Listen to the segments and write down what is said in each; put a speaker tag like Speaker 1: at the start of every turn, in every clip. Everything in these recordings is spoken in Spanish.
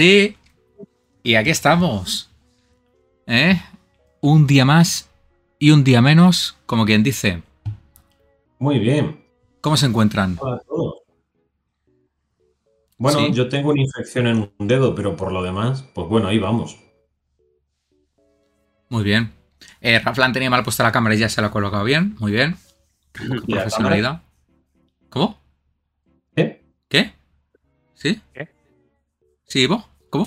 Speaker 1: Sí. Y aquí estamos. ¿Eh? Un día más y un día menos, como quien dice.
Speaker 2: Muy bien.
Speaker 1: ¿Cómo se encuentran?
Speaker 2: Hola a todos. Bueno,
Speaker 1: Sí.
Speaker 2: yo tengo una infección en un dedo, pero por lo demás, pues bueno, ahí vamos.
Speaker 1: Muy bien. Eh, Raflan tenía mal puesta la cámara y ya se la ha colocado bien. Muy bien.
Speaker 2: ¿Y la
Speaker 1: Profesionalidad. ¿Cómo?
Speaker 2: ¿Eh?
Speaker 1: ¿Qué? ¿Sí?
Speaker 3: ¿Qué?
Speaker 1: ¿Sí, vos? ¿Cómo?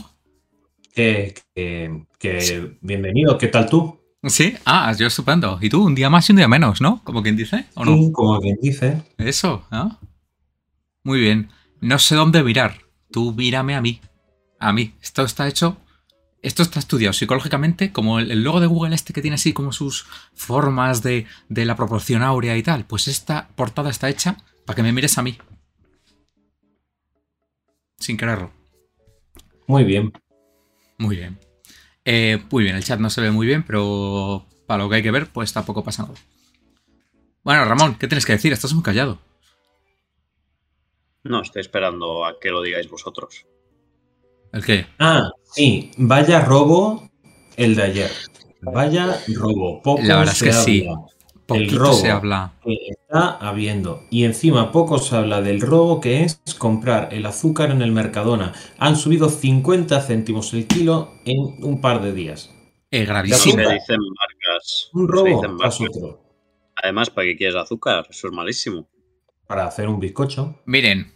Speaker 2: Eh, Que, que- que- bienvenido, ¿qué tal tú?
Speaker 1: Sí. Ah, yo estupendo. ¿Y tú? Un día más y un día menos, ¿no? Como quien dice, ¿o no?
Speaker 2: Sí, Como quien dice.
Speaker 1: Eso, ¿no? Muy bien. No sé dónde mirar. Tú mírame a mí. A mí. Esto está hecho. Esto está estudiado psicológicamente, como el, el logo de Google este que tiene así como sus formas de, de la proporción áurea y tal. Pues esta portada está hecha para que me mires a mí. Sin quererlo.
Speaker 2: Muy bien.
Speaker 1: Muy bien. Eh, muy bien, el chat no se ve muy bien, pero para lo que hay que ver, pues tampoco pasa nada. Bueno, Ramón, ¿qué tienes que decir? Estás muy callado.
Speaker 3: No, estoy esperando a que lo digáis vosotros.
Speaker 1: ¿El qué?
Speaker 2: Ah, sí, vaya robo el de ayer. Vaya robo. Poco
Speaker 1: La verdad es
Speaker 2: se
Speaker 1: que sí.
Speaker 2: habla El
Speaker 1: Poquito
Speaker 2: robo.
Speaker 1: se habla.
Speaker 2: que está habiendo. Y encima poco se habla del robo que es comprar el azúcar en el Mercadona. Han subido 50 céntimos el kilo en un par de
Speaker 1: Es
Speaker 2: días.
Speaker 3: No
Speaker 2: Sí.
Speaker 1: eh, gravísimo.
Speaker 3: se dicen marcas.
Speaker 2: Un
Speaker 3: no se
Speaker 2: robo
Speaker 3: dicen
Speaker 2: tras
Speaker 3: marcas.
Speaker 2: otro.
Speaker 3: Además, ¿para qué quieres azúcar? Eso es malísimo.
Speaker 2: Para hacer un bizcocho.
Speaker 1: Miren,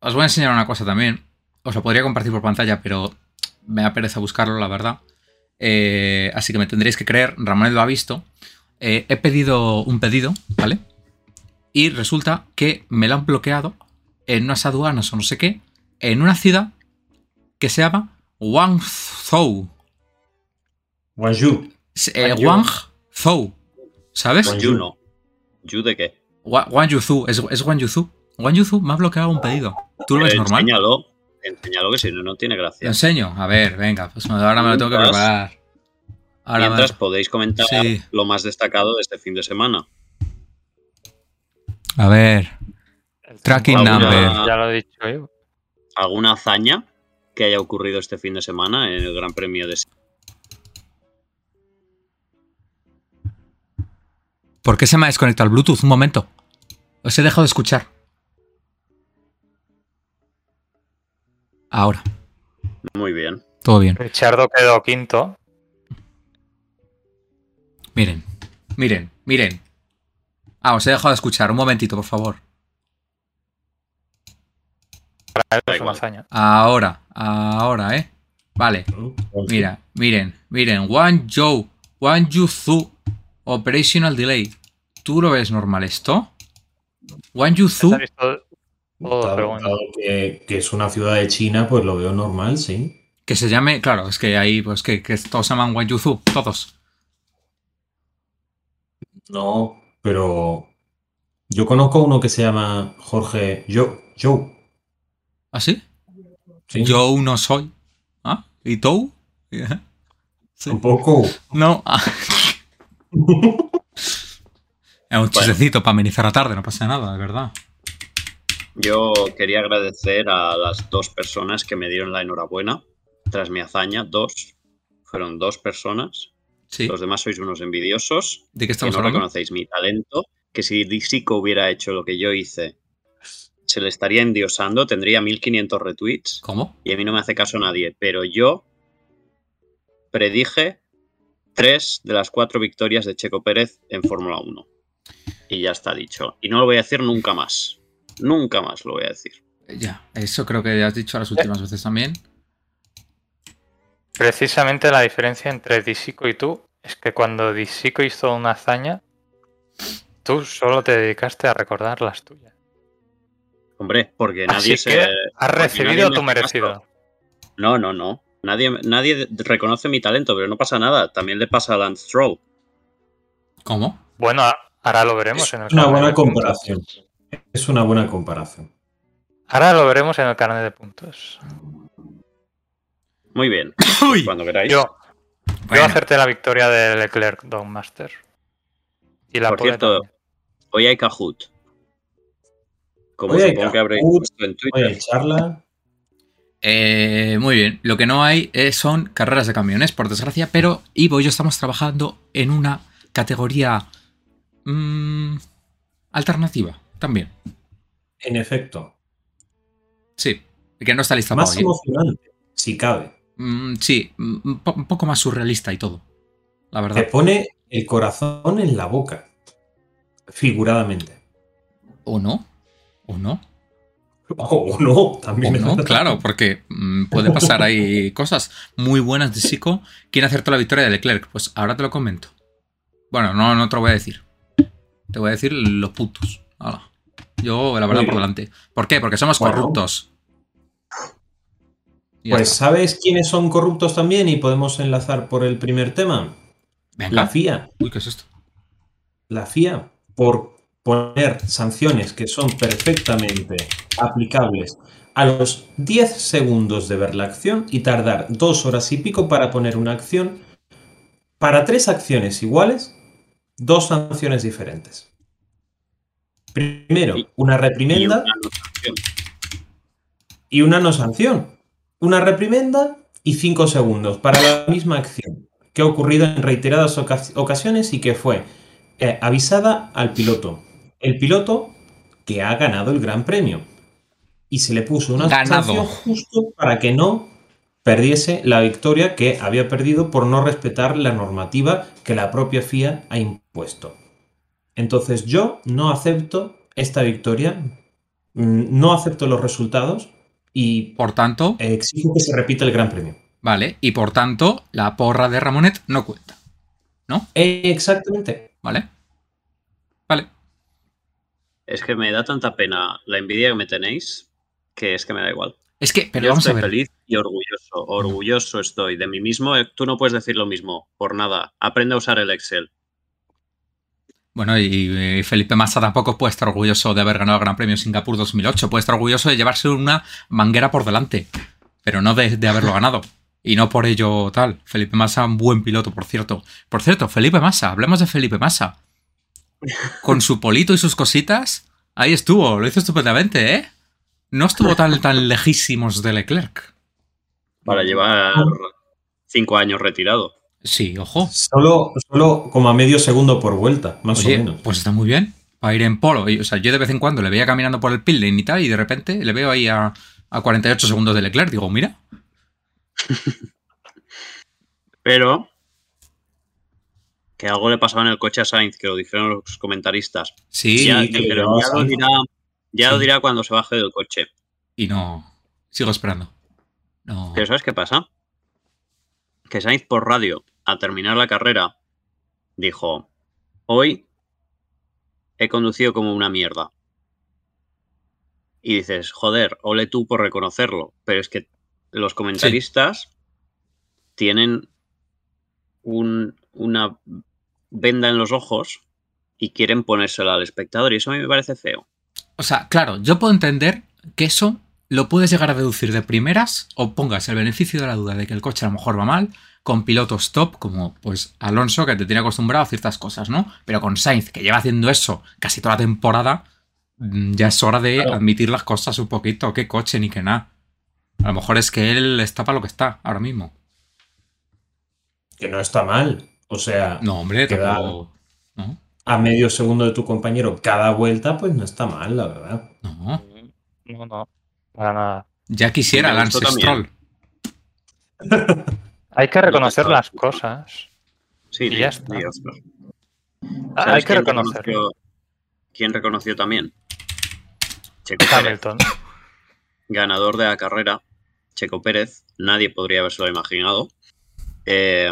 Speaker 1: os voy a enseñar una cosa también. Os lo podría compartir por pantalla, pero me da pereza buscarlo, la verdad. Eh, así que me tendréis que creer, Ramón lo ha visto. Eh, he pedido un pedido, ¿vale? Y resulta que me lo han bloqueado en unas aduanas o no sé qué, en una ciudad que se llama Guangzhou.
Speaker 2: Guangzhou.
Speaker 1: Eh,
Speaker 3: Guangzhou.
Speaker 1: Guangzhou, ¿sabebes?
Speaker 3: Con Yu no. ¿Yu de qué?
Speaker 1: Gua- Guanyuzu, es, es Guanyuzu. Guanyuzu me ha bloqueado un pedido. ¿Tú lo ves
Speaker 3: Eh,
Speaker 1: normal? Pues,
Speaker 3: Enséñalo. Enséñalo que si no, no tiene
Speaker 1: ¿Lo
Speaker 3: gracia.
Speaker 1: enseño? A ver, venga, pues ahora me lo tengo que
Speaker 3: Mientras-
Speaker 1: preparar. Ahora me-
Speaker 3: Mientras podéis comentar
Speaker 1: Sí.
Speaker 3: lo más destacado de este fin de semana.
Speaker 1: A ver, Tracking
Speaker 3: Alguna-
Speaker 1: number.
Speaker 4: Ya lo he dicho yo.
Speaker 3: ¿Alguna hazaña que haya ocurrido este fin de semana en el Gran Premio de
Speaker 1: ¿por qué se me ha desconectado el Bluetooth? Un momento. Os he dejado de escuchar. Ahora,
Speaker 3: Muy bien.
Speaker 1: todo bien.
Speaker 4: Richardo quedó quinto.
Speaker 1: Miren, miren, miren. Ah, os he dejado de escuchar. Un momentito, por favor.
Speaker 4: Para él
Speaker 3: Da
Speaker 4: es una
Speaker 3: igual.
Speaker 4: hazaña.
Speaker 1: Ahora, ahora, ¿eh? Vale.
Speaker 2: Pues
Speaker 1: Mira, miren, miren, One Joe, One Yuzu, Operational Delay. ¿Tú lo ves normal esto? One Yuzu,
Speaker 4: ¿Has visto todo,
Speaker 2: Dado-
Speaker 4: pero bueno.
Speaker 2: dado que, que es una ciudad de China, pues lo veo normal, sí.
Speaker 1: que se llame, claro, es que ahí, pues que, que todos se llaman One Yuzu, todos.
Speaker 2: No, pero yo conozco uno que se llama Jorge Yo. Yo.
Speaker 1: ¿Así?
Speaker 2: ¿sí?
Speaker 1: Yo ¿Ah, no soy. ¿Ah? ¿Y tú? sí.
Speaker 2: Tampoco.
Speaker 1: No. ah. Es un chistecito para amenizar la tarde, no pasa nada, de verdad.
Speaker 3: Yo quería agradecer a las dos personas que me dieron la enhorabuena tras mi hazaña. Dos. Fueron dos personas.
Speaker 1: Sí.
Speaker 3: Los demás sois unos envidiosos
Speaker 1: ¿De qué
Speaker 3: Pues, que
Speaker 1: estamos
Speaker 3: no
Speaker 1: hablando?
Speaker 3: reconocéis mi talento. Que si Disico hubiera hecho lo que yo hice, se le estaría endiosando. Tendría 1500 retweets
Speaker 1: ¿Cómo?
Speaker 3: y a mí no me hace caso nadie. Pero yo predije tres de las cuatro victorias de Checo Pérez en Fórmula 1. Y ya está dicho. Y no lo voy a decir nunca más. Nunca más lo voy a decir.
Speaker 1: Ya, eso creo que has dicho las últimas veces también.
Speaker 4: Precisamente la diferencia entre Disico y tú es que cuando Disico hizo una hazaña, tú solo te dedicaste a recordar las tuyas.
Speaker 3: Hombre, porque
Speaker 4: Así
Speaker 3: nadie se.
Speaker 4: que has
Speaker 3: porque nadie
Speaker 4: recibido
Speaker 3: me
Speaker 4: tu
Speaker 3: hace
Speaker 4: merecido.
Speaker 3: caso. No, no, no. Nadie, nadie reconoce mi talento, pero no pasa nada. También le pasa a Lance Stroll.
Speaker 1: ¿Cómo?
Speaker 4: Bueno, a- ahora lo veremos en el ¿eh?
Speaker 2: Una
Speaker 4: carnet
Speaker 2: buena
Speaker 4: de puntos.
Speaker 2: comparación. Es una buena comparación.
Speaker 4: Ahora lo veremos en el carnet de puntos.
Speaker 3: Muy bien.
Speaker 1: Uy.
Speaker 3: Cuando queráis.
Speaker 4: Yo, yo
Speaker 1: Bueno.
Speaker 4: acerté la victoria de Leclerc Downmaster. Y la
Speaker 3: Por
Speaker 4: pole
Speaker 3: cierto,
Speaker 4: también.
Speaker 3: Hoy hay Kahoot. Como
Speaker 2: Hoy hay
Speaker 3: supongo que habréis
Speaker 2: Kahoot,
Speaker 3: puesto en
Speaker 2: Oye,
Speaker 3: Twitter.
Speaker 2: charla.
Speaker 1: Eh, muy bien, lo que no hay eh, son carreras de camiones, por desgracia, pero Ivo y yo estamos trabajando en una categoría mm, alternativa también.
Speaker 2: En efecto.
Speaker 1: Sí, que no está lista
Speaker 2: más
Speaker 1: para hoy.
Speaker 2: emocionante, si cabe.
Speaker 1: Mm, sí, mm, un po- un poco más surrealista y todo, la
Speaker 2: Te
Speaker 1: verdad.
Speaker 2: pone el corazón en la boca. Figuradamente.
Speaker 1: ¿O no? ¿O no?
Speaker 2: O no, también
Speaker 1: O
Speaker 2: es
Speaker 1: no,
Speaker 2: verdad.
Speaker 1: claro, porque mm, puede pasar ahí cosas muy buenas de Sico. ¿Quién acertó la victoria de Leclerc? Pues ahora te lo comento. Bueno, no, no te lo voy a decir. Te voy a decir los putos. Hala. Yo, la verdad,
Speaker 2: Muy
Speaker 1: por
Speaker 2: bien.
Speaker 1: delante. ¿Por qué? Porque somos
Speaker 2: Bueno.
Speaker 1: corruptos. Y ya
Speaker 2: Pues
Speaker 1: está.
Speaker 2: ¿sabes quiénes son corruptos también? Y podemos enlazar por el primer tema. La
Speaker 1: Venga.
Speaker 2: FIA.
Speaker 1: Uy, ¿qué es esto?
Speaker 2: La FIA, por poner sanciones que son perfectamente aplicables a los 10 segundos de ver la acción y tardar dos horas y pico para poner una acción, para tres acciones iguales, dos sanciones diferentes. Primero, una
Speaker 3: Y
Speaker 2: reprimenda
Speaker 3: una anotación.
Speaker 2: y una no sanción. Una reprimenda y cinco segundos para la misma acción, que ha ocurrido en reiteradas ocas- ocasiones y que fue eh, avisada al piloto. El piloto que ha ganado el Gran Premio. Y se le puso una
Speaker 1: Ganado.
Speaker 2: sanción justo para que no perdiese la victoria que había perdido por no respetar la normativa que la propia FIA ha impuesto. Entonces yo no acepto esta victoria, mm, no acepto los resultados y
Speaker 1: Por tanto,
Speaker 2: exijo que se repita el Gran Premio.
Speaker 1: vale. Y por tanto, la porra de Ramonet no cuenta.
Speaker 2: Eh, Exactamente.
Speaker 1: ¿Vale? Vale.
Speaker 3: Es que me da tanta pena la envidia que me tenéis que es que me da igual.
Speaker 1: Es que, pero
Speaker 3: Yo
Speaker 1: vamos a
Speaker 3: estoy
Speaker 1: ver.
Speaker 3: feliz y orgulloso, orgulloso estoy de mí mismo. Eh, Tú no puedes decir lo mismo, por nada. Aprende a usar el Excel.
Speaker 1: Bueno, y eh, Felipe Massa tampoco puede estar orgulloso de haber ganado el Gran Premio Singapur 2008. Puede estar orgulloso de llevarse una manguera por delante, pero no de, de haberlo ganado. Y no por ello tal. Felipe Massa, un buen piloto, por cierto. Por cierto, Felipe Massa, hablemos de Felipe Massa. Con su polito y sus cositas, ahí estuvo, lo hizo estupendamente, ¿eh? No estuvo tan, tan lejísimos de Leclerc.
Speaker 3: Para llevar cinco años retirado.
Speaker 1: Sí, ojo.
Speaker 2: Solo, solo como a medio segundo por vuelta, más o
Speaker 1: Oye,
Speaker 2: menos.
Speaker 1: pues está muy bien. Para ir en polo. Y, o sea, yo de vez en cuando le veía caminando por el pit lane y tal, y de repente le veo ahí a, a 48 segundos de Leclerc. Digo, mira,
Speaker 3: Pero que algo le pasaba en el coche a Sainz, que lo dijeron los comentaristas.
Speaker 1: sí.
Speaker 3: ya
Speaker 2: que le
Speaker 3: dijeron,
Speaker 2: llevaba
Speaker 3: "Ya lo
Speaker 2: Sainz".
Speaker 3: dirá, ya lo
Speaker 1: Sí.
Speaker 3: dirá cuando se baje del coche.
Speaker 1: Y no. Sigo esperando. No.
Speaker 3: Pero ¿sabes qué pasa? Que Sainz por radio, al terminar la carrera, dijo, hoy he conducido como una mierda. Y dices, joder, ole tú por reconocerlo. Pero es que los comentaristas tienen un- una venda en los ojos y quieren ponérsela al espectador. Y eso a mí me parece feo.
Speaker 1: O sea, claro, yo puedo entender que eso lo puedes llegar a deducir de primeras o pongas el beneficio de la duda de que el coche a lo mejor va mal con pilotos top como pues Alonso que te tiene acostumbrado a ciertas cosas, ¿no? Pero con Sainz que lleva haciendo eso casi toda la temporada, mm, ya es hora de
Speaker 2: Claro.
Speaker 1: admitir las cosas un poquito, qué coche ni que nada. A lo mejor es que él está para lo que está ahora mismo.
Speaker 2: Que no está mal. O sea,
Speaker 1: No, hombre,
Speaker 2: Queda-
Speaker 1: tampoco. No,
Speaker 2: a medio segundo de tu compañero cada vuelta, pues no está mal, la verdad.
Speaker 1: no.
Speaker 4: No, no, para nada.
Speaker 1: Ya quisiera
Speaker 3: Me
Speaker 1: Lance
Speaker 3: gustó también.
Speaker 1: Stroll.
Speaker 4: Hay que reconocer
Speaker 3: estaba
Speaker 4: las cosas.
Speaker 3: Sí,
Speaker 4: Y
Speaker 3: di-
Speaker 4: ya está.
Speaker 3: di otro.
Speaker 4: Ah,
Speaker 3: ¿Sabes
Speaker 4: Hay que
Speaker 3: quién
Speaker 4: reconocer.
Speaker 3: reconoció- ¿Quién reconoció también? Checo Pérez,
Speaker 4: Hamilton.
Speaker 3: ganador de la carrera. Checo Pérez, nadie podría haberse lo imaginado. Eh,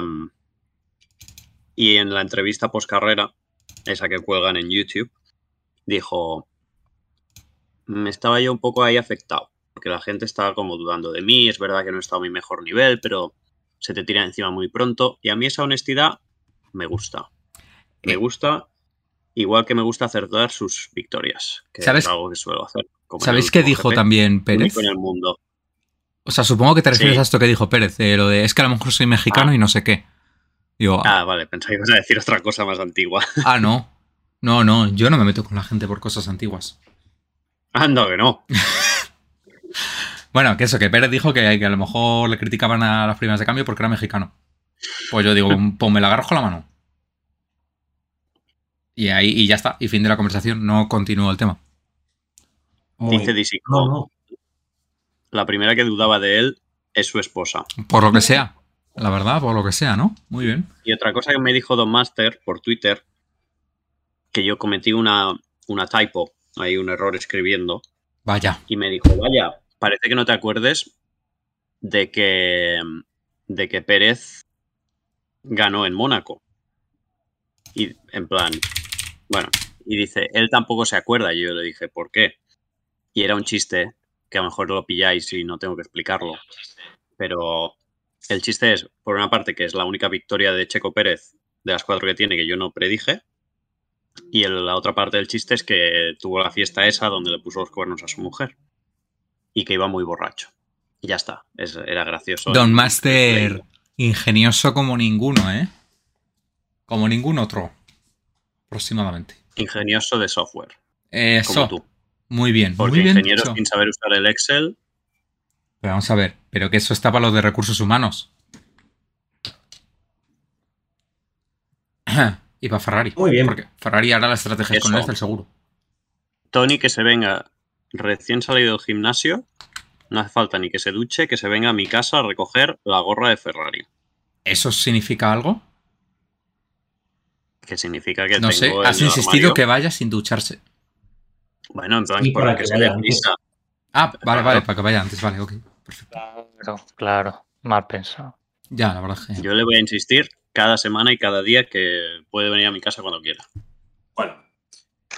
Speaker 3: y en la entrevista post carrera, esa que cuelgan en YouTube, dijo: Me estaba yo un poco ahí afectado, porque la gente estaba como dudando de mí. Es verdad que no he estado a mi mejor nivel, pero se te tira encima muy pronto. Y a mí esa honestidad me gusta. Me
Speaker 1: Eh.
Speaker 3: gusta, igual que me gusta acertar sus victorias, que
Speaker 1: ¿Sabes-
Speaker 3: es algo que suelo hacer. como en el
Speaker 1: ¿Sabéis qué
Speaker 3: último
Speaker 1: dijo
Speaker 3: GP,
Speaker 1: también Pérez?
Speaker 3: único en el mundo.
Speaker 1: O sea, supongo que te refieres
Speaker 3: Sí.
Speaker 1: a esto que dijo Pérez, eh, lo de es que a lo mejor soy mexicano y no sé qué. Digo, ah,
Speaker 3: Ah, vale, pensaba que ibas a decir otra cosa más antigua.
Speaker 1: ah, no. No, no, yo no me meto con la gente por cosas antiguas.
Speaker 3: Anda, que no.
Speaker 1: Bueno, que eso, que Pérez dijo que, que a lo mejor le criticaban a las primas de cambio porque era mexicano. Pues yo digo, pues me la agarro con la mano. Y ahí y ya está, y fin de la conversación, no continúo el tema.
Speaker 2: Muy-
Speaker 3: Dice Disico.
Speaker 2: No, no.
Speaker 3: La primera que dudaba de él es su esposa.
Speaker 1: Por lo que sea, la verdad, por lo que sea, ¿no? Muy bien.
Speaker 3: Y otra cosa que me dijo Don Master por Twitter, que yo cometí una, una typo, hay un error escribiendo,
Speaker 1: Vaya.
Speaker 3: y me dijo, vaya, parece que no te acuerdes de que, de que Pérez ganó en Mónaco. Y en plan, bueno, y dice, él tampoco se acuerda. Y yo le dije, ¿por qué? Y era un chiste, que a lo mejor lo pilláis y no tengo que explicarlo. Pero el chiste es, por una parte, que es la única victoria de Checo Pérez de las cuatro que tiene que yo no predije. Y el- la otra parte del chiste es que tuvo la fiesta esa donde le puso los cuernos a su mujer y que iba muy borracho. Y ya está, es- era gracioso.
Speaker 1: Don Master, ingenioso como ninguno, ¿eh? Como ningún otro. Aproximadamente.
Speaker 3: Ingenioso de software, como
Speaker 1: Eso.
Speaker 3: tú.
Speaker 1: Muy bien.
Speaker 3: Porque
Speaker 1: muy bien.
Speaker 3: ingeniero
Speaker 1: dicho.
Speaker 3: sin saber usar el Excel,
Speaker 1: Pero vamos a ver, pero que eso está para los de recursos humanos. Y para Ferrari.
Speaker 2: Muy bien.
Speaker 1: Porque Ferrari hará las estrategias con
Speaker 3: Eso.
Speaker 1: el del seguro.
Speaker 3: Tony que se venga recién salido del gimnasio, no hace falta ni que se duche, que se venga a mi casa a recoger la gorra de Ferrari.
Speaker 1: ¿Eso significa algo?
Speaker 3: Que significa que
Speaker 1: No
Speaker 3: tengo
Speaker 1: sé,
Speaker 3: en
Speaker 1: has
Speaker 3: el
Speaker 1: insistido
Speaker 3: armario-
Speaker 1: que vaya sin ducharse.
Speaker 3: Bueno, en plan,
Speaker 2: Sí,
Speaker 3: para
Speaker 2: para
Speaker 3: que
Speaker 2: que
Speaker 3: se
Speaker 2: vaya
Speaker 3: dé
Speaker 2: antes.
Speaker 3: prisa.
Speaker 1: Ah, vale, vale,
Speaker 3: Claro.
Speaker 1: para que vaya antes, vale, ok. Perfecto.
Speaker 4: Claro, claro. Mal pensado.
Speaker 1: Ya, la verdad es que.
Speaker 3: Yo le voy a insistir cada semana y cada día que puede venir a mi casa cuando quiera.
Speaker 2: Bueno,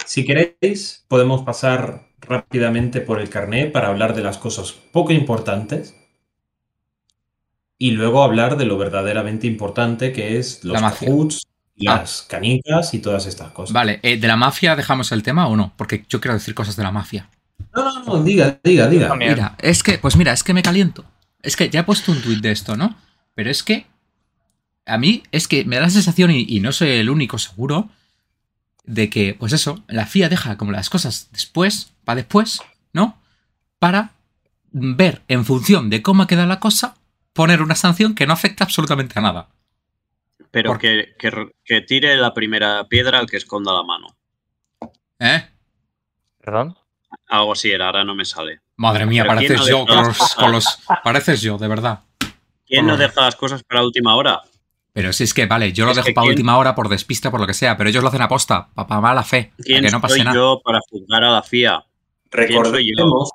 Speaker 2: si queréis, podemos pasar rápidamente por el carnet para hablar de las cosas poco importantes y luego hablar de lo verdaderamente importante que es los
Speaker 1: La mafia.
Speaker 2: cajuts,
Speaker 1: Ah.
Speaker 2: las canicas y todas estas cosas.
Speaker 1: Vale, eh, ¿de la mafia dejamos el tema o no? Porque yo quiero decir cosas de la mafia.
Speaker 2: No, no, no, diga, diga, diga.
Speaker 4: También.
Speaker 1: Mira, es que, pues mira, es que me caliento. Es que ya he puesto un tuit de esto, ¿no? Pero es que a mí es que me da la sensación, y, y no soy el único seguro, de que, pues eso, la FIA deja como las cosas después, para después, ¿no? Para ver en función de cómo queda la cosa, poner una sanción que no afecta absolutamente a nada.
Speaker 3: Pero
Speaker 1: Por-
Speaker 3: que, que- que tire la primera piedra al que esconda la mano.
Speaker 1: ¿Eh?
Speaker 4: Perdón.
Speaker 3: Algo así era, ahora no me sale.
Speaker 1: Madre mía,
Speaker 3: Pero ¿quién
Speaker 1: pareces
Speaker 3: no
Speaker 1: yo
Speaker 3: deja
Speaker 1: con
Speaker 3: las
Speaker 1: los,
Speaker 3: cosas?
Speaker 1: con los- Pareces yo, de verdad.
Speaker 3: ¿Quién no
Speaker 1: Por-
Speaker 3: deja las cosas para última hora?
Speaker 1: Pero si es que, vale, yo lo
Speaker 3: Es
Speaker 1: dejo
Speaker 3: que
Speaker 1: para
Speaker 3: quién-
Speaker 1: última hora por despista, por lo que sea, pero ellos lo hacen aposta, para mala fe, para
Speaker 3: ¿Quién
Speaker 1: que no pase
Speaker 3: soy
Speaker 1: nada.
Speaker 3: yo para juzgar a la FIA? ¿Quién soy yo?
Speaker 2: Recordemos,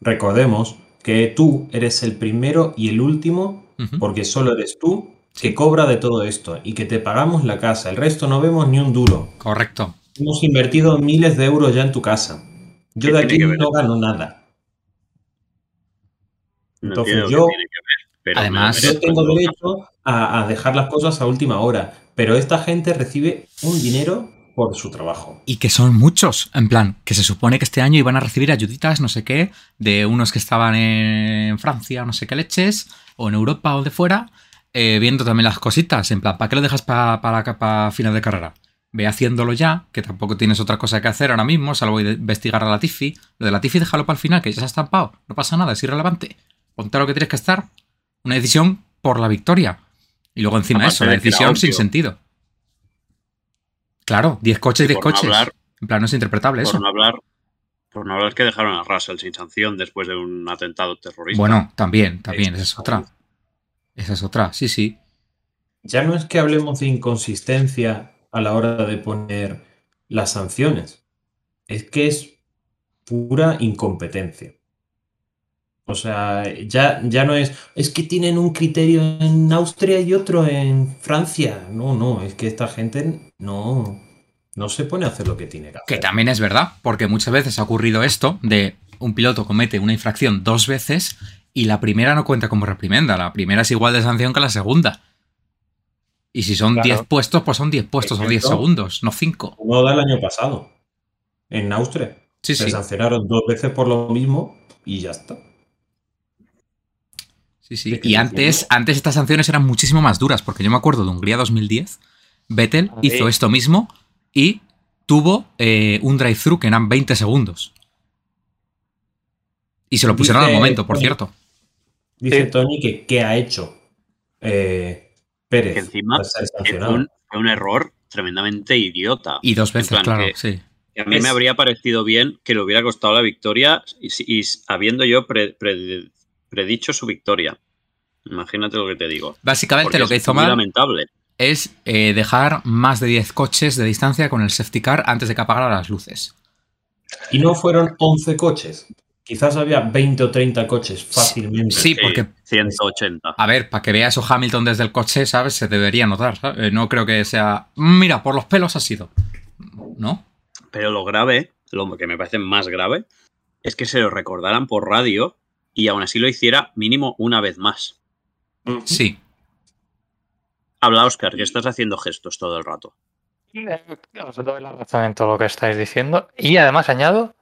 Speaker 2: recordemos que tú eres el primero y el último
Speaker 1: Ujú.
Speaker 2: porque solo eres tú que cobra de todo esto y que te pagamos la casa. El resto no vemos ni un duro.
Speaker 1: Correcto.
Speaker 2: Hemos invertido miles de euros ya en tu casa. Yo
Speaker 3: ¿Qué
Speaker 2: de
Speaker 3: tiene
Speaker 2: aquí
Speaker 3: que ver?
Speaker 2: no gano nada.
Speaker 3: No
Speaker 2: Entonces
Speaker 3: entiendo
Speaker 2: yo-
Speaker 3: qué tiene que ver, pero me lo
Speaker 1: Además,
Speaker 3: merezco
Speaker 2: Yo tengo
Speaker 3: en todo
Speaker 2: derecho a, a dejar las cosas a última hora, pero esta gente recibe un dinero por su trabajo.
Speaker 1: Y que son muchos, en plan, que se supone que este año iban a recibir ayuditas, no sé qué, de unos que estaban en Francia, no sé qué leches, o en Europa o de fuera, eh, viendo también las cositas, en plan, ¿para qué lo dejas para final de carrera? Ve haciéndolo ya, que tampoco tienes otra cosa que hacer ahora mismo, salvo ir a investigar a la Tifi. Lo de la Tifi déjalo para el final, que ya se ha estampado, no pasa nada, es irrelevante. Ponte a lo que tienes que estar. Una decisión por la victoria. Y luego encima
Speaker 3: Aparte
Speaker 1: eso, la
Speaker 3: de que era
Speaker 1: decisión sin
Speaker 3: obvio.
Speaker 1: sentido. Claro, 10 coches,
Speaker 3: Y
Speaker 1: 10
Speaker 3: por no
Speaker 1: coches.
Speaker 3: hablar-
Speaker 1: En plan, no es interpretable
Speaker 3: Por
Speaker 1: eso.
Speaker 3: no hablar, por no hablar que dejaron a Russell sin sanción después de un atentado terrorista.
Speaker 1: Bueno, también, también,
Speaker 3: Es-
Speaker 1: esa es otra. Esa es otra, sí, sí.
Speaker 2: Ya no es que hablemos de inconsistencia a la hora de poner las sanciones, es que es pura incompetencia. O sea, ya, ya no es, es que tienen un criterio en Austria y otro en Francia. No, no, es que esta gente no, no se pone a hacer lo que tiene que
Speaker 1: Que
Speaker 2: hacer.
Speaker 1: también es verdad, porque muchas veces ha ocurrido esto de un piloto comete una infracción dos veces y la primera no cuenta como reprimenda. La primera es igual de sanción que la segunda. Y si son
Speaker 4: Claro.
Speaker 1: 10 puestos, pues son 10 puestos o 10
Speaker 2: Ejemplo.
Speaker 1: segundos, no 5.
Speaker 2: No da el año pasado, en Austria.
Speaker 1: Sí,
Speaker 2: Se
Speaker 1: sí.
Speaker 2: sancionaron dos veces por lo mismo y ya está.
Speaker 1: Sí, sí.
Speaker 2: Es que
Speaker 1: Y
Speaker 2: no
Speaker 1: antes,
Speaker 2: entiendo.
Speaker 1: antes estas sanciones eran muchísimo más duras, porque yo me acuerdo de Hungría 2010, Vettel
Speaker 4: Ahí.
Speaker 1: hizo esto mismo y tuvo eh, un drive-thru que eran 20 segundos. Y se lo pusieron
Speaker 2: Dice-
Speaker 1: al momento, por cierto.
Speaker 2: Dice
Speaker 4: Sí.
Speaker 2: Tony que qué ha hecho eh, Pérez
Speaker 3: Que encima
Speaker 2: para ser
Speaker 3: Que fue
Speaker 2: sancionado.
Speaker 3: un, fue un error tremendamente idiota.
Speaker 1: Y dos veces,
Speaker 3: plan,
Speaker 1: claro,
Speaker 3: que-
Speaker 1: sí.
Speaker 3: Y a mí
Speaker 2: Es-
Speaker 3: me habría parecido bien que le hubiera costado la victoria y, si- y s- habiendo yo pre- pre- predicho su victoria. Imagínate lo que te digo.
Speaker 1: Básicamente
Speaker 3: Porque
Speaker 1: lo que
Speaker 3: es
Speaker 1: hizo
Speaker 3: muy
Speaker 1: mal
Speaker 3: lamentable.
Speaker 1: es eh, dejar más de 10 coches de distancia con el safety car antes de que apagara las luces.
Speaker 2: Y no fueron 11 coches. Quizás había 20 o 30 coches fácilmente.
Speaker 1: Sí, porque,
Speaker 3: 180.
Speaker 1: a ver, para que vea eso Hamilton desde el coche, ¿sabes? Se debería notar. ¿sabes? Eh, No creo que sea. "Mm, Mira, por los pelos ha sido. ¿No?
Speaker 3: Pero lo grave, lo que me parece más grave, es que se lo recordaran por radio y aún así lo hiciera mínimo una vez más.
Speaker 1: Sí.
Speaker 3: Habla, Oscar, que estás haciendo gestos todo el rato.
Speaker 4: Eh, Os doy la razón en todo lo que estáis diciendo. Y además añado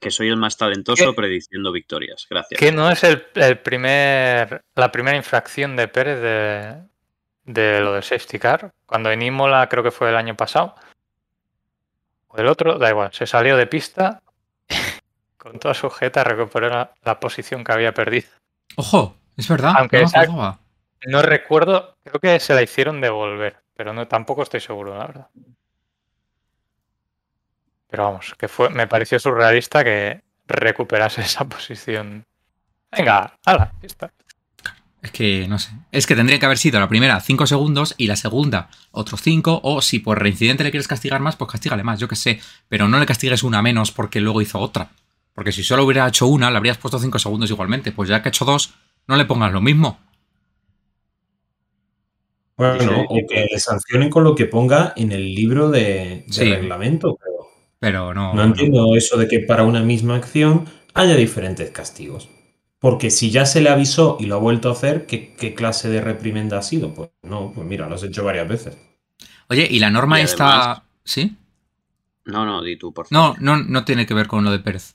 Speaker 3: Que soy el más talentoso
Speaker 4: ¿Qué?
Speaker 3: prediciendo victorias. Gracias.
Speaker 4: que no es el, el primer, la primera infracción de Pérez de, de lo del safety car. Cuando en Imola, creo que fue el año pasado, o el otro, da igual, se salió de pista con toda su jeta a recuperar la, la posición que había perdido.
Speaker 1: Ojo, es verdad.
Speaker 4: Aunque
Speaker 1: no me
Speaker 4: esa-
Speaker 1: acordaba.
Speaker 4: No recuerdo, creo que se la hicieron devolver, pero no tampoco estoy seguro, la verdad. Pero vamos, que fue, me pareció surrealista que recuperase esa posición. Venga, ala, pista.
Speaker 1: Es que no sé. Es que tendría que haber sido la primera 5 segundos y la segunda otros 5. O si por reincidente le quieres castigar más, pues castígale más, yo qué sé. Pero no le castigues una menos porque luego hizo otra. Porque si solo hubiera hecho una, le habrías puesto 5 segundos igualmente. Pues ya que ha hecho dos, no le pongas lo mismo.
Speaker 2: Bueno,
Speaker 3: Sí, sí.
Speaker 2: o que le sancionen con lo que ponga en el libro de, de
Speaker 1: Sí.
Speaker 2: reglamento. Pero
Speaker 1: Pero no.
Speaker 2: no entiendo eso de que para una misma acción haya diferentes castigos. Porque si ya se le avisó y lo ha vuelto a hacer, ¿qué, qué clase de reprimenda ha sido? Pues no, pues mira, lo has hecho varias veces.
Speaker 1: Oye, y la norma
Speaker 3: Y además-
Speaker 1: está. ¿Sí?
Speaker 3: No, no, di tú, por
Speaker 1: No,
Speaker 3: favor.
Speaker 1: no, no tiene que ver con lo de Pérez.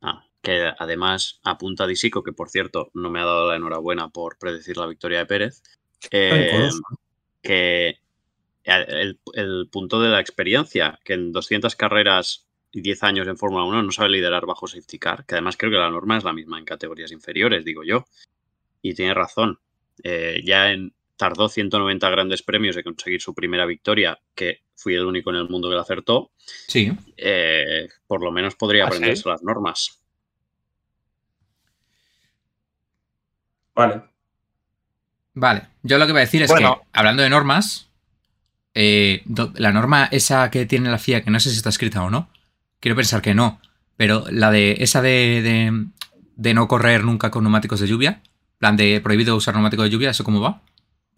Speaker 3: Ah, que además apunta a Disico, que por cierto no me ha dado la enhorabuena por predecir la victoria de Pérez.
Speaker 4: Ah,
Speaker 3: eh,
Speaker 2: Rencoroso.
Speaker 3: que eh, el, el punto de la experiencia, que en 200 carreras y 10 años en Fórmula 1 no sabe liderar bajo safety car, que además creo que la norma es la misma en categorías inferiores, digo yo. Y tiene razón. Eh, ya en, tardó 190 grandes premios en conseguir su primera victoria, que fui el único en el mundo que la acertó.
Speaker 1: Sí.
Speaker 3: eh, por lo menos podría
Speaker 4: ¿Ah, sí?
Speaker 3: aprenderse las normas.
Speaker 2: Vale.
Speaker 1: Vale, yo lo que voy a decir es
Speaker 4: Bueno.
Speaker 1: que, hablando de normas, eh, do- la norma esa que tiene la FIA, que no sé si está escrita o no, quiero pensar que no, pero la de esa de, de, de no correr nunca con neumáticos de lluvia, plan de prohibido usar neumáticos de lluvia, ¿eso cómo va?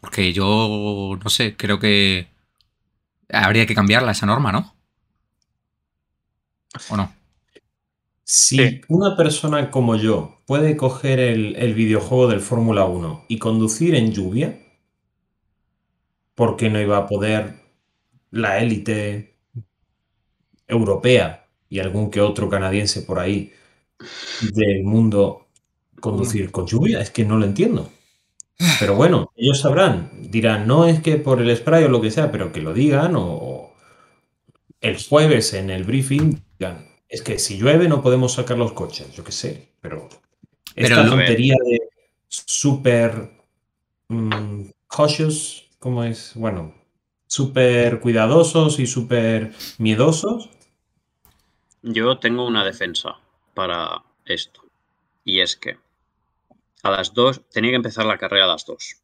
Speaker 1: Porque yo, no sé, creo que habría que cambiarla esa norma, ¿no? ¿O no?
Speaker 2: Si
Speaker 4: Sí.
Speaker 2: una persona como yo puede coger el, el videojuego del Fórmula 1 y conducir en lluvia, ¿por qué no iba a poder la élite europea y algún que otro canadiense por ahí del mundo conducir con lluvia? Es que no lo entiendo. Pero bueno, ellos sabrán, dirán, no es que por el spray o lo que sea, pero que lo digan o- o el jueves en el briefing digan, es que si llueve no podemos sacar los coches, yo qué sé, pero
Speaker 1: Pero
Speaker 2: esta
Speaker 1: lo-
Speaker 2: tontería de super mm, cautious, ¿cómo es? Bueno, super cuidadosos y super miedosos.
Speaker 3: Yo tengo una defensa para esto. Y es que a las 2, tenía que empezar la carrera a las 2.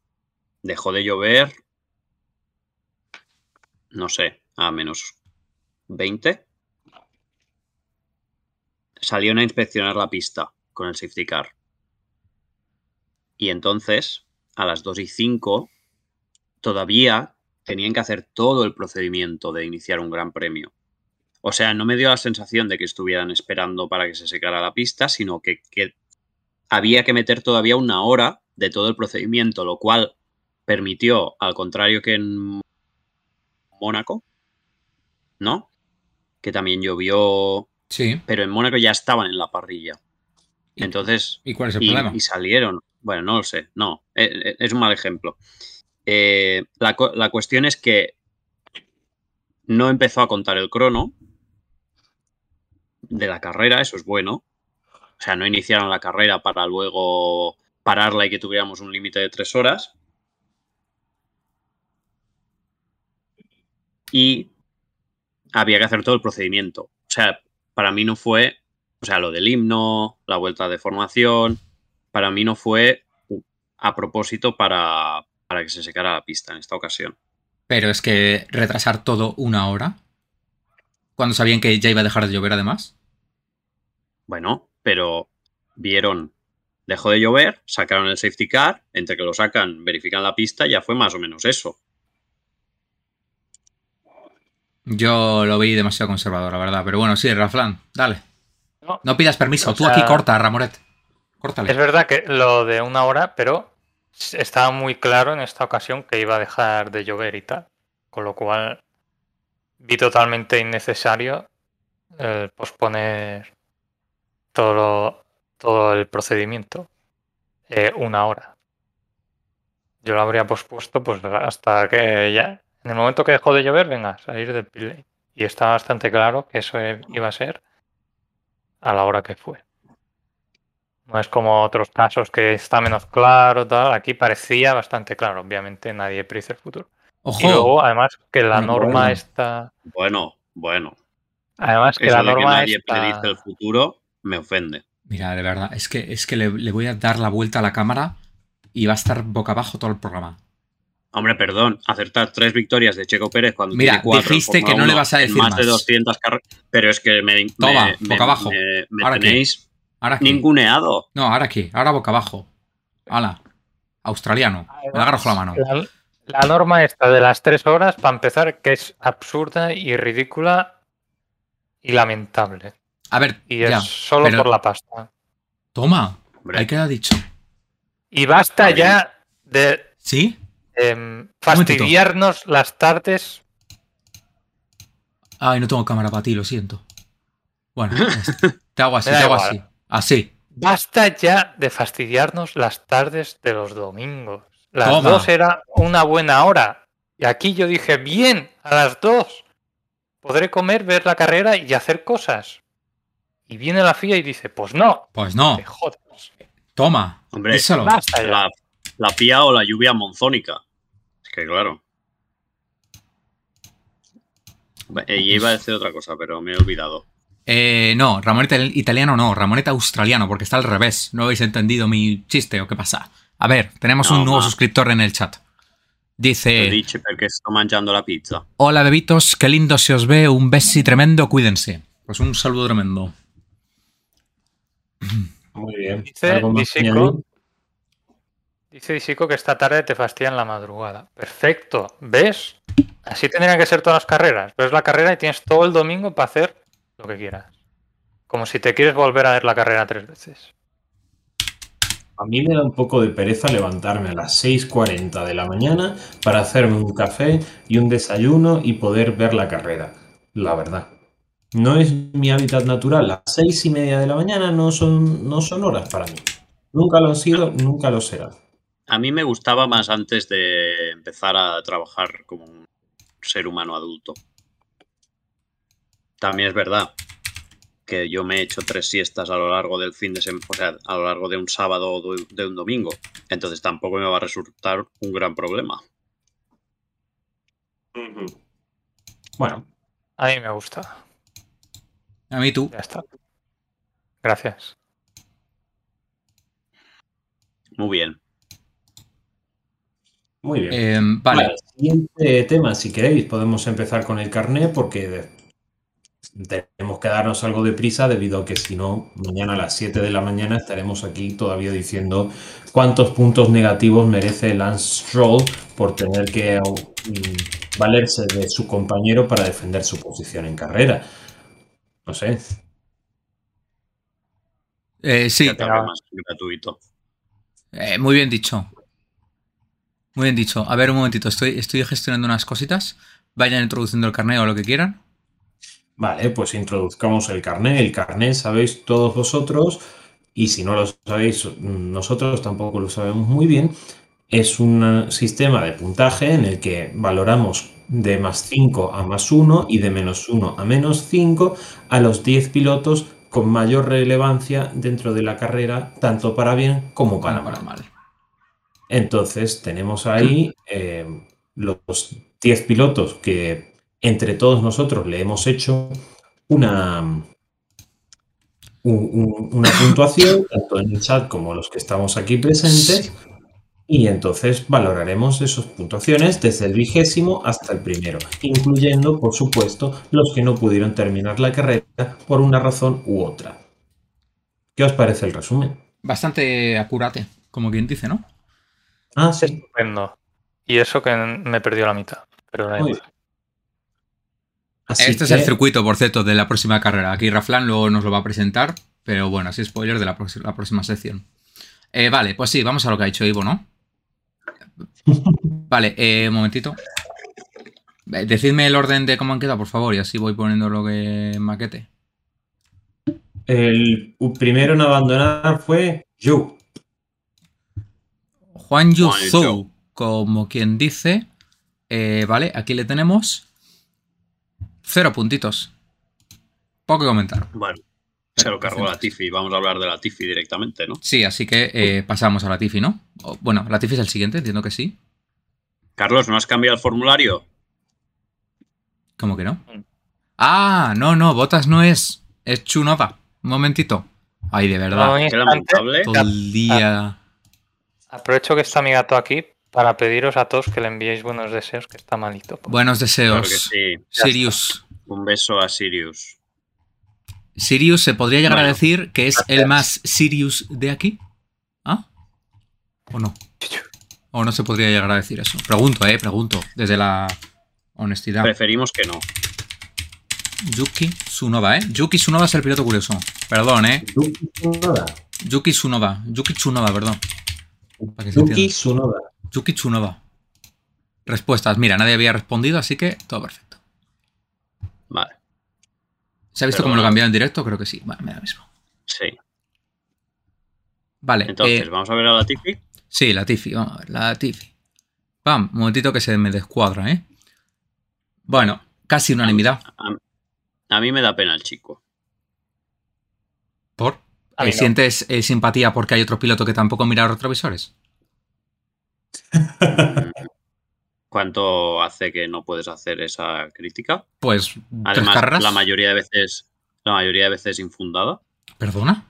Speaker 3: Dejó de llover, no sé, a menos 20. Salieron a inspeccionar la pista con el safety car. Y entonces, a las 2 y 5, todavía tenían que hacer todo el procedimiento de iniciar un gran premio. O sea, no me dio la sensación de que estuvieran esperando para que se secara la pista, sino que, que había que meter todavía una hora de todo el procedimiento, lo cual permitió, al contrario que en Mónaco, ¿no? Que también llovió,
Speaker 1: Sí.
Speaker 3: pero en Mónaco ya estaban en la parrilla.
Speaker 1: ¿Y-
Speaker 3: Entonces,
Speaker 1: ¿Y cuál es el
Speaker 3: y,
Speaker 1: problema?
Speaker 3: y salieron. Bueno, no lo sé. No, eh, eh, es un mal ejemplo. Eh, la, cu- la cuestión es que no empezó a contar el crono de la carrera, eso es bueno. o sea, no iniciaron la carrera para luego pararla y que tuviéramos un límite de tres horas. Y había que hacer todo el procedimiento. O sea, para mí no fue, o sea, lo del himno, la vuelta de formación, para mí no fue a propósito para, para que se secara la pista en esta ocasión.
Speaker 1: Pero es que retrasar todo una hora, cuando sabían que ya iba a dejar de llover además.
Speaker 3: Bueno, pero vieron, dejó de llover, sacaron el safety car, entre que lo sacan, verifican la pista, ya fue más o menos eso.
Speaker 1: Yo lo vi demasiado conservador, la verdad. Pero bueno, sí, Raflan, dale. No, no pidas permiso, tú sea, aquí corta, Ramoret. Córtale.
Speaker 4: Es verdad que lo de una hora, pero estaba muy claro en esta ocasión que iba a dejar de llover y tal. Con lo cual vi totalmente innecesario el posponer todo, lo, todo el procedimiento eh, una hora. Yo lo habría pospuesto pues hasta que ya en el momento que dejó de llover, venga, salir del pit Y está bastante claro que eso iba a ser a la hora que fue. No es como otros casos que está menos claro, tal. Aquí parecía bastante claro. Obviamente nadie predice el futuro.
Speaker 1: Ojo.
Speaker 4: Y luego, además, que la bueno, norma bueno. está.
Speaker 3: Bueno, bueno.
Speaker 4: Además, que eso la de norma. Que
Speaker 3: nadie
Speaker 4: está...
Speaker 3: predice el futuro me ofende.
Speaker 1: Mira, de verdad, es que, es que le, le voy a dar la vuelta a la cámara y va a estar boca abajo todo el programa.
Speaker 3: Hombre, perdón, acertar tres victorias de Checo Pérez cuando
Speaker 1: Mira,
Speaker 3: tiene cuatro,
Speaker 1: dijiste que no le vas a decir
Speaker 3: más,
Speaker 1: más.
Speaker 3: de 200 carreras, pero es que me,
Speaker 1: Toma,
Speaker 3: me-
Speaker 1: boca
Speaker 3: me-
Speaker 1: abajo.
Speaker 3: me- me
Speaker 1: Ahora aquí.
Speaker 3: tenéis
Speaker 1: Ahora aquí.
Speaker 3: ninguneado.
Speaker 1: No, ahora aquí, ahora boca abajo. Ala. Australiano. Me agarro con la mano.
Speaker 4: La, la norma esta de las tres horas, para empezar, que es absurda y ridícula y lamentable.
Speaker 1: A ver,
Speaker 4: Y es
Speaker 1: ya.
Speaker 4: solo
Speaker 1: pero-
Speaker 4: por la pasta.
Speaker 1: Toma.
Speaker 3: Hombre,
Speaker 1: Ahí queda dicho.
Speaker 4: Y basta
Speaker 3: Está bien.
Speaker 4: ya de
Speaker 1: ¿Sí?
Speaker 4: em, fastidiarnos las tardes
Speaker 1: Ay, no tengo cámara para ti, lo siento. Bueno, ya está. te hago así,
Speaker 4: Me
Speaker 1: te
Speaker 4: da
Speaker 1: hago
Speaker 4: igual.
Speaker 1: así. Así.
Speaker 4: Basta ya de fastidiarnos las tardes de los domingos. Las
Speaker 1: Toma.
Speaker 4: dos era una buena hora. Y aquí yo dije, bien, a las dos. Podré comer, ver la carrera y hacer cosas. Y viene la FIA y dice, pues no,
Speaker 1: Pues no.
Speaker 4: te jodas.
Speaker 1: Toma.
Speaker 3: Hombre,
Speaker 1: Díselo.
Speaker 4: Basta ya.
Speaker 3: la, la pía o la lluvia monzónica. Es que claro. Eh, Y iba a decir otra cosa, pero me he olvidado.
Speaker 1: Eh, no, Ramoneta italiano no, Ramoneta australiano, porque está al revés. ¿No habéis entendido mi chiste o qué pasa? A ver, tenemos
Speaker 3: No,
Speaker 1: un nuevo
Speaker 3: ma.
Speaker 1: suscriptor en el chat.
Speaker 3: Lo he
Speaker 1: Dice,
Speaker 3: dicho porque está manchando la pizza.
Speaker 1: hola bebitos, qué lindo se os ve, un besi tremendo, cuídense. Pues un saludo tremendo.
Speaker 2: Muy bien.
Speaker 4: Dice
Speaker 2: ¿Algo más
Speaker 4: Disico-
Speaker 2: que añadir?
Speaker 4: Dice Chico que esta tarde te fastidian la madrugada. Perfecto, ¿ves? Así tendrían que ser todas las carreras. Ves la carrera y tienes todo el domingo para hacer lo que quieras. Como si te quieres volver a ver la carrera tres veces.
Speaker 2: A mí me da un poco de pereza levantarme a las 6.40 de la mañana para hacerme un café y un desayuno y poder ver la carrera. La verdad. No es mi hábitat natural. Las seis y media de la mañana no son, no son horas para mí. Nunca lo han sido, nunca lo serán.
Speaker 3: A mí me gustaba más antes de empezar a trabajar como un ser humano adulto. También es verdad que yo me he hecho tres siestas a lo largo del fin de semana, o sea, a lo largo de un sábado o de- de un domingo. Entonces tampoco me va a resultar un gran problema.
Speaker 2: Bueno,
Speaker 4: A mí me gusta.
Speaker 1: A mí tú.
Speaker 4: Ya está. Gracias.
Speaker 3: Muy bien.
Speaker 2: muy bien.
Speaker 1: Eh, vale,
Speaker 2: Vale, siguiente tema, si queréis, podemos empezar con el carné porque de- tenemos que darnos algo de prisa debido a que si no, mañana a las 7 de la mañana estaremos aquí todavía diciendo cuántos puntos negativos merece Lance Stroll por tener que mm, valerse de su compañero para defender su posición en carrera. No sé,
Speaker 1: Eh, sí,
Speaker 3: Ya te
Speaker 4: venga,
Speaker 3: hago
Speaker 4: va.
Speaker 3: más gratuito.
Speaker 1: Eh, muy bien dicho. Muy bien dicho. A ver, un momentito, estoy, estoy gestionando unas cositas. Vayan introduciendo el carneo o lo que quieran.
Speaker 2: Vale, pues introduzcamos el carné. El carné sabéis todos vosotros, y si no lo sabéis, mm, nosotros tampoco lo sabemos muy bien. Es un eh, sistema de puntaje en el que valoramos de más 5 a más 1 y de menos 1 a menos 5 a los 10 pilotos con mayor relevancia dentro de la carrera, tanto para bien como para,
Speaker 1: Bueno, para
Speaker 2: mal.
Speaker 1: mal.
Speaker 2: Entonces tenemos ahí eh, los 10 pilotos que entre todos nosotros le hemos hecho una, un- un- una puntuación, tanto en el chat como los que estamos aquí presentes, y entonces valoraremos esas puntuaciones desde el vigésimo hasta el primero, incluyendo, por supuesto, los que no pudieron terminar la carrera por una razón u otra. ¿Qué os parece el resumen?
Speaker 1: Bastante acurate, como quien dice, ¿no?
Speaker 2: Ah,
Speaker 4: Es estupendo. Y eso que me perdió la mitad. Pero da
Speaker 2: Muy
Speaker 4: igual.
Speaker 2: Así
Speaker 1: este es el
Speaker 2: que-
Speaker 1: circuito, por cierto, de la próxima carrera. Aquí Raflan luego nos lo va a presentar, pero bueno, así spoiler de la, prox- la próxima sección. Eh, vale, pues sí, vamos a lo que ha dicho Ivo, ¿no? Vale, eh, un momentito. Eh, Decidme el orden de cómo han quedado, por favor, y así voy poniendo lo que maquete.
Speaker 2: El primero en abandonar fue Yu.
Speaker 1: Juan Yu
Speaker 3: Juan Yu
Speaker 1: Zhou, como quien dice. Eh, vale, aquí le tenemos. Cero puntitos. Poco que comentar.
Speaker 3: Bueno, se lo cargó la Tifi. Vamos a hablar de la Tifi directamente, ¿no?
Speaker 1: Sí, así que eh, pasamos a Latifi, ¿no? O, bueno, Latifi es el siguiente, entiendo que sí.
Speaker 3: Carlos, ¿no has cambiado el formulario?
Speaker 1: ¿Cómo que no? Ah, no, no, Botas no es. Es Chunoda. Un momentito. Ay, de
Speaker 4: No,
Speaker 1: verdad.
Speaker 4: un
Speaker 3: Qué
Speaker 4: instante,
Speaker 3: lamentable.
Speaker 1: Todo el día.
Speaker 4: Aprovecho que está mi gato aquí para pediros a todos que le enviéis buenos deseos, que está malito.
Speaker 1: Buenos
Speaker 3: Claro
Speaker 1: deseos.
Speaker 3: que sí.
Speaker 1: Sirius.
Speaker 3: Un beso a Sirius.
Speaker 1: Sirius se podría llegar a
Speaker 3: Bueno.
Speaker 1: decir que es el más Sirius de aquí. ¿Ah? ¿O no? ¿O no se podría llegar a decir eso? Pregunto, eh, pregunto. Desde la honestidad.
Speaker 3: Preferimos que no.
Speaker 1: Yuki Tsunoda, eh. Yuki Tsunoda es el piloto curioso. Perdón, eh.
Speaker 2: Yu- Tsunoda.
Speaker 1: Yuki Tsunoda. Yuki Tsunoda, perdón. Para que se
Speaker 2: Yuki
Speaker 1: entienda.
Speaker 2: Tsunoda.
Speaker 1: Yuki Tsunoda. Respuestas. Mira, nadie había respondido, así que todo perfecto.
Speaker 3: Vale,
Speaker 1: ¿Se ha visto
Speaker 3: Pero
Speaker 1: cómo lo
Speaker 3: bueno.
Speaker 1: cambiaron en directo? Creo que sí. Bueno, me da lo mismo.
Speaker 3: sí.
Speaker 1: Vale.
Speaker 3: Entonces,
Speaker 1: eh,
Speaker 3: vamos a ver a la Tifi.
Speaker 1: sí, la Tifi. Vamos a ver, la Tifi. Pam, un momentito que se me descuadra, ¿eh? Bueno, casi unanimidad.
Speaker 3: A mí me da pena el chico.
Speaker 1: ¿Por?
Speaker 4: A
Speaker 1: Eh,
Speaker 4: mí no.
Speaker 1: ¿Sientes eh, simpatía porque hay otro piloto que tampoco mira retrovisores?
Speaker 3: Mm. ¿Cuánto hace que no puedes hacer esa crítica?
Speaker 1: Pues tres
Speaker 3: Además,
Speaker 1: carreras.
Speaker 3: la mayoría de veces, la mayoría de veces infundada.
Speaker 1: ¿Perdona?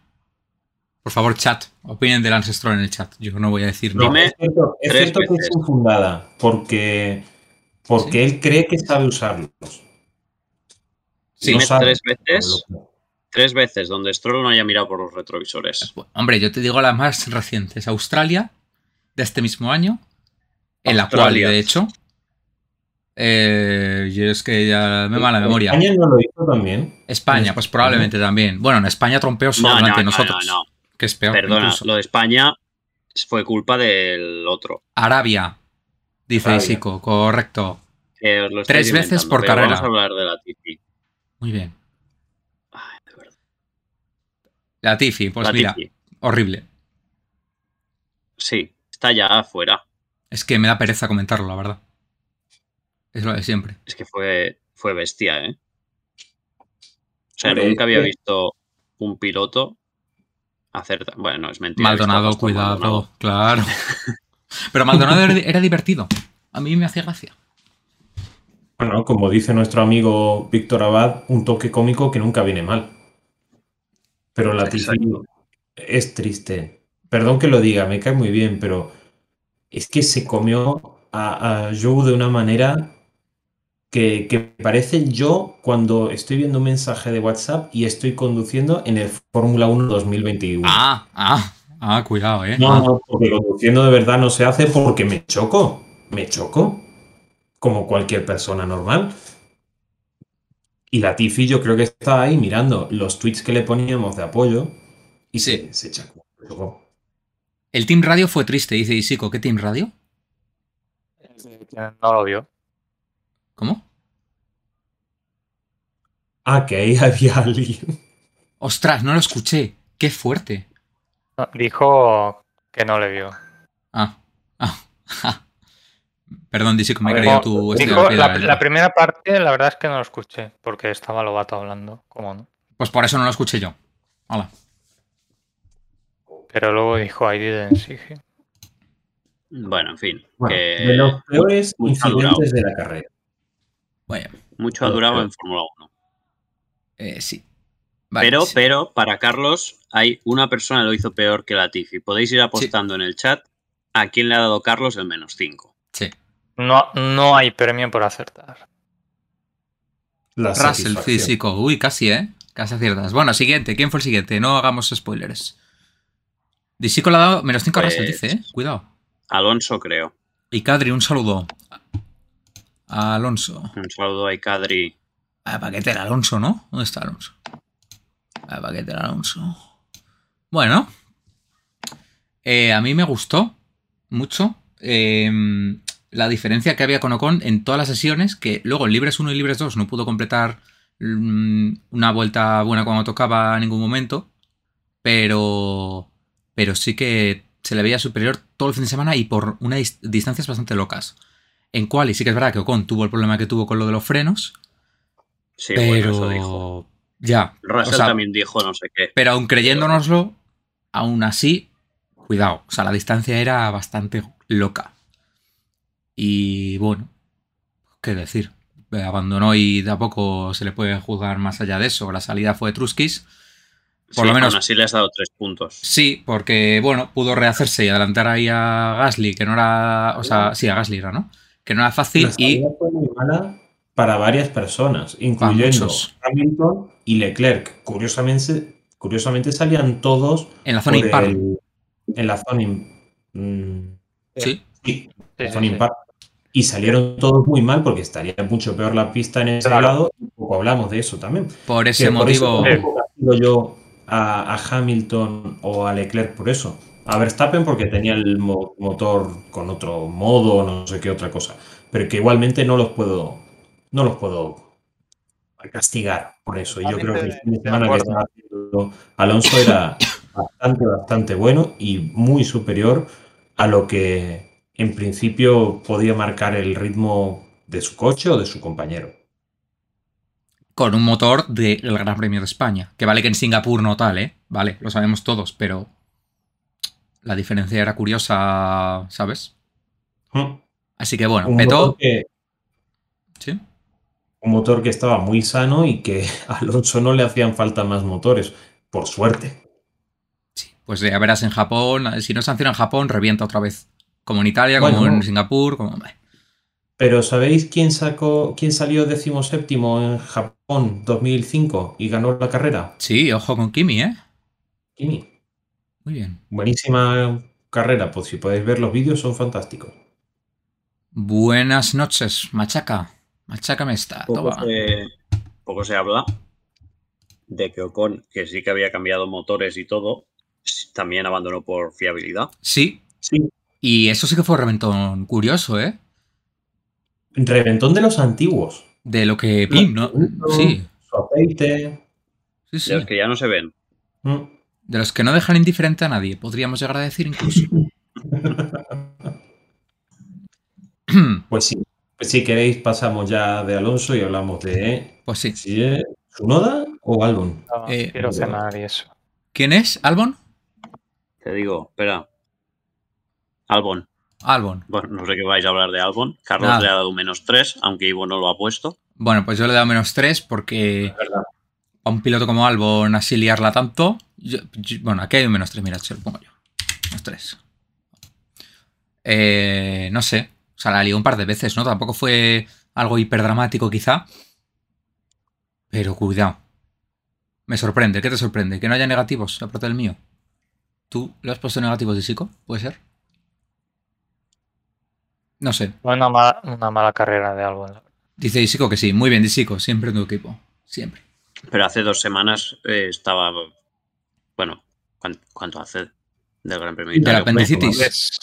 Speaker 1: Por favor, chat. Opinen de Lance Stroll en el chat. Yo no voy a decir
Speaker 3: No.
Speaker 1: nada.
Speaker 3: Dime
Speaker 2: es cierto, es
Speaker 3: tres
Speaker 2: cierto que es
Speaker 3: veces.
Speaker 2: infundada, porque, porque
Speaker 1: Sí.
Speaker 2: él cree que sabe usarlos.
Speaker 1: Sí,
Speaker 2: No
Speaker 3: Dime
Speaker 2: sabe.
Speaker 3: tres veces, tres veces donde Stroll no haya mirado por los retrovisores.
Speaker 1: Bueno, Hombre, yo te digo las más recientes. Australia, de este mismo año. En la cual,
Speaker 3: Australia.
Speaker 1: de hecho. Eh, yo es que ya me va la memoria.
Speaker 2: España no lo hizo también.
Speaker 1: España, pues probablemente también. Bueno, en España trompeó solo
Speaker 3: No, no,
Speaker 1: delante
Speaker 3: no,
Speaker 1: de nosotros.
Speaker 3: no, no.
Speaker 1: Que es peor.
Speaker 3: Perdona,
Speaker 1: incluso.
Speaker 3: lo de España fue culpa del otro.
Speaker 1: Arabia, dice
Speaker 2: Arabia.
Speaker 1: Isico, correcto.
Speaker 3: Eh, os lo estoy
Speaker 1: Tres veces
Speaker 3: inventando,
Speaker 1: por
Speaker 3: pero
Speaker 1: carrera.
Speaker 3: Vamos a hablar de la Tifi.
Speaker 1: Muy bien.
Speaker 3: Ay, de verdad.
Speaker 1: La Tifi, pues
Speaker 3: La
Speaker 1: mira,
Speaker 3: Tifi.
Speaker 1: horrible.
Speaker 3: Sí, está ya afuera.
Speaker 1: Es que me da pereza comentarlo, la verdad. Es lo de siempre.
Speaker 3: Es que fue, fue bestia, ¿eh? O sea,
Speaker 2: Hombre,
Speaker 3: nunca había
Speaker 2: este-
Speaker 3: visto un piloto hacer. ta- Bueno, no, es mentira. he visto a
Speaker 1: Maldonado,
Speaker 3: Pastor
Speaker 1: cuidado,
Speaker 3: Maldonado.
Speaker 1: claro. Pero Maldonado era, era divertido. A mí me hacía gracia.
Speaker 2: Bueno, como dice nuestro amigo Víctor Abad, un toque cómico que nunca viene mal. Pero la Tizi
Speaker 3: Exacto.
Speaker 2: es triste. Perdón que lo diga, me cae muy bien, pero es que se comió a, a Joe de una manera que, que parece yo cuando estoy viendo un mensaje de WhatsApp y estoy conduciendo en el Fórmula 1 2021.
Speaker 1: Ah, ah, ah, cuidado, eh.
Speaker 2: No,
Speaker 1: Ah,
Speaker 2: no, porque conduciendo de verdad no se hace porque me choco. Me choco. Como cualquier persona normal. Y la Tifi yo creo que estaba ahí mirando los tweets que le poníamos de apoyo y
Speaker 1: Sí.
Speaker 2: se, se chacó. Luego,
Speaker 1: El Team Radio fue triste, dice Isico. ¿Qué Team Radio?
Speaker 4: No lo vio.
Speaker 1: ¿Cómo?
Speaker 2: Ah, que ahí había alguien.
Speaker 1: Ostras, no lo escuché. Qué fuerte.
Speaker 4: No, Dijo que no le vio.
Speaker 1: Ah, ah, ja. Perdón, Isico, me he
Speaker 2: A ver,
Speaker 1: creído
Speaker 4: no,
Speaker 1: tu este
Speaker 4: Dijo,
Speaker 1: de la
Speaker 4: la,
Speaker 1: piedra.
Speaker 4: la primera parte, la verdad es que no lo escuché, porque estaba Lobato hablando, ¿cómo no?
Speaker 1: Pues por eso no lo escuché yo. Hola.
Speaker 4: Pero luego dijo, I didn't see him".
Speaker 3: Bueno, en fin.
Speaker 2: Bueno,
Speaker 3: que
Speaker 2: de los peores
Speaker 3: muy
Speaker 2: incidentes de la carrera.
Speaker 1: Vaya,
Speaker 3: mucho ha
Speaker 2: Pero-
Speaker 3: durado en Fórmula 1.
Speaker 1: eh, sí. Vale,
Speaker 3: pero,
Speaker 1: sí.
Speaker 3: pero, para Carlos, hay una persona que lo hizo peor que Latifi. Podéis ir apostando en el chat a quién le ha dado Carlos el menos 5.
Speaker 1: Sí.
Speaker 4: No, no hay premio por acertar.
Speaker 2: La
Speaker 1: Russell
Speaker 2: satisfacción.
Speaker 1: físico. Uy, casi, ¿eh? Casi aciertas. Bueno, siguiente. ¿Quién fue el siguiente? No hagamos spoilers. Disico le ha dado menos 5 a Russell,
Speaker 3: Pues-
Speaker 1: dice, ¿eh? Cuidado.
Speaker 3: Alonso, creo.
Speaker 1: Y Kadri, un saludo. A Alonso.
Speaker 3: Un saludo a Icadri.
Speaker 1: A paquete del Alonso, ¿no? ¿Dónde está Alonso? A paquete del Alonso. Bueno. Eh, a mí me gustó mucho eh, la diferencia que había con Ocon en todas las sesiones, que luego en Libres 1 y Libres 2 no pudo completar mm, una vuelta buena cuando tocaba en ningún momento, pero, pero sí que se le veía superior todo el fin de semana y por unas dis- distancias bastante locas. En cual, y sí que es verdad que Ocon tuvo el problema que tuvo con lo de los frenos,
Speaker 3: Sí,
Speaker 1: pero
Speaker 3: bueno, eso dijo.
Speaker 1: ya.
Speaker 3: Russell
Speaker 1: O sea,
Speaker 3: también dijo no sé qué.
Speaker 1: Pero aun creyéndonoslo, aún así, cuidado. O sea, la distancia era bastante loca. Y bueno, qué decir. Eh, Abandonó y tampoco se le puede juzgar más allá de eso. La salida fue de Truskis. por
Speaker 3: Sí,
Speaker 1: lo menos-
Speaker 3: aún así le has dado tres puntos.
Speaker 1: Sí, porque bueno, pudo rehacerse y adelantar ahí a Gasly, que no era. O sea, sí, a Gasly era, ¿no? Que no era fácil
Speaker 2: La
Speaker 1: y.
Speaker 2: salida fue muy mala para varias personas, incluyendo
Speaker 1: muchos.
Speaker 2: Hamilton y Leclerc. Curiosamente, curiosamente salían todos
Speaker 1: En la zona
Speaker 2: por
Speaker 1: impar.
Speaker 2: el- en la zona im- mm,
Speaker 1: Sí.
Speaker 2: sí,
Speaker 4: Sí,
Speaker 2: la
Speaker 4: sí,
Speaker 2: zona
Speaker 4: sí.
Speaker 2: impar. Y salieron todos muy mal porque estaría mucho peor la pista en ese
Speaker 4: Claro.
Speaker 2: lado. Un poco hablamos de eso también.
Speaker 1: Por
Speaker 2: Que
Speaker 1: ese
Speaker 2: por eso
Speaker 1: motivo.
Speaker 2: tampoco castigo yo a, a Hamilton o a Leclerc por eso. A Verstappen porque tenía el mo- motor con otro modo, no sé qué otra cosa. Pero que igualmente no los puedo, no los puedo castigar por eso. Y yo creo que el fin de
Speaker 4: Totalmente de
Speaker 2: semana que
Speaker 4: acuerdo.
Speaker 2: estaba haciendo Alonso era bastante, bastante bueno y muy superior a lo que en principio podía marcar el ritmo de su coche o de su compañero.
Speaker 1: con un motor del Gran Premio de España. Que vale que en Singapur no tal, ¿eh? Vale, lo sabemos todos, pero la diferencia era curiosa, ¿sabes?
Speaker 2: ¿Mm?
Speaker 1: Así que bueno,
Speaker 2: Un
Speaker 1: petó.
Speaker 2: motor que-
Speaker 1: Sí,
Speaker 2: un motor que estaba muy sano y que a Alonso no le hacían falta más motores, por suerte.
Speaker 1: sí. Pues ya verás en Japón, eh, si no sanciona en Japón, revienta otra vez. Como en Italia, como
Speaker 2: Bueno.
Speaker 1: en Singapur, como. Bueno,
Speaker 2: Pero ¿sabéis quién sacó, quién salió séptimo en Japón 2005 y ganó la carrera?
Speaker 1: Sí, ojo con Kimi, ¿eh?
Speaker 2: Kimi.
Speaker 1: Muy bien.
Speaker 2: Buenísima carrera, pues si podéis ver los vídeos son fantásticos.
Speaker 1: Buenas noches, machaca. Machácame esta.
Speaker 3: Poco
Speaker 1: toma.
Speaker 3: se, poco se habla de que Ocon, que sí que había cambiado motores y todo, también abandonó por fiabilidad.
Speaker 1: Sí,
Speaker 2: Sí.
Speaker 1: y eso sí que fue un reventón curioso, ¿eh?
Speaker 2: Reventón de los antiguos.
Speaker 1: De lo que. Pim, ¿no? Sí,
Speaker 2: Su aceite.
Speaker 1: sí,
Speaker 3: De
Speaker 1: sí.
Speaker 3: los que ya no se ven.
Speaker 2: Mm.
Speaker 1: De los que no dejan indiferente a nadie, podríamos llegar a decir incluso.
Speaker 2: Pues sí. Pues si queréis pasamos ya de Alonso y hablamos de
Speaker 1: pues sí.
Speaker 2: si es Tsunoda o Albon.
Speaker 4: No,
Speaker 1: Eh,
Speaker 4: quiero
Speaker 2: bueno.
Speaker 4: cenar y eso.
Speaker 1: ¿Quién es? ¿Albon?
Speaker 3: Te digo, espera. Albon.
Speaker 1: Albon.
Speaker 3: Bueno, no sé qué vais a hablar de Albon. Carlos
Speaker 1: Nada.
Speaker 3: le ha dado un menos 3, aunque Ivo no lo ha puesto.
Speaker 1: Bueno, pues yo le he dado menos 3 porque
Speaker 2: verdad.
Speaker 1: a un piloto como Albon así liarla tanto. yo- yo- bueno, aquí hay un menos 3, mira, se lo pongo yo. Menos 3. no sé. O sea, la lió un par de veces, ¿no? Tampoco fue algo hiperdramático quizá. Pero cuidado. Me sorprende. ¿Qué te sorprende? Que no haya negativos, aparte del mío. ¿Tú le has puesto negativos de Sico? ¿Puede ser? No sé.
Speaker 4: Fue Una mala, una mala carrera de algo.
Speaker 1: Dice Disico que sí. Muy bien, Disico. Siempre en tu equipo. Siempre.
Speaker 3: Pero hace dos semanas eh, estaba. Bueno, ¿cuán- ¿cuánto hace? Del Gran Premio de
Speaker 2: Del
Speaker 3: Italia. Pues
Speaker 1: apendicitis.
Speaker 4: Tres,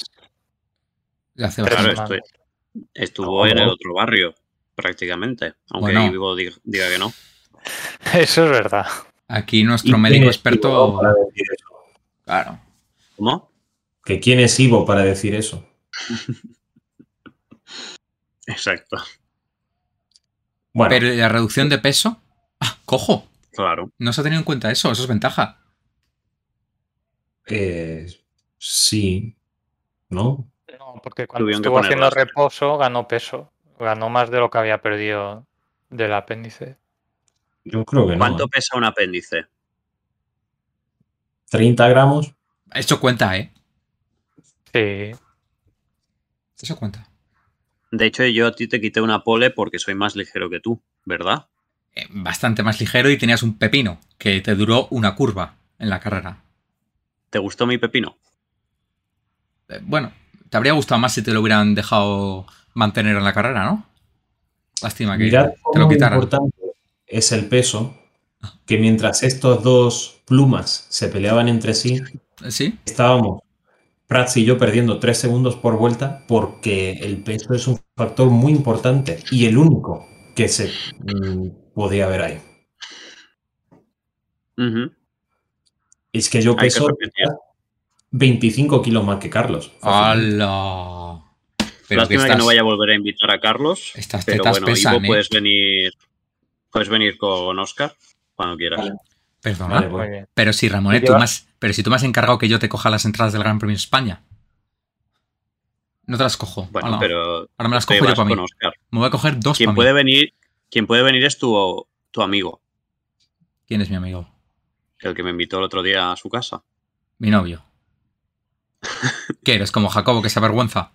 Speaker 1: Le hace
Speaker 4: tres
Speaker 3: Claro,
Speaker 1: bastante.
Speaker 4: semanas.
Speaker 3: estoy- Estuvo
Speaker 2: No,
Speaker 3: en el
Speaker 2: no.
Speaker 3: otro barrio, prácticamente. Aunque
Speaker 1: Ah, Bueno.
Speaker 3: Ivo diga, diga que no.
Speaker 4: Eso es verdad.
Speaker 1: Aquí
Speaker 2: ¿Y
Speaker 1: nuestro
Speaker 2: quién
Speaker 1: médico
Speaker 2: es Ivo
Speaker 1: experto.
Speaker 2: para decir eso?
Speaker 1: Claro.
Speaker 3: ¿Cómo?
Speaker 2: Que quién es Ivo para decir eso.
Speaker 3: Exacto,
Speaker 2: Bueno,
Speaker 1: Pero ¿y la reducción de peso. Ah, cojo.
Speaker 3: claro.
Speaker 1: No se ha tenido en cuenta eso. Eso es ventaja.
Speaker 2: Eh, sí, ¿no?
Speaker 4: No, porque cuando
Speaker 3: Tuvieron que
Speaker 4: estuvo haciendo
Speaker 3: ponerlas.
Speaker 4: reposo ganó peso. Ganó más de lo que había perdido del apéndice.
Speaker 2: Yo creo que no.
Speaker 3: ¿Cuánto
Speaker 2: ¿eh?
Speaker 3: pesa un apéndice?
Speaker 2: 30 gramos.
Speaker 1: Esto cuenta, ¿eh?
Speaker 4: Sí.
Speaker 1: Eso cuenta.
Speaker 3: De hecho, yo a ti te quité una pole porque soy más ligero que tú, ¿verdad?
Speaker 1: Eh, bastante más ligero y tenías un pepino que te duró una curva en la carrera.
Speaker 3: ¿Te gustó mi pepino?
Speaker 1: Eh, bueno, te habría gustado más si te lo hubieran dejado mantener en la carrera, ¿no? Lástima que
Speaker 2: Mirad
Speaker 1: te lo
Speaker 2: cómo
Speaker 1: quitaran.
Speaker 2: importante es el peso
Speaker 3: Ah.
Speaker 2: que mientras estos dos plumas se peleaban entre sí,
Speaker 1: ¿Sí?
Speaker 2: estábamos Prats y yo perdiendo 3 segundos por vuelta porque el peso es un factor muy importante y el único que se mm, podía ver ahí.
Speaker 3: Ujú.
Speaker 2: Es que yo
Speaker 3: Hay que
Speaker 2: peso
Speaker 3: repetir.
Speaker 2: 25 kilos más que Carlos.
Speaker 1: ¡Hala! Pero que
Speaker 3: Lástima que,
Speaker 1: estás-
Speaker 3: no vaya a volver a invitar a Carlos.
Speaker 1: Estas
Speaker 3: Pero
Speaker 1: tetas
Speaker 3: bueno,
Speaker 1: pesan,
Speaker 3: Ivo,
Speaker 1: ¿eh?
Speaker 3: puedes venir. Puedes venir con Oscar cuando quieras.
Speaker 2: Vale.
Speaker 1: Perdona.
Speaker 2: Vale,
Speaker 4: Muy
Speaker 2: pues,
Speaker 4: bien.
Speaker 1: Pero si, Ramón, eh,
Speaker 4: ¿Y
Speaker 1: tú
Speaker 4: lleva-
Speaker 1: me has- pero si tú me has encargado que yo te coja las entradas del Gran Premio de España. No te las cojo.
Speaker 3: Bueno,
Speaker 1: Hala,
Speaker 3: pero
Speaker 1: Ahora me las
Speaker 3: te
Speaker 1: cojo yo
Speaker 3: vas
Speaker 1: para mí.
Speaker 3: con Oscar.
Speaker 1: Me voy a coger dos para
Speaker 3: Quien
Speaker 1: mí.
Speaker 3: puede venir, quien puede venir es tu, tu amigo,
Speaker 1: ¿Quién es mi amigo?
Speaker 3: el que me invitó el otro día a su casa.
Speaker 1: Mi novio. ¿Qué eres? Como Jacobo, que se avergüenza.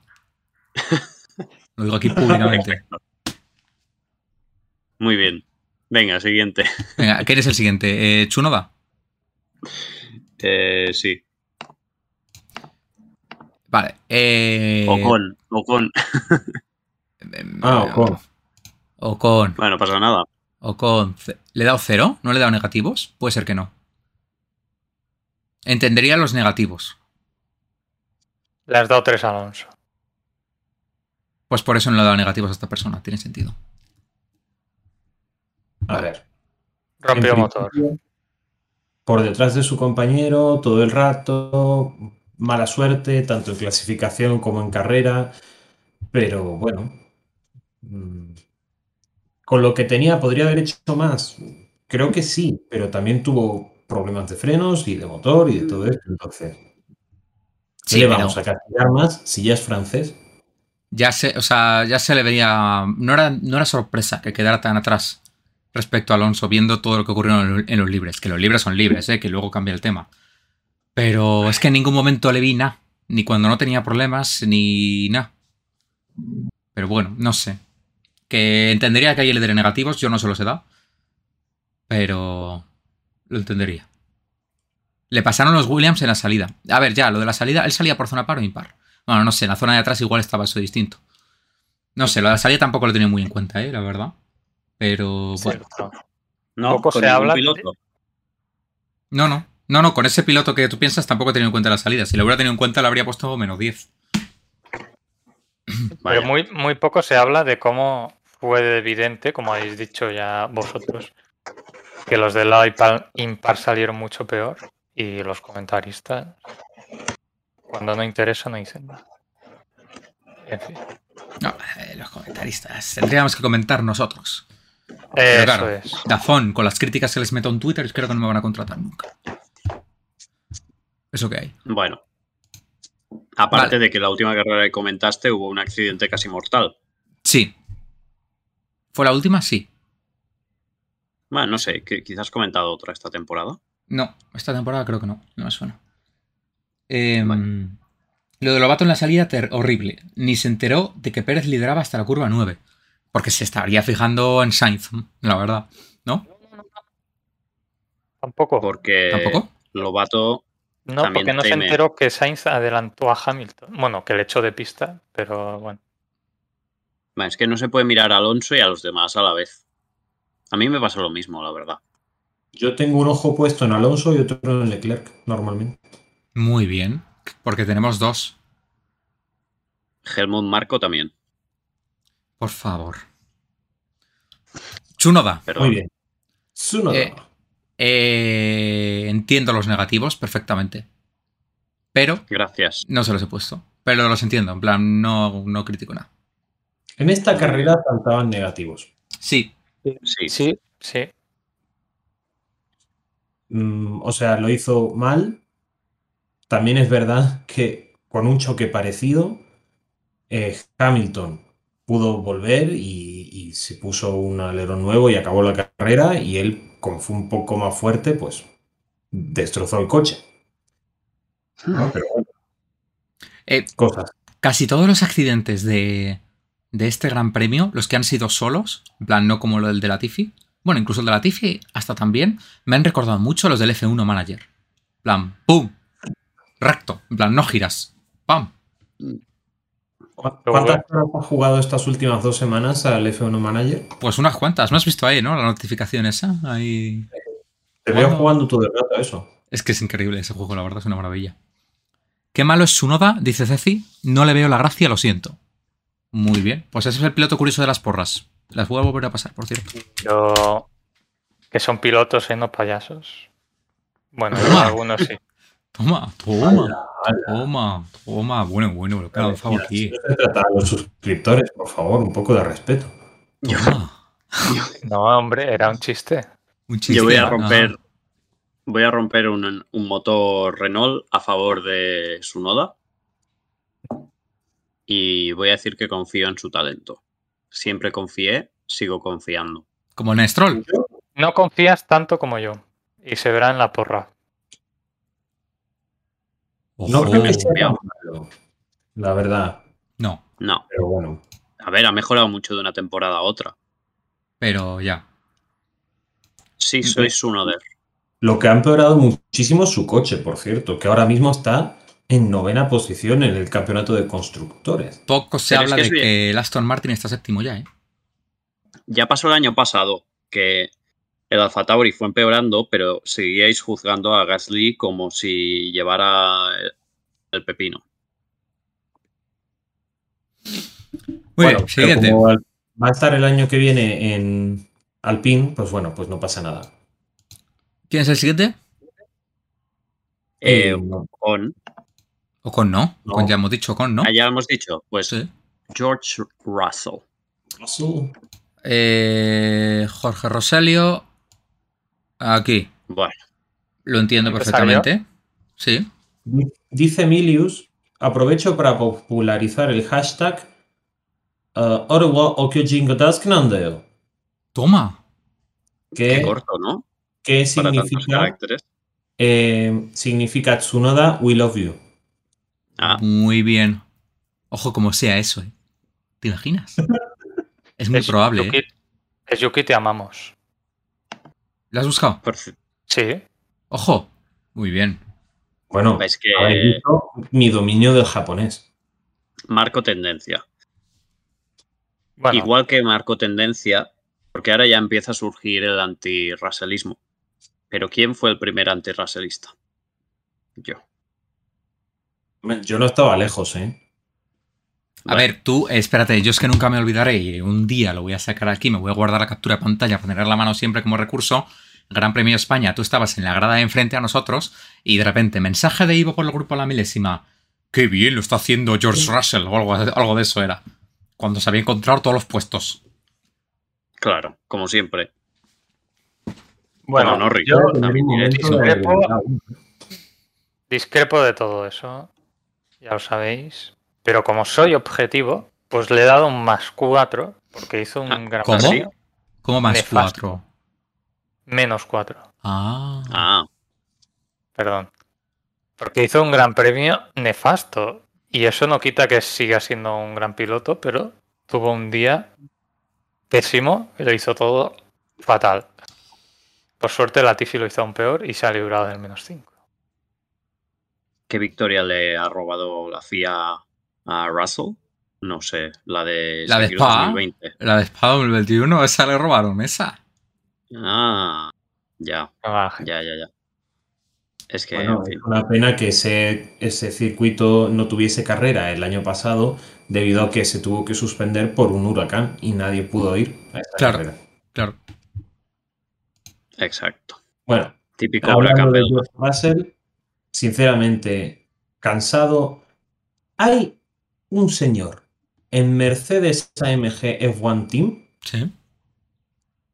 Speaker 1: Lo digo aquí públicamente.
Speaker 3: Muy bien. Venga, siguiente.
Speaker 1: Venga, ¿quién es el siguiente? Eh, ¿Chunoda?
Speaker 3: Eh, sí.
Speaker 1: Vale. Eh,
Speaker 3: Ocon, Ocon.
Speaker 1: eh,
Speaker 2: Ah, Ocon.
Speaker 1: Ocon.
Speaker 3: Bueno, no pasa nada.
Speaker 1: Ocon. ce- ¿Le he dado cero? ¿No le he dado negativos? Puede ser que no. Entendería los negativos.
Speaker 4: Le has dado tres a Alonso.
Speaker 1: Pues por eso no le he dado negativos a esta persona, tiene sentido.
Speaker 2: a ver. en
Speaker 4: Rompió
Speaker 2: principio,
Speaker 4: motor.
Speaker 2: Por detrás de su compañero, todo el rato, mala suerte, tanto en clasificación como en carrera, pero bueno, mm, con lo que tenía podría haber hecho más. Creo que sí, pero también tuvo problemas de frenos y de motor y de todo esto, entonces. ¿qué
Speaker 1: Sí,
Speaker 2: le
Speaker 1: pero
Speaker 2: vamos a castigar más si ya es francés?
Speaker 1: ya se, o sea, ya se le veía. No era, no era sorpresa que quedara tan atrás respecto a Alonso, viendo todo lo que ocurrió en, en los libres. Que los libres son libres, ¿eh? que luego cambia el tema. Pero es que en ningún momento le vi nada. Ni cuando no tenía problemas, ni nada. Pero bueno, no sé. Que entendería que ayer le daré negativos, yo no se los he dado. Pero lo entendería. Le pasaron los Williams en la salida. A ver, ya, lo de la salida, él salía por zona par o impar. Bueno, no sé, en la zona de atrás igual estaba eso distinto. No sé, lo de la salida tampoco lo tenía muy en cuenta, ¿eh? la verdad. Pero
Speaker 4: Sí,
Speaker 1: bueno.
Speaker 4: no.
Speaker 3: No,
Speaker 4: Poco
Speaker 3: con
Speaker 4: se
Speaker 3: ningún
Speaker 4: habla ¿eh? de-
Speaker 3: piloto.
Speaker 1: No, no. No, no, con ese piloto que tú piensas tampoco he tenido en cuenta la salida. Si lo hubiera tenido en cuenta, le habría puesto menos 10.
Speaker 3: Vaya.
Speaker 4: Pero muy, muy poco se habla de cómo fue de evidente, como habéis dicho ya vosotros, que los del lado impar, impar salieron mucho peor y los comentaristas, cuando no interesa, no dicen nada. En fin,
Speaker 1: No, eh, los comentaristas. Tendríamos que comentar nosotros.
Speaker 4: eso
Speaker 1: claro.
Speaker 4: es.
Speaker 1: Dazón, con las críticas que les meto en Twitter, creo que no me van a contratar nunca. Eso que hay.
Speaker 3: Bueno. Aparte
Speaker 1: Vale.
Speaker 3: de que la última carrera que comentaste hubo un accidente casi mortal.
Speaker 1: Sí. ¿Fue la última? Sí.
Speaker 3: Bueno, no sé, que quizás has comentado otra esta temporada.
Speaker 1: No, esta temporada creo que no. No me suena. Em, Lo de Lobato en la salida, ter- horrible. Ni se enteró de que Pérez lideraba hasta la curva 9. Porque se estaría fijando en Sainz, la verdad.
Speaker 4: Tampoco.
Speaker 3: Porque
Speaker 1: ¿Tampoco?
Speaker 3: Lobato
Speaker 4: no,
Speaker 3: también
Speaker 4: porque no se
Speaker 3: teme.
Speaker 4: enteró que Sainz adelantó a Hamilton. Bueno, que le echó de pista, pero bueno.
Speaker 3: Bueno, Es que no se puede mirar a Alonso y a los demás a la vez. A mí me pasa lo mismo, la verdad.
Speaker 2: Yo tengo un ojo puesto en Alonso y otro en Leclerc, normalmente.
Speaker 1: Muy bien. Porque tenemos dos.
Speaker 3: Helmut Marco también.
Speaker 1: Por favor. Chunoda.
Speaker 3: Perdón.
Speaker 2: Muy bien. Tsunoda.
Speaker 1: Eh, Eh, entiendo los negativos perfectamente. Pero
Speaker 3: Gracias.
Speaker 1: no se los he puesto. Pero los entiendo. En plan, no, no critico nada.
Speaker 2: En
Speaker 1: eh.
Speaker 2: esta carrera faltaban negativos.
Speaker 1: Sí.
Speaker 3: Sí.
Speaker 4: Sí, sí.
Speaker 2: Mm, o sea, lo hizo mal, También es verdad que con un choque parecido, eh, Hamilton pudo volver y, y, se puso un alerón nuevo y acabó la carrera y él, como fue un poco más fuerte, pues destrozó el coche. No, pero bueno.
Speaker 1: eh, Cosas. Casi todos los accidentes de, de, este gran premio, los que han sido solos, en plan no como el de Latifi, bueno, incluso el de Latifi hasta también, me han recordado mucho los del F1 Manager. plan, ¡pum! Recto, en plan, no giras. ¡Pam!
Speaker 2: ¿Cuántas horas has jugado estas últimas dos semanas al F1 Manager?
Speaker 1: Pues unas cuantas, no has visto ahí, ¿no? La notificación esa. Ahí...
Speaker 2: Te veo ¿Cuándo? jugando todo el rato eso.
Speaker 1: Es que es increíble ese juego, la verdad, es una maravilla. Qué malo es su noda, dice Ceci. No le veo la gracia, lo siento. Muy bien, pues ese es el piloto curioso de las porras. Las voy a volver a pasar, por cierto.
Speaker 4: Yo. Que son pilotos siendo payasos. Bueno,
Speaker 1: Ah.
Speaker 4: yo algunos sí.
Speaker 1: Toma, toma, toma, toma. Bueno, bueno, lo que ha lanzado aquí.
Speaker 2: Se trata a los suscriptores, por favor, un poco de respeto.
Speaker 4: Toma. No, hombre, era un chiste. Un chiste
Speaker 3: Yo voy a romper, ah. voy a romper un, un, motor Renault a favor de su noda. Y voy a decir que confío en su talento. Siempre confié, sigo confiando.
Speaker 1: Como Nestrol.
Speaker 4: No confías tanto como yo. Y se verá en la porra.
Speaker 2: Ojo. No creo que sea malo, la verdad.
Speaker 1: No.
Speaker 3: No.
Speaker 2: Pero bueno.
Speaker 3: A ver, ha mejorado mucho de una temporada a otra.
Speaker 1: Pero ya.
Speaker 3: Sí, sois uno de
Speaker 2: Lo que ha empeorado muchísimo es su coche, por cierto, que ahora mismo está en novena posición en el campeonato de constructores.
Speaker 1: Poco se Pero habla es que de que el Aston Martin está séptimo ya, ¿eh?
Speaker 3: Ya pasó el año pasado, que el Alfa Tauri fue empeorando, pero seguíais juzgando a Gasly como si llevara el pepino.
Speaker 1: Muy bueno, bien, siguiente. Como
Speaker 2: va a estar el año que viene en Alpine, pues bueno, pues no pasa nada.
Speaker 1: ¿Quién es el siguiente?
Speaker 3: Eh, Ocon.
Speaker 1: Ocon no. Ocon no. ya hemos dicho Ocon, ¿no?
Speaker 3: Ah, ya hemos dicho. Pues sí. George Russell.
Speaker 2: Russell.
Speaker 1: Eh, Jorge Roselio, Aquí.
Speaker 3: Bueno.
Speaker 1: Lo entiendo perfectamente. Sí.
Speaker 2: Dice Milius, aprovecho para popularizar el hashtag eh, uh,
Speaker 1: Toma.
Speaker 2: Que,
Speaker 3: Qué corto, ¿no?
Speaker 2: Que significa, eh, significa Tsunoda, we love you.
Speaker 1: Ah. Muy bien. Ojo como sea eso, ¿eh? ¿Te imaginas? es muy es probable.
Speaker 4: Yuki,
Speaker 1: ¿eh?
Speaker 4: Es Yuki, te amamos.
Speaker 1: ¿La has buscado?
Speaker 3: Perfecto.
Speaker 4: Sí.
Speaker 1: Ojo. Muy bien.
Speaker 2: Bueno,
Speaker 3: es que
Speaker 2: mi dominio del japonés.
Speaker 3: Marco tendencia. Bueno. Igual que marco tendencia, porque ahora ya empieza a surgir el antirracialismo. Pero ¿quién fue el primer antirracialista? Yo.
Speaker 2: Yo no estaba lejos, ¿eh?
Speaker 1: A vale. ver, tú, espérate, yo es que nunca me olvidaré y un día lo voy a sacar aquí, me voy a guardar la captura de pantalla para tener la mano siempre como recurso. Gran Premio España, tú estabas en la grada de enfrente a nosotros y de repente mensaje de Ivo por el grupo La Milésima. Qué bien lo está haciendo George Russell o algo, algo de eso era. Cuando se había encontrado todos los puestos.
Speaker 3: Claro, como siempre.
Speaker 4: Bueno, bueno no rico. Yo también discrepo, discrepo de todo eso. Ya lo sabéis. Pero como soy objetivo, pues le he dado un más 4, porque hizo
Speaker 3: Ah,
Speaker 4: un gran
Speaker 1: ¿Cómo? Vacío. ¿Cómo más 4?
Speaker 4: Menos 4.
Speaker 1: Ah.
Speaker 3: ah.
Speaker 4: Perdón. Porque hizo un gran premio nefasto. Y eso no quita que siga siendo un gran piloto, pero tuvo un día pésimo y lo hizo todo fatal. Por suerte, Latifi lo hizo aún peor y se ha librado del menos 5.
Speaker 3: ¿Qué victoria le ha robado la FIA a Russell. No sé, la de,
Speaker 1: la de Spa, 2020. La de Spa 2021, esa le robaron, esa.
Speaker 3: Ah, ya. Ah, ya, ya, ya. Es que.
Speaker 2: Bueno, en fin. es una pena que ese, ese circuito no tuviese carrera el año pasado, debido a que se tuvo que suspender por un huracán y nadie pudo ir a esta
Speaker 1: claro,
Speaker 2: carrera.
Speaker 1: Claro.
Speaker 3: Exacto.
Speaker 2: Bueno,
Speaker 3: típico huracán.
Speaker 2: De Russell, sinceramente, cansado. Hay un señor en Mercedes AMG F1 Team
Speaker 1: sí.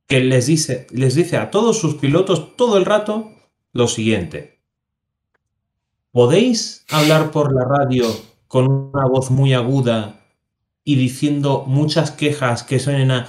Speaker 2: que les dice, les dice a todos sus pilotos todo el rato lo siguiente. ¿Podéis hablar por la radio con una voz muy aguda y diciendo muchas quejas que suenen a...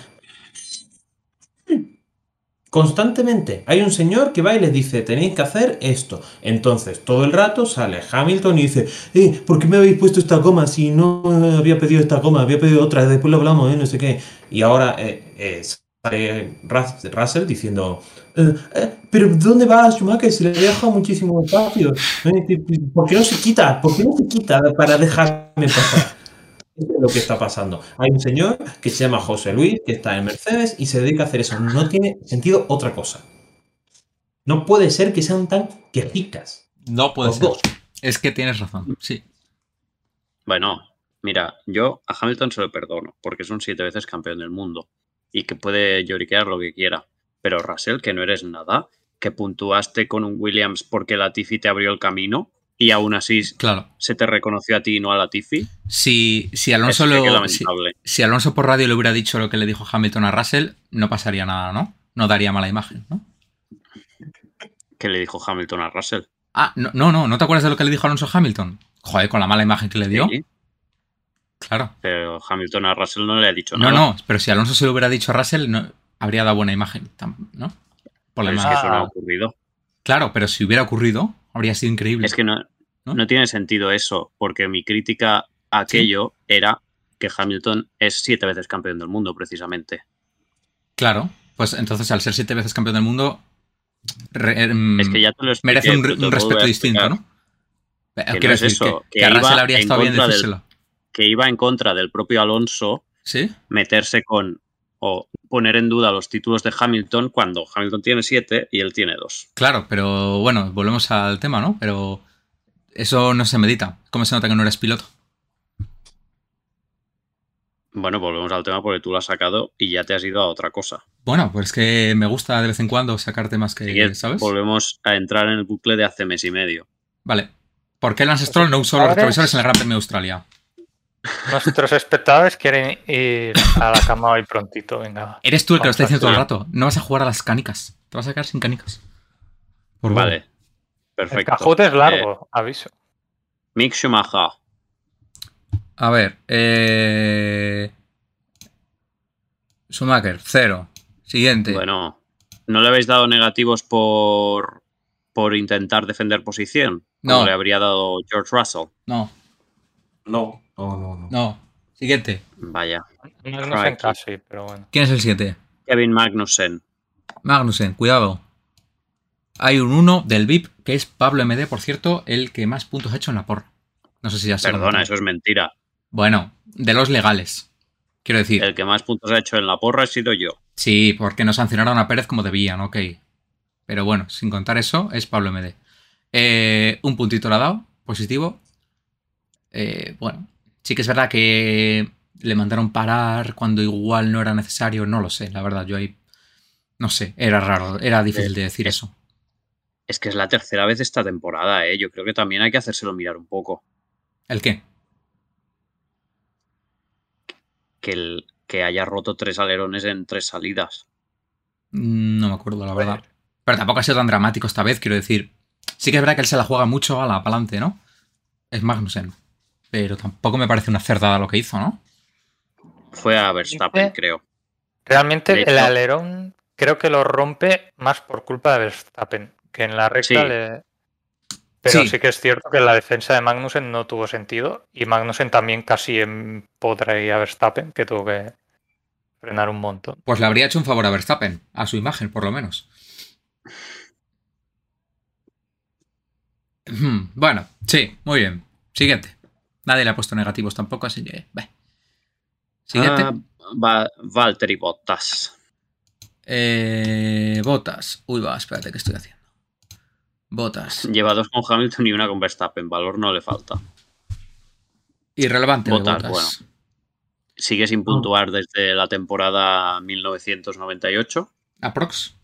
Speaker 2: Constantemente hay un señor que va y les dice, tenéis que hacer esto. Entonces, todo el rato sale Hamilton y dice, eh, ¿por qué me habéis puesto esta goma si no había pedido esta goma? Había pedido otra, después lo hablamos, eh, no sé qué. Y ahora eh, eh, sale Rus- Russell diciendo, eh, eh, pero ¿dónde va Schumacher? Se le deja muchísimo espacio. Eh, ¿Por qué no se quita? ¿Por qué no se quita para dejarme pasar? Eso es lo que está pasando. Hay un señor que se llama José Luis, que está en Mercedes y se dedica a hacer eso. No tiene sentido otra cosa. No puede ser que sean tan quejicas.
Speaker 1: No puede
Speaker 2: Los
Speaker 1: ser.
Speaker 2: dos.
Speaker 1: Es que tienes razón, sí.
Speaker 3: Bueno, mira, yo a Hamilton se lo perdono, porque es un siete veces campeón del mundo y que puede lloriquear lo que quiera. Pero Russell, que no eres nada, que puntuaste con un Williams porque Latifi te abrió el camino y aún así
Speaker 1: Claro.
Speaker 3: se te reconoció a ti y no a Latifi.
Speaker 1: Si, si Alonso
Speaker 3: Eso que
Speaker 1: lo-
Speaker 3: qué
Speaker 1: si-
Speaker 3: lamentable.
Speaker 1: si Alonso por radio le hubiera dicho lo que le dijo Hamilton a Russell, no pasaría nada, ¿no? No daría mala imagen, ¿no?
Speaker 3: que le dijo Hamilton a Russell.
Speaker 1: Ah, no, no, no, ¿no te acuerdas de lo que le dijo Alonso a Hamilton? Joder, con la mala imagen que le dio.
Speaker 3: Sí,
Speaker 1: Claro.
Speaker 3: pero Hamilton a Russell no le ha dicho
Speaker 1: No,
Speaker 3: nada.
Speaker 1: no, pero si Alonso se lo hubiera dicho a Russell, no, habría dado buena imagen, tam- ¿no? Por la
Speaker 3: Pero es
Speaker 1: imagen.
Speaker 3: que eso no ha
Speaker 4: Ah.
Speaker 3: ocurrido.
Speaker 1: Claro, pero si hubiera ocurrido, habría sido increíble.
Speaker 3: Es que no,
Speaker 1: Ah. ¿No?
Speaker 3: no tiene sentido eso, porque mi crítica a aquello era que Hamilton es siete veces campeón del mundo, precisamente.
Speaker 1: Claro, pues entonces al ser siete veces campeón del mundo, re- em,
Speaker 3: Es que ya te lo expliqué,
Speaker 1: merece un,
Speaker 3: pero
Speaker 1: un
Speaker 3: te lo vuelvo
Speaker 1: respeto
Speaker 3: a
Speaker 1: distinto,
Speaker 3: explicar,
Speaker 1: ¿no? Eh,
Speaker 3: no
Speaker 1: Quiero
Speaker 3: es
Speaker 1: decir
Speaker 3: eso,
Speaker 1: que,
Speaker 3: que
Speaker 1: que a Russell
Speaker 3: iba
Speaker 1: habría
Speaker 3: en
Speaker 1: estado bien
Speaker 3: contra del-
Speaker 1: decírselo.
Speaker 3: Que iba en contra del propio Alonso
Speaker 1: ¿Sí?
Speaker 3: meterse con o poner en duda los títulos de Hamilton cuando Hamilton tiene siete y él tiene dos.
Speaker 1: Claro, pero bueno, volvemos al tema, ¿no? Pero eso no se medita. ¿Cómo se nota que no eres piloto?
Speaker 3: Bueno, volvemos al tema porque tú lo has sacado y ya te has ido a otra cosa.
Speaker 1: Bueno, pues es que me gusta de vez en cuando sacar temas
Speaker 3: Así que
Speaker 1: que, Eh, ¿sabes?
Speaker 3: volvemos a entrar en el bucle de hace mes y medio.
Speaker 1: Vale. ¿Por qué Lance Stroll no usó los
Speaker 4: Ahora-
Speaker 1: retrovisores en el Gran Premio de Australia?
Speaker 4: Nuestros espectadores quieren ir a la cama hoy prontito, venga. va.
Speaker 1: Eres tú el que lo está diciendo todo el rato. No vas a jugar a las canicas. Te vas a quedar sin canicas. Por huevo.
Speaker 3: Vale. Perfecto.
Speaker 4: El cajote es largo, aviso.
Speaker 3: Mick Schumacher.
Speaker 1: A ver. Eh... Schumacher, cero. Siguiente.
Speaker 3: Bueno, ¿no le habéis dado negativos por, por intentar defender posición? Como
Speaker 1: No.
Speaker 3: le habría dado George Russell.
Speaker 1: No,
Speaker 2: No, no, no. no.
Speaker 1: no. Siguiente.
Speaker 3: Vaya.
Speaker 4: No, no sé en
Speaker 3: Crikey.
Speaker 4: casi, pero bueno.
Speaker 1: ¿Quién es el siguiente?
Speaker 3: Kevin Magnussen.
Speaker 1: Magnussen, cuidado. Hay un 1 del VIP, que es Pablo MD, por cierto, el que más puntos ha hecho en la porra. No sé si ya se lo
Speaker 3: Perdona,
Speaker 1: conté.
Speaker 3: eso es mentira.
Speaker 1: Bueno, de los legales. Quiero decir,
Speaker 3: El que más puntos ha hecho en la porra he sido yo.
Speaker 1: sí, porque no sancionaron a Pérez como debían, ok. Pero bueno, sin contar eso, es Pablo MD. Eh, un puntito le ha dado, positivo. Eh, bueno, sí que es verdad que le mandaron parar cuando igual no era necesario, no lo sé, la verdad, yo ahí... No sé, era raro, era difícil de decir eso.
Speaker 3: Es que es la tercera vez esta temporada, ¿eh? Yo creo que también hay que hacérselo mirar un poco.
Speaker 1: ¿El qué?
Speaker 3: Que, el, que haya roto tres alerones en tres salidas.
Speaker 1: Mm, No me acuerdo, la verdad. Pero tampoco ha sido tan dramático esta vez, quiero decir. Sí que es verdad que él se la juega mucho a la palante, ¿no? Es Magnussen. Pero tampoco me parece una cerdada lo que hizo, ¿no?
Speaker 3: Fue a Verstappen,
Speaker 4: Dice-
Speaker 3: creo.
Speaker 4: Realmente
Speaker 3: De
Speaker 4: el
Speaker 3: hecho-
Speaker 4: alerón creo que lo rompe más por culpa de Verstappen, que en la recta
Speaker 3: Sí.
Speaker 4: le... Pero
Speaker 1: Sí.
Speaker 4: sí. que es cierto que la defensa de Magnussen no tuvo sentido y Magnussen también casi empotra ahí a Verstappen, que tuvo que frenar un montón.
Speaker 1: Pues le habría hecho un favor a Verstappen, a su imagen, por lo menos. Ujú, Bueno, sí, muy bien. Siguiente. Nadie le ha puesto negativos tampoco, así que. beh. Siguiente.
Speaker 3: Ah, Va- Valtteri Bottas.
Speaker 1: Eh, botas. Uy, va, espérate, ¿qué estoy haciendo? Botas.
Speaker 3: Lleva dos con Hamilton y una con Verstappen. Valor no le falta.
Speaker 1: Irrelevante,
Speaker 3: Botas,
Speaker 1: botas.
Speaker 3: bueno. Sigue sin puntuar desde la temporada 1998.
Speaker 1: Aprox.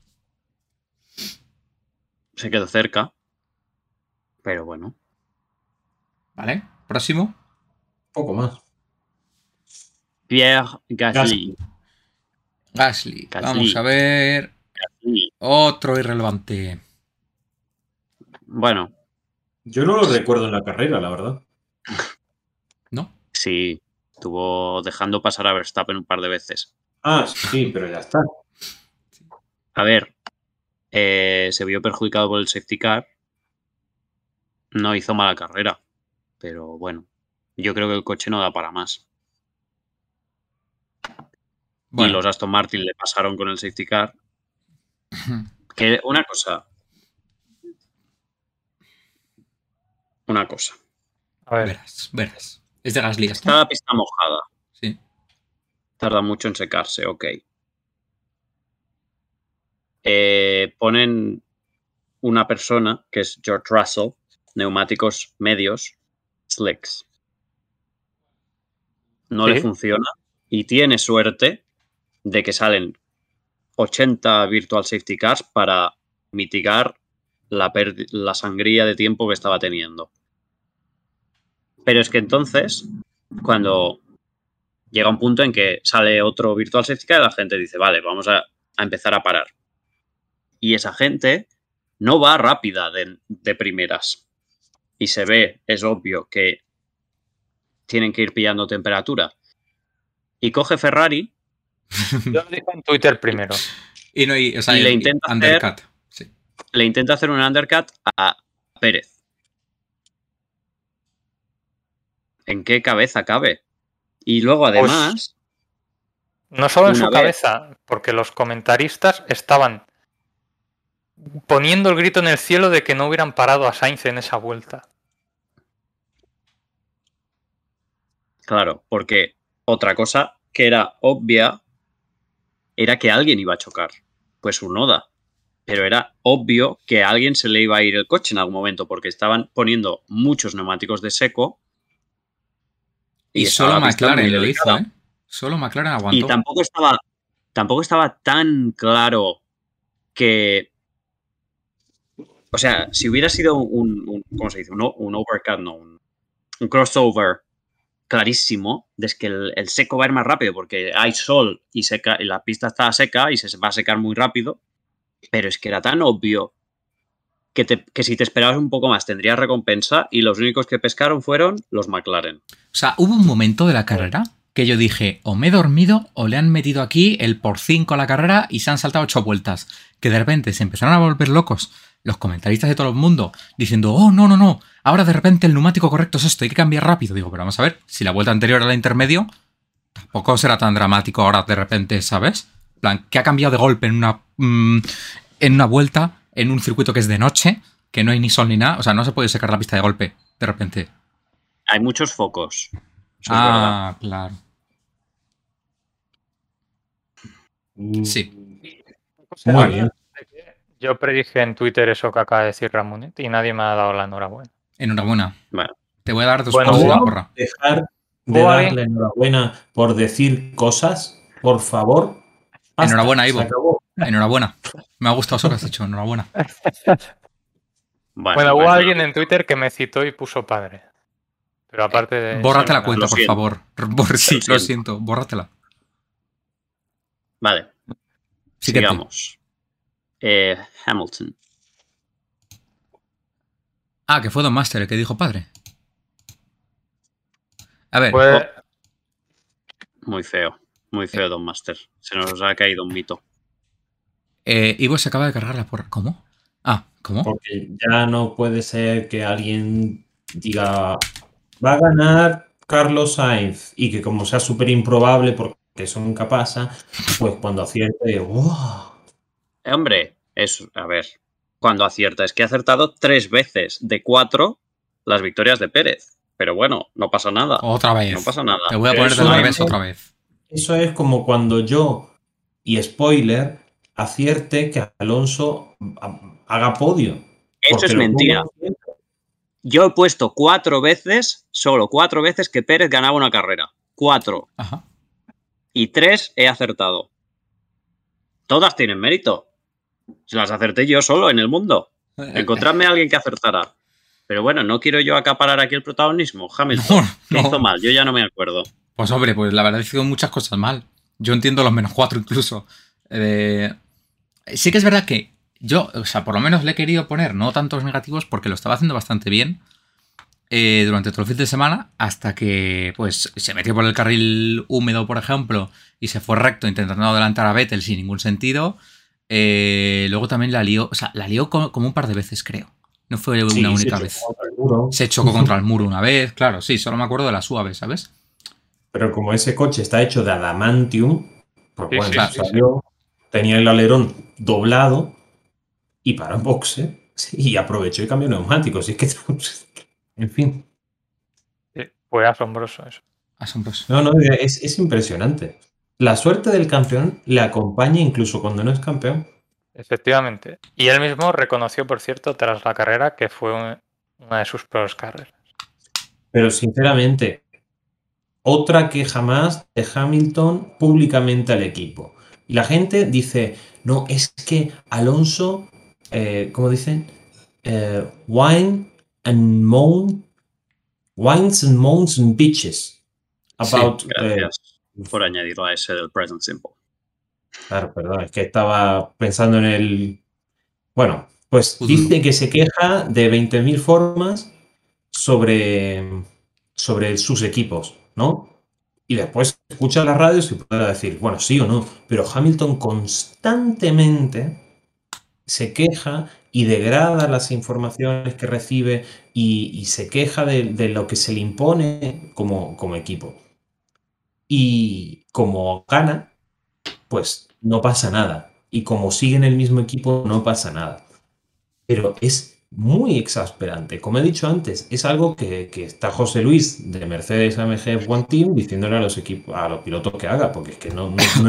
Speaker 3: Se quedó cerca. Pero bueno.
Speaker 1: Vale. Próximo.
Speaker 2: Poco más.
Speaker 3: Pierre Gasly.
Speaker 1: Gasly.
Speaker 3: Gasly.
Speaker 1: Vamos a ver.
Speaker 3: Gasly.
Speaker 1: Otro irrelevante.
Speaker 3: Bueno,
Speaker 2: Yo no lo recuerdo en la carrera, la verdad.
Speaker 1: ¿No?
Speaker 3: Sí, estuvo dejando pasar a Verstappen un par de veces.
Speaker 2: Ah, sí, pero ya está.
Speaker 3: A ver, eh, se vio perjudicado por el safety car. No hizo mala carrera, pero bueno, yo creo que el coche no da para más. Y
Speaker 1: Bueno,
Speaker 3: los Aston Martin le pasaron con el safety car. Que una cosa. Una cosa.
Speaker 4: A ver,
Speaker 1: verás, verás. Es de Gasly esto.
Speaker 3: Está la pista mojada.
Speaker 1: Sí.
Speaker 3: Tarda mucho en secarse, ok. Eh, ponen una persona, que es George Russell, neumáticos medios, slicks. No le
Speaker 4: Sí.
Speaker 3: funciona y tiene suerte de que salen 80 virtual safety cars para mitigar la, perdi- la sangría de tiempo que estaba teniendo. Pero es que entonces, cuando llega un punto en que sale otro virtual safety car y la gente dice, vale, vamos a, a empezar a parar. Y esa gente no va rápida de, de primeras. Y se ve, es obvio, que tienen que ir pillando temperatura. Y coge Ferrari,
Speaker 4: yo lo dije en Twitter primero.
Speaker 1: Y no, y, o sea,
Speaker 3: Y
Speaker 1: el-
Speaker 3: le intenta hacer-
Speaker 1: undercut. Sí.
Speaker 3: le intenta hacer un undercut a Pérez. ¿En qué cabeza cabe? Y luego además...
Speaker 4: No solo en
Speaker 3: Una
Speaker 4: su
Speaker 3: vez.
Speaker 4: cabeza, porque los comentaristas estaban poniendo el grito en el cielo de que no hubieran parado a Sainz en esa vuelta.
Speaker 3: Claro, porque otra cosa que era obvia era que alguien iba a chocar. Pues un Oda. Pero era obvio que a alguien se le iba a ir el coche en algún momento porque estaban poniendo muchos neumáticos de seco.
Speaker 1: Y,
Speaker 3: estaba
Speaker 1: solo
Speaker 3: la pista
Speaker 1: McLaren
Speaker 3: muy
Speaker 1: lo hizo,
Speaker 3: delicada.
Speaker 1: ¿eh? Solo McLaren
Speaker 3: Y
Speaker 1: aguantó.
Speaker 3: tampoco estaba, tampoco estaba tan claro que. O sea, si hubiera sido un. un- ¿Cómo se dice? Un, o- un overcut, no. Un, un crossover clarísimo. Desde que el, el seco va a ir más rápido porque hay sol y, seca, y la pista está seca y se va a secar muy rápido. Pero es que era tan obvio que, te- que si te esperabas un poco más tendrías recompensa y los únicos que pescaron fueron los McLaren.
Speaker 1: O sea, hubo un momento de la carrera que yo dije, o me he dormido o le han metido aquí el por 5 a la carrera y se han saltado ocho vueltas. Que de repente se empezaron a volver locos los comentaristas de todo el mundo diciendo, oh, no, no, no, ahora de repente el neumático correcto es esto, hay que cambiar rápido. Digo, pero vamos a ver, si la vuelta anterior era la intermedio, tampoco será tan dramático ahora de repente, ¿sabes? En plan, que ha cambiado de golpe en una, mm, en una vuelta, en un circuito que es de noche, que no hay ni sol ni nada, o sea, no se puede secar la pista de golpe de repente.
Speaker 3: Hay muchos focos. Eso es verdad.
Speaker 1: ah, claro.
Speaker 2: Mm,
Speaker 1: Sí.
Speaker 2: Muy bien.
Speaker 4: Yo predije en Twitter eso que acaba de decir Ramonet y nadie me ha dado la enhorabuena.
Speaker 1: Enhorabuena.
Speaker 3: Bueno.
Speaker 1: Te voy a dar dos
Speaker 4: Bueno,
Speaker 1: palos y una
Speaker 4: Hugo.
Speaker 1: porra.
Speaker 2: Dejar de
Speaker 4: Voy.
Speaker 2: darle enhorabuena por decir cosas, por favor. Basta,
Speaker 1: Enhorabuena, Ivo.
Speaker 2: Se acabó.
Speaker 1: Enhorabuena. Me ha gustado eso que has hecho. Enhorabuena.
Speaker 3: Bueno,
Speaker 1: pues
Speaker 4: Bueno,
Speaker 3: me
Speaker 4: hubo
Speaker 3: parece
Speaker 4: alguien en Twitter que me citó y puso padre. Pero aparte de.
Speaker 1: Eh, Bórrate la
Speaker 4: sí,
Speaker 1: cuenta,
Speaker 3: Eh, lo
Speaker 1: por
Speaker 3: siento.
Speaker 1: favor. Bor- sí,
Speaker 3: Lo
Speaker 1: lo
Speaker 3: siento.
Speaker 1: siento. Bórratela.
Speaker 3: Vale,
Speaker 1: Siguiente.
Speaker 3: sigamos. Eh, Hamilton.
Speaker 1: Ah, que fue Don Master el que dijo padre. A ver,
Speaker 3: Pues-
Speaker 4: Fue,
Speaker 3: Muy feo. Muy feo, Don Master. Se nos ha caído un mito.
Speaker 1: eh, Ivo se acaba de cargar la porra. ¿Cómo? Ah, ¿cómo?
Speaker 2: Porque ya no puede ser que alguien diga, va a ganar Carlos Sainz y que como sea súper improbable porque eso nunca pasa, pues cuando acierte, ¡wow!
Speaker 3: Eh, hombre, es. A ver. Cuando acierta, es que ha acertado tres veces de cuatro las victorias de Pérez. Pero bueno, no pasa nada.
Speaker 1: Otra vez.
Speaker 3: No pasa nada.
Speaker 1: Te voy a
Speaker 2: Pero
Speaker 1: poner
Speaker 2: eso
Speaker 1: de
Speaker 2: no
Speaker 1: revés
Speaker 2: es-
Speaker 1: otra vez.
Speaker 2: Eso es como cuando yo, y spoiler, acierte que Alonso ha- haga podio.
Speaker 3: Eso
Speaker 2: Porque
Speaker 3: es
Speaker 2: lo
Speaker 3: mentira.
Speaker 2: pongo siempre.
Speaker 3: Yo he puesto cuatro veces, solo cuatro veces, que Pérez ganaba una carrera. Cuatro.
Speaker 1: Ajá.
Speaker 3: Y tres he acertado. Todas tienen mérito. Se Las acerté yo solo en el mundo. Encontradme a alguien que acertara. Pero bueno, no quiero yo acaparar aquí el protagonismo. Hamilton,
Speaker 1: Eh, No,
Speaker 3: ¿qué
Speaker 1: no.
Speaker 3: hizo mal? Yo ya no me acuerdo.
Speaker 1: Pues hombre, pues la verdad he sido muchas cosas mal. Yo entiendo los menos cuatro incluso. Eh, sí que es verdad que Yo, o sea, por lo menos le he querido poner no tantos negativos porque lo estaba haciendo bastante bien eh, durante todo el fin de semana hasta que pues se metió por el carril húmedo, por ejemplo, y se fue recto intentando adelantar a Vettel sin ningún sentido. Eh, luego también la lió, o sea, la lió como, como un par de veces, creo. No fue una
Speaker 2: Sí, se
Speaker 1: única
Speaker 2: chocó
Speaker 1: vez.
Speaker 2: contra el muro.
Speaker 1: Se chocó contra el muro una vez, claro, sí, solo me acuerdo de la suave, ¿sabes?
Speaker 2: Pero como ese coche está hecho de adamantium, pues
Speaker 4: Sí,
Speaker 2: bueno,
Speaker 1: sí, sí,
Speaker 2: salió, tenía el alerón doblado y paró en boxe y aprovechó y cambió neumáticos. Y es que, en fin,
Speaker 4: Sí, Fue asombroso eso.
Speaker 1: Asombroso.
Speaker 2: no, no, es, es impresionante. La suerte del campeón le acompaña incluso cuando no es campeón.
Speaker 4: Efectivamente. Y él mismo reconoció, por cierto, tras la carrera, que fue un- una de sus peores carreras.
Speaker 2: Pero sinceramente, otra que jamás de Hamilton públicamente al equipo. Y la gente dice, no, es que Alonso, eh, ¿cómo dicen? Eh, wine and moan, wines and moans and bitches.
Speaker 1: Sí,
Speaker 2: About, eh,
Speaker 3: Gracias por añadir la S del present simple.
Speaker 2: Claro, perdón, es que estaba pensando en el... Bueno, pues
Speaker 1: Ujú.
Speaker 2: dice que se queja de 20.000 formas sobre, sobre sus equipos, ¿no? Y después escucha las radios y podrá decir, bueno, sí o no, pero Hamilton constantemente se queja y degrada las informaciones que recibe y, y se queja de, de lo que se le impone como, como equipo. Y como gana, pues no pasa nada. Y como sigue en el mismo equipo, no pasa nada. Pero es muy exasperante. Como he dicho antes, es algo que, que está José Luis de Mercedes AMG One Team diciéndole a los equipos, a los pilotos que haga, porque es que no, no, no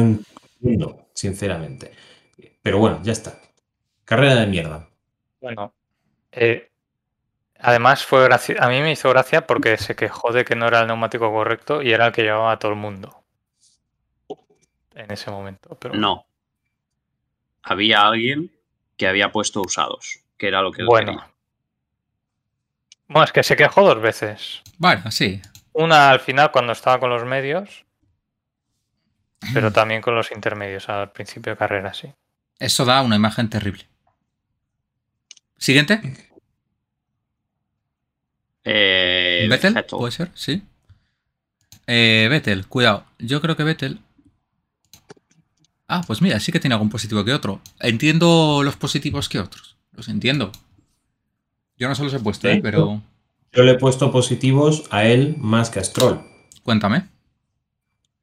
Speaker 2: entiendo, sinceramente. Pero bueno, ya está. Carrera de mierda.
Speaker 4: Bueno, eh, además fue graci- a mí me hizo gracia porque se quejó de que no era el neumático correcto y era el que llevaba a todo el mundo en ese momento. Pero
Speaker 3: No. Había alguien que había puesto usados, que era lo que él
Speaker 4: bueno.
Speaker 3: quería.
Speaker 4: Bueno, es que se quejó dos veces.
Speaker 1: Bueno, sí.
Speaker 4: Una al final cuando estaba con los medios,
Speaker 1: Mm.
Speaker 4: pero también con los intermedios al principio de carrera, sí.
Speaker 1: Eso da una imagen terrible. Siguiente.
Speaker 3: Eh,
Speaker 1: Vettel,
Speaker 3: Vettel.
Speaker 1: puede ser, sí. Eh, Vettel, cuidado. Yo creo que Vettel. Ah, pues mira, sí que tiene algún positivo que otro. Entiendo los positivos que otros. Los entiendo. Yo no se los he puesto,
Speaker 2: De
Speaker 1: eh,
Speaker 2: hecho.
Speaker 1: pero
Speaker 2: Yo le he puesto positivos a él más que a Stroll.
Speaker 1: cuéntame.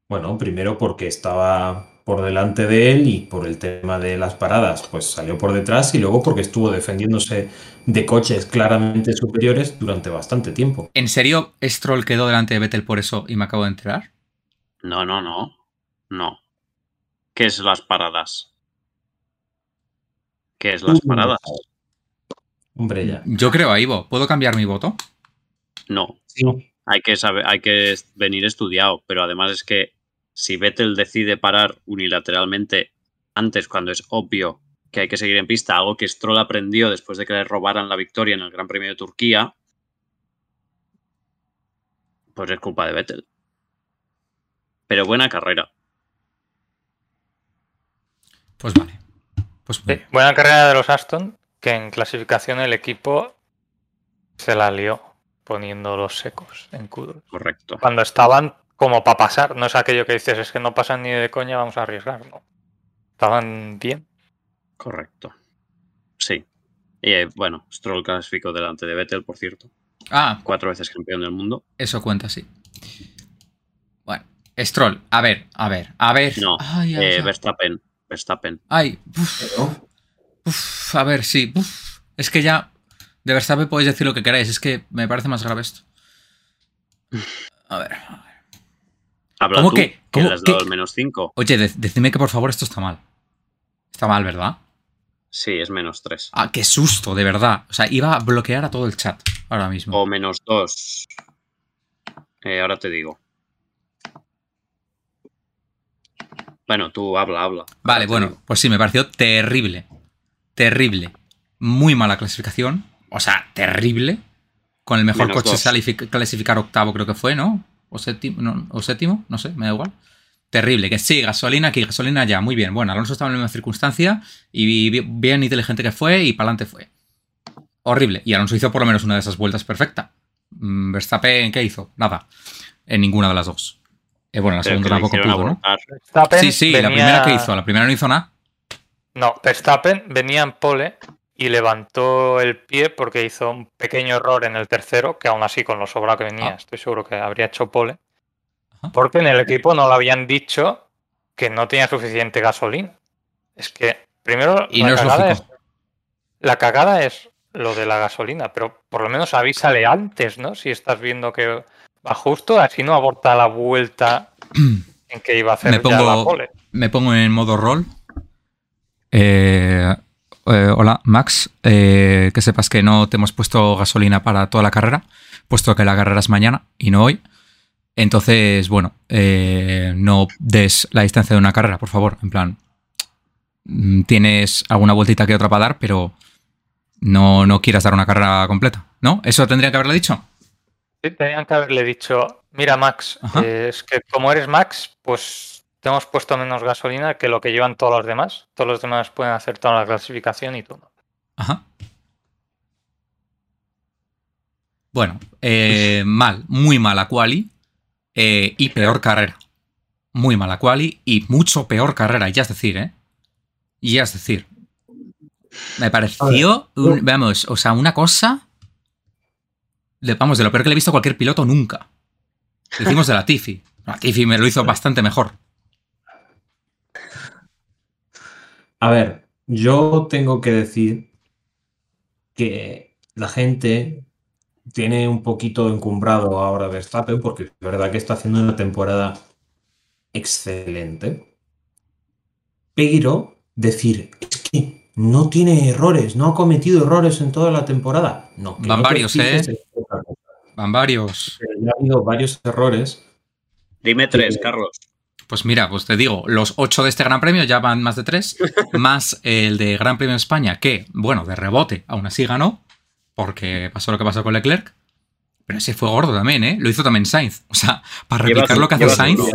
Speaker 2: Bueno, primero porque estaba por delante de él y por el tema de las paradas, pues salió por detrás y luego porque estuvo defendiéndose de coches claramente superiores durante bastante tiempo.
Speaker 1: ¿En serio Stroll quedó delante de Vettel por eso y me acabo de enterar?
Speaker 3: No, no, no. No. ¿Qué es las paradas? ¿Qué es las
Speaker 2: Uh.
Speaker 3: paradas?
Speaker 2: Hombre, ya.
Speaker 1: Yo creo a Ivo. ¿Puedo cambiar mi voto?
Speaker 3: No.
Speaker 2: Sí.
Speaker 3: Hay que saber, hay que es- venir estudiado, pero además es que si Vettel decide parar unilateralmente antes cuando es obvio que hay que seguir en pista, algo que Stroll aprendió después de que le robaran la victoria en el Gran Premio de Turquía, pues es culpa de Vettel. Pero buena carrera.
Speaker 1: Pues vale. Pues
Speaker 4: Sí,
Speaker 1: bueno.
Speaker 4: Eh, buena carrera de los Aston, que en clasificación el equipo se la lió poniendo los secos en Q2.
Speaker 3: Correcto.
Speaker 4: Cuando estaban como para pasar, no es aquello que dices, es que no pasan ni de coña, vamos a arriesgar, no. Estaban bien.
Speaker 3: Correcto. Sí. Y, eh, bueno, Stroll clasificó delante de Vettel, por cierto.
Speaker 1: Ah,
Speaker 3: Cuatro veces campeón del mundo.
Speaker 1: eso cuenta, sí. Bueno, Stroll, a ver, a ver, a ver.
Speaker 3: No,
Speaker 1: Ay, ay,
Speaker 3: Eh,
Speaker 1: ay.
Speaker 3: Verstappen. Verstappen.
Speaker 1: Ay, uf.
Speaker 2: Pero,
Speaker 1: Uf, a ver, sí. uf. Es que ya. De Verstappen podéis decir lo que queráis. Es que me parece más grave esto. A ver.
Speaker 3: Habla
Speaker 1: ¿Cómo
Speaker 3: tú,
Speaker 1: que?
Speaker 3: que
Speaker 1: ¿Cómo
Speaker 3: le has dado
Speaker 1: que?
Speaker 3: el menos 5.
Speaker 1: Oye, de- decidme que por favor esto está mal. Está mal, ¿verdad?
Speaker 3: Sí, es menos 3.
Speaker 1: Ah, qué susto, de verdad. O sea, iba a bloquear a todo el chat ahora mismo.
Speaker 3: O menos 2. ahora te digo. Bueno, tú habla, habla.
Speaker 1: Vale,
Speaker 3: Ahora te
Speaker 1: bueno,
Speaker 3: digo.
Speaker 1: pues sí, me pareció terrible. Terrible. Muy mala clasificación. O sea, terrible. Con el mejor
Speaker 3: Menos
Speaker 1: coche
Speaker 3: dos.
Speaker 1: salifi- clasificar octavo, creo que fue, ¿no? O séptimo, no, o séptimo, no sé, me da igual. Terrible, que sí, gasolina aquí, gasolina allá. Muy bien, bueno, Alonso estaba en la misma circunstancia y bi- bien inteligente que fue y para adelante fue. Horrible. Y Alonso hizo por lo menos una de esas vueltas perfecta. Mm, Verstappen, ¿qué hizo? Nada. En ninguna de las dos. Eh, bueno, en la
Speaker 3: Pero
Speaker 1: segunda
Speaker 3: que le
Speaker 1: tampoco
Speaker 3: hicieron
Speaker 1: pudo, ¿no?
Speaker 3: abortar.
Speaker 4: Verstappen
Speaker 1: Sí, sí, la
Speaker 4: venía-
Speaker 1: primera que hizo, la primera no hizo nada.
Speaker 4: No, Verstappen venía en pole y levantó el pie porque hizo un pequeño error en el tercero, que aún así con lo sobrado que venía,
Speaker 1: Ah.
Speaker 4: estoy seguro que habría hecho pole.
Speaker 1: Ajá.
Speaker 4: Porque en el equipo no le habían dicho que no tenía suficiente gasolina. Es que primero
Speaker 1: Y no es
Speaker 4: cagada
Speaker 1: lógico.
Speaker 4: es- la cagada es lo de la gasolina, pero por lo menos avísale antes, ¿no? Si estás viendo que va justo, así no aborta la vuelta en que iba a hacer
Speaker 1: Me
Speaker 4: ya la
Speaker 1: pongo-
Speaker 4: pole.
Speaker 1: Me pongo en modo rol. Eh, eh, hola, Max. Eh, que sepas que no te hemos puesto gasolina para toda la carrera, puesto que la carrera es mañana y no hoy. Entonces, bueno, eh, no des la distancia de una carrera, por favor. En plan, mm, tienes alguna vueltita que otra para dar, pero no, no quieras dar una carrera completa, ¿no? Eso tendría que haberle dicho.
Speaker 4: Sí, tenían que haberle dicho, mira Max,
Speaker 1: Ajá.
Speaker 4: eh, es que como eres Max, pues te hemos puesto menos gasolina que lo que llevan todos los demás. Todos los demás pueden hacer toda la clasificación y tú no.
Speaker 1: Ajá. Bueno, eh, mal, muy mala quali eh, y peor carrera. Muy mala quali y mucho peor carrera, ya es decir, ¿eh? Ya es decir. Me pareció, un- vamos, o sea, una cosa... de- vamos, de lo peor que le he visto a cualquier piloto nunca. Decimos de la Tifi. La Tifi me lo hizo bastante mejor.
Speaker 2: A ver, yo tengo que decir que la gente tiene un poquito encumbrado ahora a Verstappen porque es verdad que está haciendo una temporada excelente. Pero decir, es que no tiene errores, no ha cometido errores en toda la temporada. No, que
Speaker 1: Van
Speaker 2: no te
Speaker 1: varios, ¿eh?
Speaker 2: fijes en otra cosa.
Speaker 1: Van varios.
Speaker 2: Pero ya ha habido varios errores.
Speaker 3: Dime tres,
Speaker 2: Sí.
Speaker 3: Carlos.
Speaker 1: Pues mira, pues te digo, los ocho de este Gran Premio ya van más de tres, más el de Gran Premio de España, que, bueno, de rebote, aún así ganó, porque pasó lo que pasó con Leclerc, pero ese fue gordo también, ¿eh? Lo hizo también Sainz. O sea, para
Speaker 3: Llevas
Speaker 1: replicar
Speaker 3: un-
Speaker 1: lo que hace
Speaker 3: llevas
Speaker 1: Sainz,
Speaker 3: uno.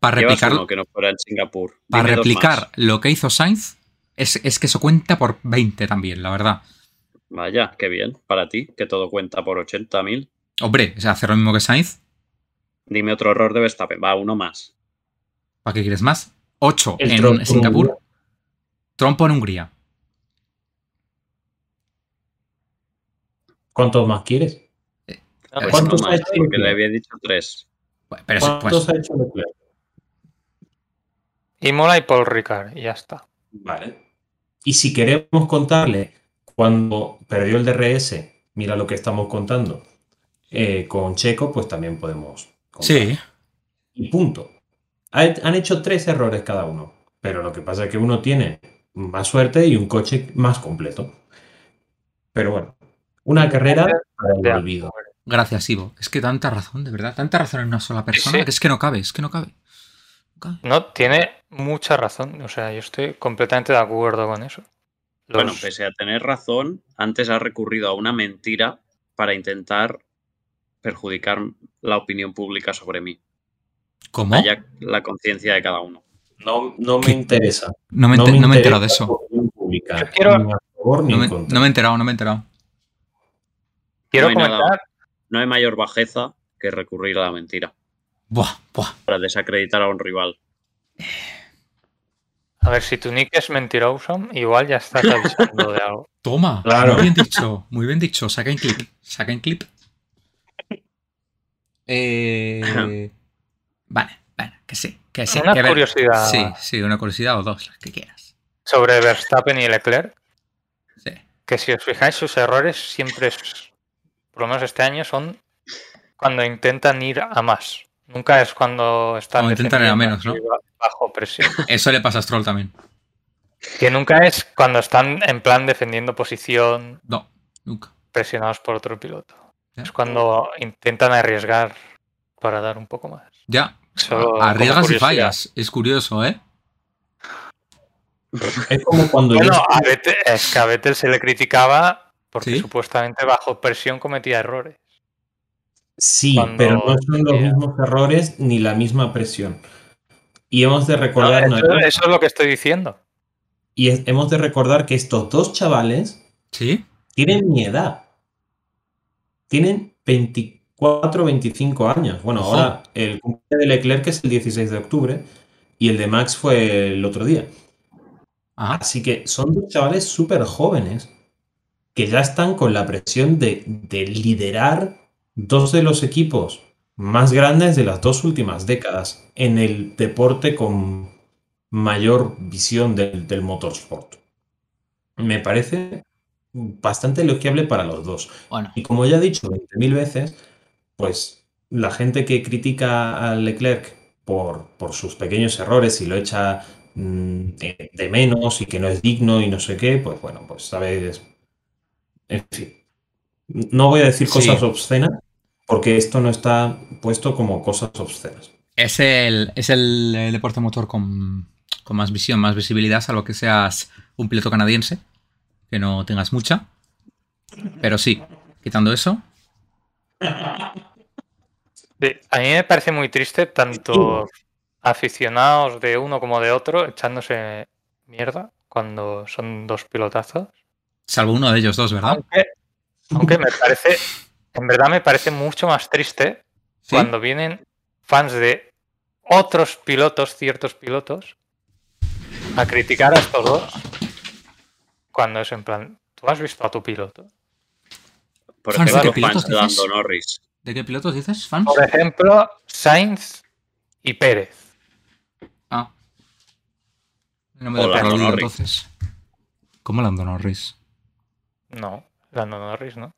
Speaker 1: para
Speaker 3: Llevas
Speaker 1: replicar,
Speaker 3: uno que no fuera en Singapur.
Speaker 1: para
Speaker 3: Dime dos
Speaker 1: replicar
Speaker 3: más.
Speaker 1: lo que hizo Sainz, es, es que eso cuenta por 20 también, la verdad.
Speaker 3: Vaya, qué bien. Para ti, que todo cuenta por 80.000.
Speaker 1: Hombre, o sea, hacer lo mismo que Sainz,
Speaker 3: Dime otro error de Verstappen. Va, uno más.
Speaker 1: ¿para qué quieres más? Ocho
Speaker 2: El
Speaker 1: en
Speaker 2: trompo en
Speaker 1: Singapur,
Speaker 2: Hungría.
Speaker 1: trompo en Hungría.
Speaker 2: ¿Cuántos más quieres?
Speaker 4: No,
Speaker 1: Pues
Speaker 3: uno
Speaker 2: ¿Cuántos
Speaker 3: más,
Speaker 2: ha hecho
Speaker 3: Porque le
Speaker 2: Leclerc?
Speaker 3: había dicho tres.
Speaker 1: Pero eso, pues,
Speaker 2: ¿Cuántos ha hecho Leclerc?
Speaker 4: Imola y Paul Ricard, y ya está.
Speaker 2: Vale. Y si queremos contarle cuando perdió el DRS, mira lo que estamos contando, eh, con Checo, pues también podemos contar.
Speaker 1: sí,
Speaker 2: Y punto. Ha- Han hecho tres errores cada uno, pero lo que pasa es que uno tiene más suerte y un coche más completo. Pero bueno, una carrera para el
Speaker 4: Ya.
Speaker 2: olvido.
Speaker 1: Gracias, Ivo. Es que tanta razón, de verdad. Tanta razón en una sola persona
Speaker 4: sí.
Speaker 1: que es que no cabe, es que no cabe. No cabe.
Speaker 4: No, tiene mucha razón. O sea, yo estoy completamente de acuerdo con eso. Los-
Speaker 3: Bueno, pues, pese a tener razón, antes ha recurrido a una mentira para intentar perjudicar la opinión pública sobre mí.
Speaker 1: ¿Cómo?
Speaker 3: Allá la conciencia de cada uno.
Speaker 2: No, no me interesa.
Speaker 1: No me,
Speaker 2: no
Speaker 1: enter-
Speaker 2: me
Speaker 1: no me he enterado de
Speaker 2: interesa la
Speaker 1: eso.
Speaker 2: opinión pública,
Speaker 4: Yo quiero-
Speaker 2: ni a favor ni
Speaker 1: No
Speaker 2: en
Speaker 1: me,
Speaker 2: contra.
Speaker 1: no me he enterado, no me he enterado.
Speaker 4: Quiero
Speaker 3: no hay nada.
Speaker 4: comentar
Speaker 3: No hay mayor bajeza que recurrir a la mentira
Speaker 1: Buah, buah.
Speaker 3: para desacreditar a un rival.
Speaker 4: A ver, si tu nick es mentiroso, igual ya estás avisando de algo.
Speaker 1: Toma.
Speaker 2: Claro.
Speaker 1: Muy bien dicho, muy bien dicho. Saca en clip. Saca en clip. Eh, vale, vale, que sí. Que sí.
Speaker 4: Una
Speaker 1: que ver-
Speaker 4: curiosidad
Speaker 1: Sí, sí, una curiosidad o dos, las que quieras.
Speaker 4: sobre Verstappen y Leclerc.
Speaker 1: Sí.
Speaker 4: que si os fijáis, sus errores siempre, es- por lo menos este año, son cuando intentan ir a más. Nunca es cuando están
Speaker 1: O intentan ir a
Speaker 4: defendiendo
Speaker 1: menos, ¿no?
Speaker 4: así ba- bajo presión.
Speaker 1: Eso le pasa a Stroll también.
Speaker 4: que nunca es cuando están en plan defendiendo posición,
Speaker 1: No, nunca.
Speaker 4: presionados por otro piloto.
Speaker 1: Ya.
Speaker 4: Es cuando intentan arriesgar para dar un poco más.
Speaker 1: Ya.
Speaker 4: Solo como
Speaker 1: Ah, Arriesgas y
Speaker 4: curiosidad.
Speaker 1: fallas. Es curioso, ¿eh?
Speaker 2: Es como cuando yo
Speaker 4: Bueno, a Vettel- es que a Vettel se le criticaba porque
Speaker 1: Sí.
Speaker 4: supuestamente bajo presión cometía errores.
Speaker 2: Sí,
Speaker 4: cuando
Speaker 2: pero no son los
Speaker 4: tenía-
Speaker 2: mismos errores ni la misma presión. Y hemos de recordar.
Speaker 4: No, eso, eso, es lo que estoy diciendo.
Speaker 2: Y es, hemos de recordar que estos dos chavales.
Speaker 1: Sí.
Speaker 2: Tienen mi edad. Tienen 24, 25 años. Bueno, Ojo. ahora el cumpleaños de Leclerc es el 16 de octubre. Y el de Max fue el otro día. Ajá. Así que son dos chavales súper jóvenes que ya están con la presión de, de, liderar dos de los equipos más grandes de las dos últimas décadas en el deporte con mayor visión del, del motorsport. Me parece bastante elogiable para los dos.
Speaker 1: Bueno.
Speaker 2: Y como ya he dicho 20.000 veces, pues la gente que critica a Leclerc por, por sus pequeños errores y lo echa mmm, de, de menos y que no es digno y no sé qué, pues bueno, pues sabes, en fin. No voy a decir cosas sí. obscenas, porque esto no está puesto como cosas obscenas.
Speaker 1: Es el, es el, el deporte motor con, con, más visión, más visibilidad, salvo que seas un piloto canadiense, que no tengas mucha. Pero sí, quitando eso.
Speaker 4: Sí, a mí me parece muy triste tanto aficionados de uno como de otro echándose mierda cuando son dos pilotazos.
Speaker 1: Salvo uno de ellos dos, ¿verdad?
Speaker 4: Aunque, aunque, me parece, en verdad me parece mucho más triste ¿Sí? cuando vienen fans de otros pilotos, ciertos pilotos, a criticar a estos dos. Cuando es en plan, ¿tú has visto a tu piloto?
Speaker 3: Por ejemplo, de qué pilotos fans dices? Norris.
Speaker 1: ¿De qué pilotos dices, fans?
Speaker 4: Por ejemplo, Sainz y Pérez.
Speaker 1: Ah. No me da por entonces. ¿Cómo Lando Norris?
Speaker 4: No, Lando Norris no.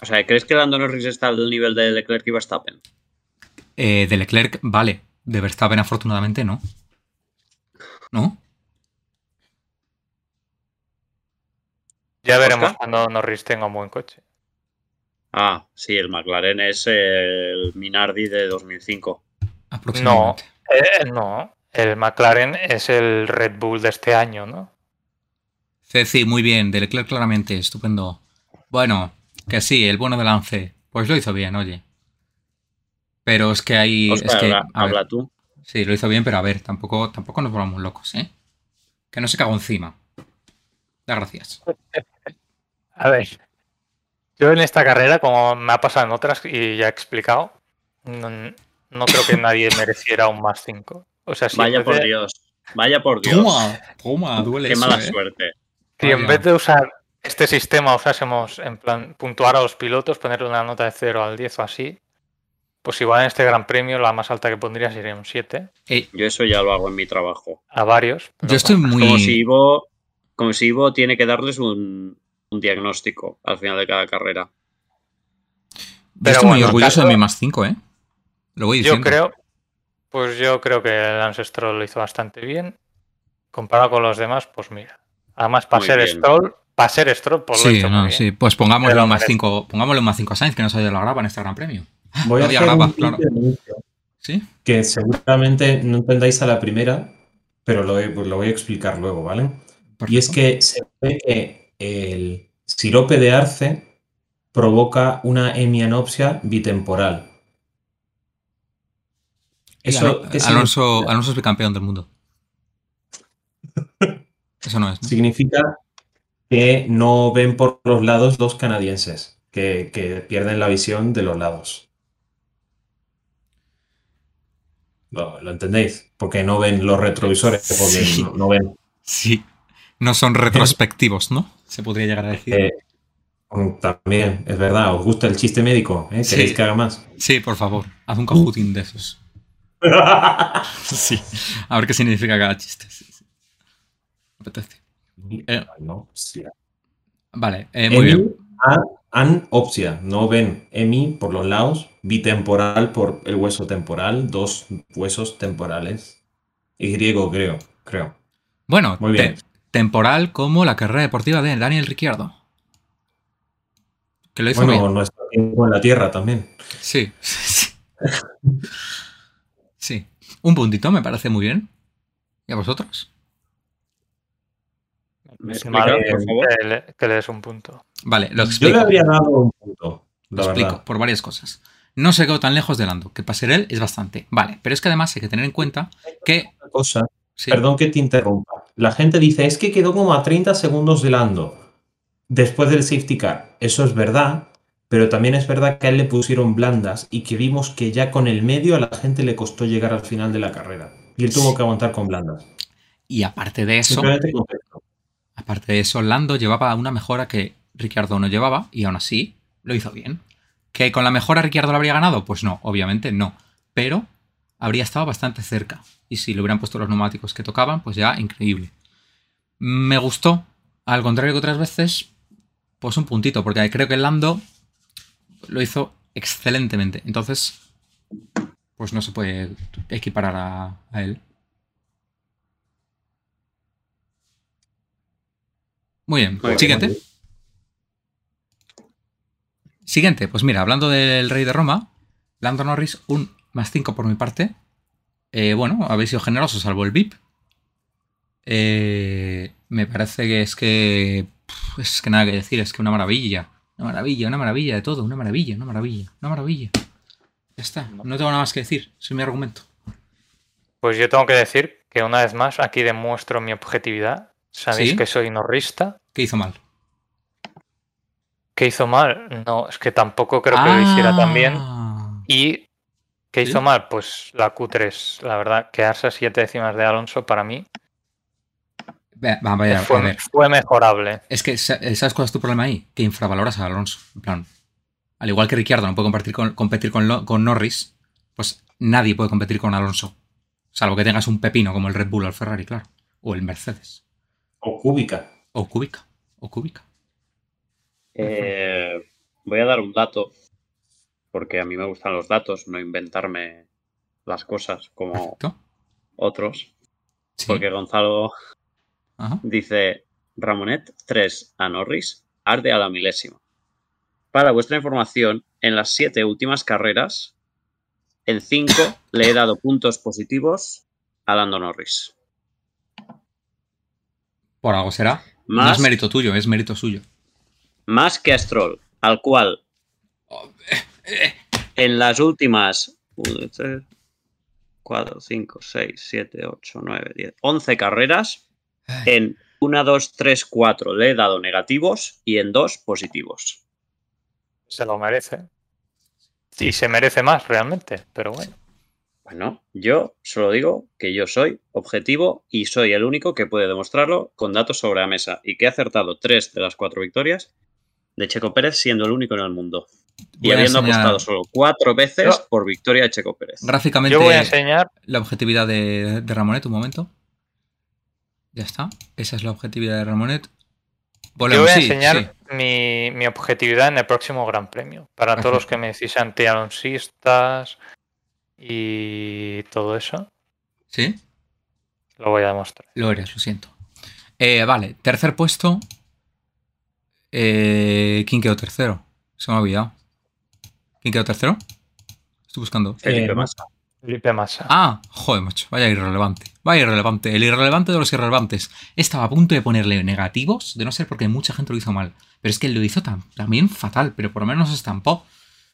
Speaker 3: O sea, ¿crees que Lando Norris está al nivel de Leclerc y Verstappen?
Speaker 1: Eh, de Leclerc, vale. De Verstappen, afortunadamente, no. ¿No?
Speaker 4: Ya veremos cuando Norris tenga un buen coche.
Speaker 3: Ah, sí, el McLaren es el Minardi de 2005.
Speaker 4: No, eh, no. El McLaren es el Red Bull de este año, ¿no?
Speaker 1: Ceci, muy bien, de Leclerc claramente, estupendo. Bueno, que sí, el bueno de Lance, pues lo hizo bien, oye. Pero es que ahí...
Speaker 3: Oscar,
Speaker 1: es que,
Speaker 3: habla, habla
Speaker 1: ver,
Speaker 3: tú.
Speaker 1: Sí, lo hizo bien, pero a ver, tampoco, tampoco nos volvamos locos, ¿eh? Que no se cagó encima. Da gracias.
Speaker 4: A ver, yo en esta carrera, como me ha pasado en otras y ya he explicado, no, no creo que nadie mereciera un más 5. O sea, si
Speaker 3: Vaya por de... Dios. Vaya por Dios.
Speaker 1: Toma, toma, duele
Speaker 3: Qué
Speaker 1: eso,
Speaker 3: mala
Speaker 1: eh.
Speaker 3: suerte.
Speaker 4: Si en vez de usar este sistema usásemos en plan puntuar a los pilotos, ponerle una nota de 0 al 10 o así, pues igual en este gran premio la más alta que pondría sería un 7.
Speaker 3: Eh, yo eso ya lo hago en mi trabajo.
Speaker 4: A varios.
Speaker 1: Yo estoy muy...
Speaker 3: Como si Ivo, como si Ivo tiene que darles un, un, diagnóstico al final de cada carrera.
Speaker 1: Yo Pero estoy bueno, muy orgulloso caso, de mi más 5, ¿eh? Lo voy diciendo.
Speaker 4: Yo creo, pues yo creo que el Ancestral lo hizo bastante bien. Comparado con los demás, pues mira. Además, para muy ser bien. Stroll, para ser Stroll, pues
Speaker 1: sí,
Speaker 4: lo hizo
Speaker 1: no,
Speaker 4: muy bien.
Speaker 1: sí. Pues pongámosle un, más cinco, pongámosle un más 5 a Sainz, que no se la graba en este gran premio.
Speaker 2: Voy
Speaker 1: no
Speaker 2: a
Speaker 1: había
Speaker 2: hacer
Speaker 1: grapa,
Speaker 2: un
Speaker 1: claro.
Speaker 2: intervencio
Speaker 1: ¿Sí?
Speaker 2: que seguramente no entendáis a la primera, pero lo, pues lo voy a explicar luego, ¿vale? Y es que se ve que el sirope de arce provoca una hemianopsia bitemporal. Eso,
Speaker 1: Alon-
Speaker 2: ¿qué
Speaker 1: Alonso, Alonso es bicampeón del mundo. Eso no es. ¿no?
Speaker 2: significa que no ven por los lados los canadienses, que, que pierden la visión de los lados. Lo, lo entendéis? Porque no ven los retrovisores, porque
Speaker 1: Sí.
Speaker 2: no, no ven.
Speaker 1: Sí. No son retrospectivos, ¿no? Se podría llegar a decir.
Speaker 2: Eh, también, es verdad, os gusta el chiste médico, ¿eh?
Speaker 1: Sí.
Speaker 2: ¿Queréis que haga más?
Speaker 1: sí, por favor, haz un cajutín de esos. Sí. A ver qué significa cada chiste. Sí, sí. Me Apetece. Eh,
Speaker 2: Anopsia.
Speaker 1: Vale, eh, muy bien.
Speaker 2: Anopsia, no ven hemi por los lados, bitemporal por el hueso temporal, dos huesos temporales. Y griego, creo, creo.
Speaker 1: Bueno,
Speaker 2: Muy bien.
Speaker 1: te- temporal como la carrera deportiva de Daniel Ricciardo. Que lo hizo
Speaker 2: Bueno,
Speaker 1: bien.
Speaker 2: nuestro tiempo en la Tierra también.
Speaker 1: Sí. Sí. Un puntito me parece muy bien. ¿Y a vosotros?
Speaker 3: ¿Me
Speaker 4: Es
Speaker 3: explicas,
Speaker 4: malo
Speaker 3: por favor?
Speaker 4: que le, que le des un punto.
Speaker 1: Vale, lo
Speaker 2: Yo
Speaker 1: explico.
Speaker 2: le habría dado un punto.
Speaker 1: lo
Speaker 2: La
Speaker 1: explico
Speaker 2: verdad.
Speaker 1: por varias cosas. No se quedó tan lejos de Lando, que para ser él es bastante. Vale, pero es que además hay que tener en cuenta que.
Speaker 2: Una cosa,
Speaker 1: sí,
Speaker 2: perdón que te interrumpa. La gente dice, es que quedó como a 30 segundos de Lando después del safety car. Eso es verdad, pero también es verdad que a él le pusieron blandas y que vimos que ya con el medio a la gente le costó llegar al final de la carrera. Y él tuvo que aguantar con blandas.
Speaker 1: Y aparte de eso,
Speaker 2: Simplemente con esto.
Speaker 1: aparte de eso, Lando llevaba una mejora que Ricciardo no llevaba y aún así lo hizo bien. ¿Que con la mejora Ricciardo lo habría ganado? Pues no, obviamente no. Pero habría estado bastante cerca. Y si le hubieran puesto los neumáticos que tocaban, pues ya increíble. Me gustó, al contrario que otras veces, pues un puntito, porque creo que Lando lo hizo excelentemente. Entonces, pues no se puede equiparar a, a él. Muy bien,
Speaker 3: Muy bien,
Speaker 1: siguiente.
Speaker 2: muy bien.
Speaker 1: Siguiente, pues mira, hablando del rey de Roma, Lando Norris, un más 5 por mi parte. Eh, bueno, habéis sido generosos, salvo el VIP. Eh, me parece que es que. pf, Es que nada que decir, es que una maravilla. Una maravilla, una maravilla de todo, una maravilla, una maravilla, una maravilla. Ya está, no tengo nada más que decir, ese es mi argumento.
Speaker 4: Pues yo tengo que decir que una vez más aquí demuestro mi objetividad. Sabéis
Speaker 1: ¿Sí?
Speaker 4: que soy norrista.
Speaker 1: ¿Qué hizo mal?
Speaker 4: ¿Qué hizo mal? No, es que tampoco creo que lo hiciera tan bien.
Speaker 1: Ah,
Speaker 4: ¿Y qué hizo
Speaker 1: ¿Sí?
Speaker 4: mal? Pues la Q3. La verdad, quedarse a siete décimas de Alonso para mí
Speaker 1: vea, va- vaya,
Speaker 4: fue,
Speaker 1: a ver.
Speaker 4: fue mejorable.
Speaker 1: Es que, sa- eh, ¿sabes cuál es tu problema ahí? Que infravaloras a Alonso. En plan, al igual que Ricciardo no puede compartir con- competir con, Lo- con Norris, pues nadie puede competir con Alonso. Salvo que tengas un pepino como el Red Bull o el Ferrari, claro. O el Mercedes.
Speaker 2: O cúbica.
Speaker 1: O Kubica. O Kubica.
Speaker 3: Eh, voy a dar un dato, porque a mí me gustan los datos, no inventarme las cosas como
Speaker 1: Perfecto.
Speaker 3: otros.
Speaker 1: Sí.
Speaker 3: Porque Gonzalo
Speaker 1: Ajá.
Speaker 3: dice, Ramonet 3 a Norris arde a la milésima. Para vuestra información, en las siete últimas carreras, en cinco le he dado puntos positivos a Lando Norris.
Speaker 1: Por algo será. No
Speaker 3: Más,
Speaker 1: es mérito tuyo, es mérito suyo.
Speaker 3: más que a Stroll, al cual
Speaker 1: Oh, eh,
Speaker 3: en las últimas 4, 5, 6, 7, 8, 9, 10, 11 carreras,
Speaker 1: Ay,
Speaker 3: en 1, 2, 3, 4 le he dado negativos y en 2 positivos.
Speaker 4: Se lo merece. Y se merece más realmente, pero bueno.
Speaker 3: Bueno, yo solo digo que yo soy objetivo y soy el único que puede demostrarlo con datos sobre la mesa y que he acertado 3 de las 4 victorias de Checo Pérez siendo el único en el mundo y
Speaker 1: voy a
Speaker 3: habiendo
Speaker 1: enseñar
Speaker 3: apostado solo 4 veces
Speaker 4: Yo-
Speaker 3: por victoria de Checo Pérez.
Speaker 1: Gráficamente,
Speaker 4: Yo voy a enseñar
Speaker 1: la objetividad de, de Ramonet, un momento. Ya está. Esa es la objetividad de Ramonet.
Speaker 4: Yo
Speaker 1: Volvemos,
Speaker 4: voy a
Speaker 1: sí,
Speaker 4: enseñar
Speaker 1: sí.
Speaker 4: mi, mi objetividad en el próximo Gran Premio. Para todos los que me decís antialonsistas y todo eso,
Speaker 1: ¿Sí?
Speaker 4: lo voy a demostrar.
Speaker 1: Lo eres, lo siento. Eh, vale, tercer puesto. Eh, ¿Quién quedó tercero? Se me ha olvidado. ¿Quién quedó tercero? Estoy buscando.
Speaker 3: Felipe
Speaker 2: Eh,
Speaker 3: Massa.
Speaker 4: Felipe Massa.
Speaker 1: Ah, joder, macho, vaya irrelevante. Vaya irrelevante. El irrelevante de los irrelevantes. Estaba a punto de ponerle negativos, de no ser porque mucha gente lo hizo mal. Pero es que lo hizo tam- también fatal, pero por lo menos se estampó.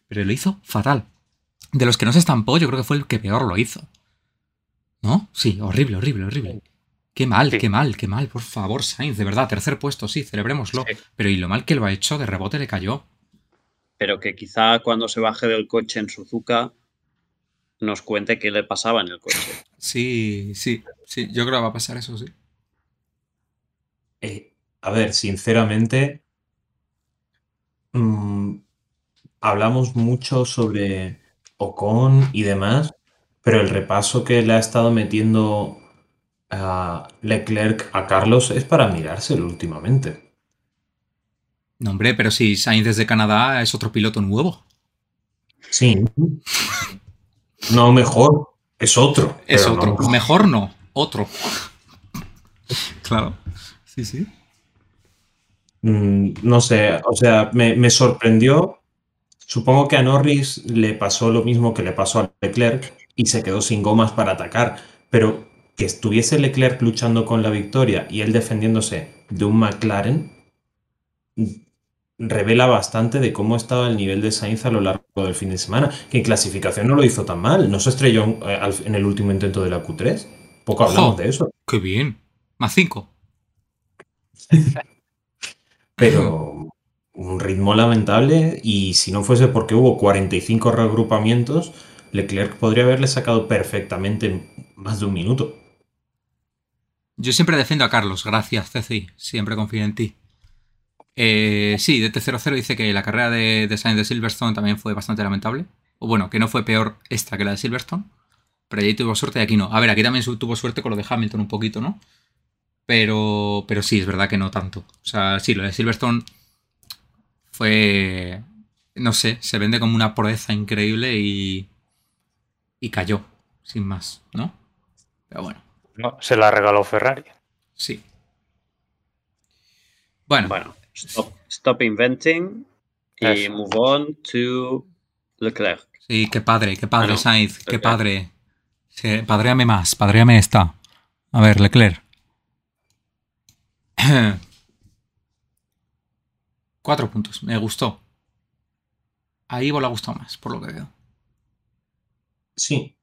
Speaker 1: Pero lo hizo fatal. De los que no se estampó, yo creo que fue el que peor lo hizo. ¿No? Sí, horrible, horrible, horrible. Qué mal,
Speaker 4: Sí.
Speaker 1: qué mal, qué mal. Por favor, Sainz, de verdad, tercer puesto, sí, celebrémoslo.
Speaker 4: Sí.
Speaker 1: Pero y lo mal que lo ha hecho, de rebote le cayó.
Speaker 3: pero que quizá cuando se baje del coche en Suzuka nos cuente qué le pasaba en el coche.
Speaker 1: Sí, sí, sí, yo creo que va a pasar eso, sí.
Speaker 2: Eh, a ver, sinceramente, mm, hablamos mucho sobre Ocon y demás, pero el repaso que le ha estado metiendo a Leclerc a Carlos es para mirárselo últimamente.
Speaker 1: No, hombre, pero si Sainz desde Canadá es otro piloto nuevo.
Speaker 2: Sí. No mejor, es otro,
Speaker 1: Es
Speaker 2: pero no
Speaker 1: otro.
Speaker 2: mejor.
Speaker 1: Mejor no, otro. claro. Sí, sí.
Speaker 2: Mm, No sé, o sea, me, me sorprendió. Supongo que a Norris le pasó lo mismo que le pasó a Leclerc y se quedó sin gomas para atacar, pero que estuviese Leclerc luchando con la victoria y él defendiéndose de un McLaren, mm, revela bastante de cómo estaba el nivel de Sainz a lo largo del fin de semana, que en clasificación no lo hizo tan mal, no se estrelló en, en el último intento de la Q3. Poco hablamos
Speaker 1: Ojo.
Speaker 2: de eso.
Speaker 1: Qué bien. Más 5.
Speaker 2: Pero un ritmo lamentable y si no fuese porque hubo 45 reagrupamientos, Leclerc podría haberle sacado perfectamente más de un minuto.
Speaker 1: Yo siempre defiendo a Carlos, gracias Ceci, siempre confío en ti. Eh, sí, DT00 dice que la carrera de design de Silverstone también fue bastante lamentable. O bueno, que no fue peor esta que la de Silverstone. Pero allí tuvo suerte y aquí no. A ver, aquí también su- tuvo suerte con lo de Hamilton un poquito, ¿no? Pero, pero sí, es verdad que no tanto. O sea, sí, lo de Silverstone fue... No sé, se vende como una proeza increíble y... Y cayó, sin más, ¿no? Pero bueno.
Speaker 4: No, se la regaló Ferrari.
Speaker 1: Sí. Bueno,
Speaker 3: Bueno, stop, stop inventing y
Speaker 4: Eso.
Speaker 3: move on to Leclerc.
Speaker 1: sí, qué padre, qué padre,
Speaker 3: Ah, no.
Speaker 1: Sainz, qué
Speaker 3: Ok.
Speaker 1: padre. Sí, padréame más, padréame esta. A ver, Leclerc. Cuatro puntos, me gustó. A Ivo le ha gustado más, por lo que veo.
Speaker 2: Sí.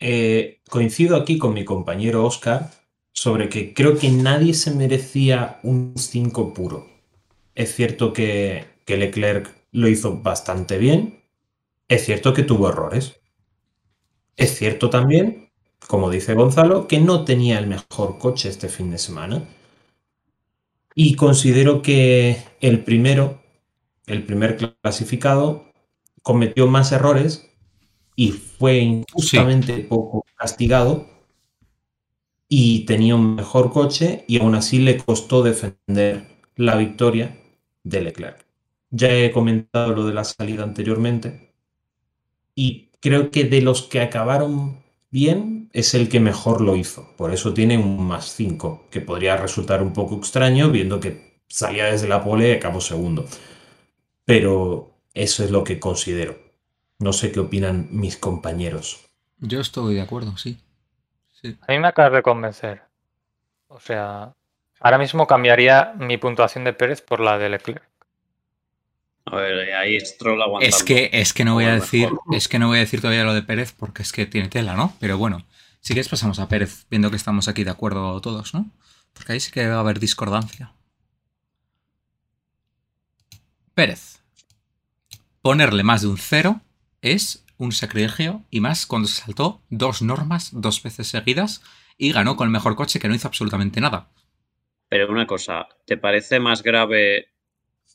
Speaker 2: Eh, coincido aquí con mi compañero Oscar sobre que creo que nadie se merecía un 5 puro. Es cierto que, que Leclerc lo hizo bastante bien. Es cierto que tuvo errores. Es cierto también, como dice Gonzalo, que no tenía el mejor coche este fin de semana. Y considero que el primero, el primer clasificado, cometió más errores y fue injustamente poco castigado y tenía un mejor coche y aún así le costó defender la victoria de Leclerc. Ya he comentado lo de la salida anteriormente y creo que de los que acabaron bien es el que mejor lo hizo. Por eso tiene un más 5, que podría resultar un poco extraño viendo que salía desde la pole y acabó segundo. Pero eso es lo que considero. No sé qué opinan mis compañeros.
Speaker 1: Yo estoy de acuerdo, sí. Sí.
Speaker 4: A mí me acabas de convencer. O sea, ahora mismo cambiaría mi puntuación de Pérez por la de Leclerc.
Speaker 3: A ver, ahí Stroll aguantando.
Speaker 1: Es que, es que no voy a
Speaker 3: Bueno,
Speaker 1: decir,
Speaker 3: mejor.
Speaker 1: es que no voy a decir todavía lo de Pérez porque es que tiene tela, ¿no? Pero bueno, si quieres pasamos a Pérez, viendo que estamos aquí de acuerdo todos, ¿no? Porque ahí sí que va a haber discordancia. Pérez. Ponerle más de un cero es un sacrilegio y más cuando se saltó dos normas dos veces seguidas y ganó con el mejor coche que no hizo absolutamente nada.
Speaker 3: Pero una cosa, ¿te parece más grave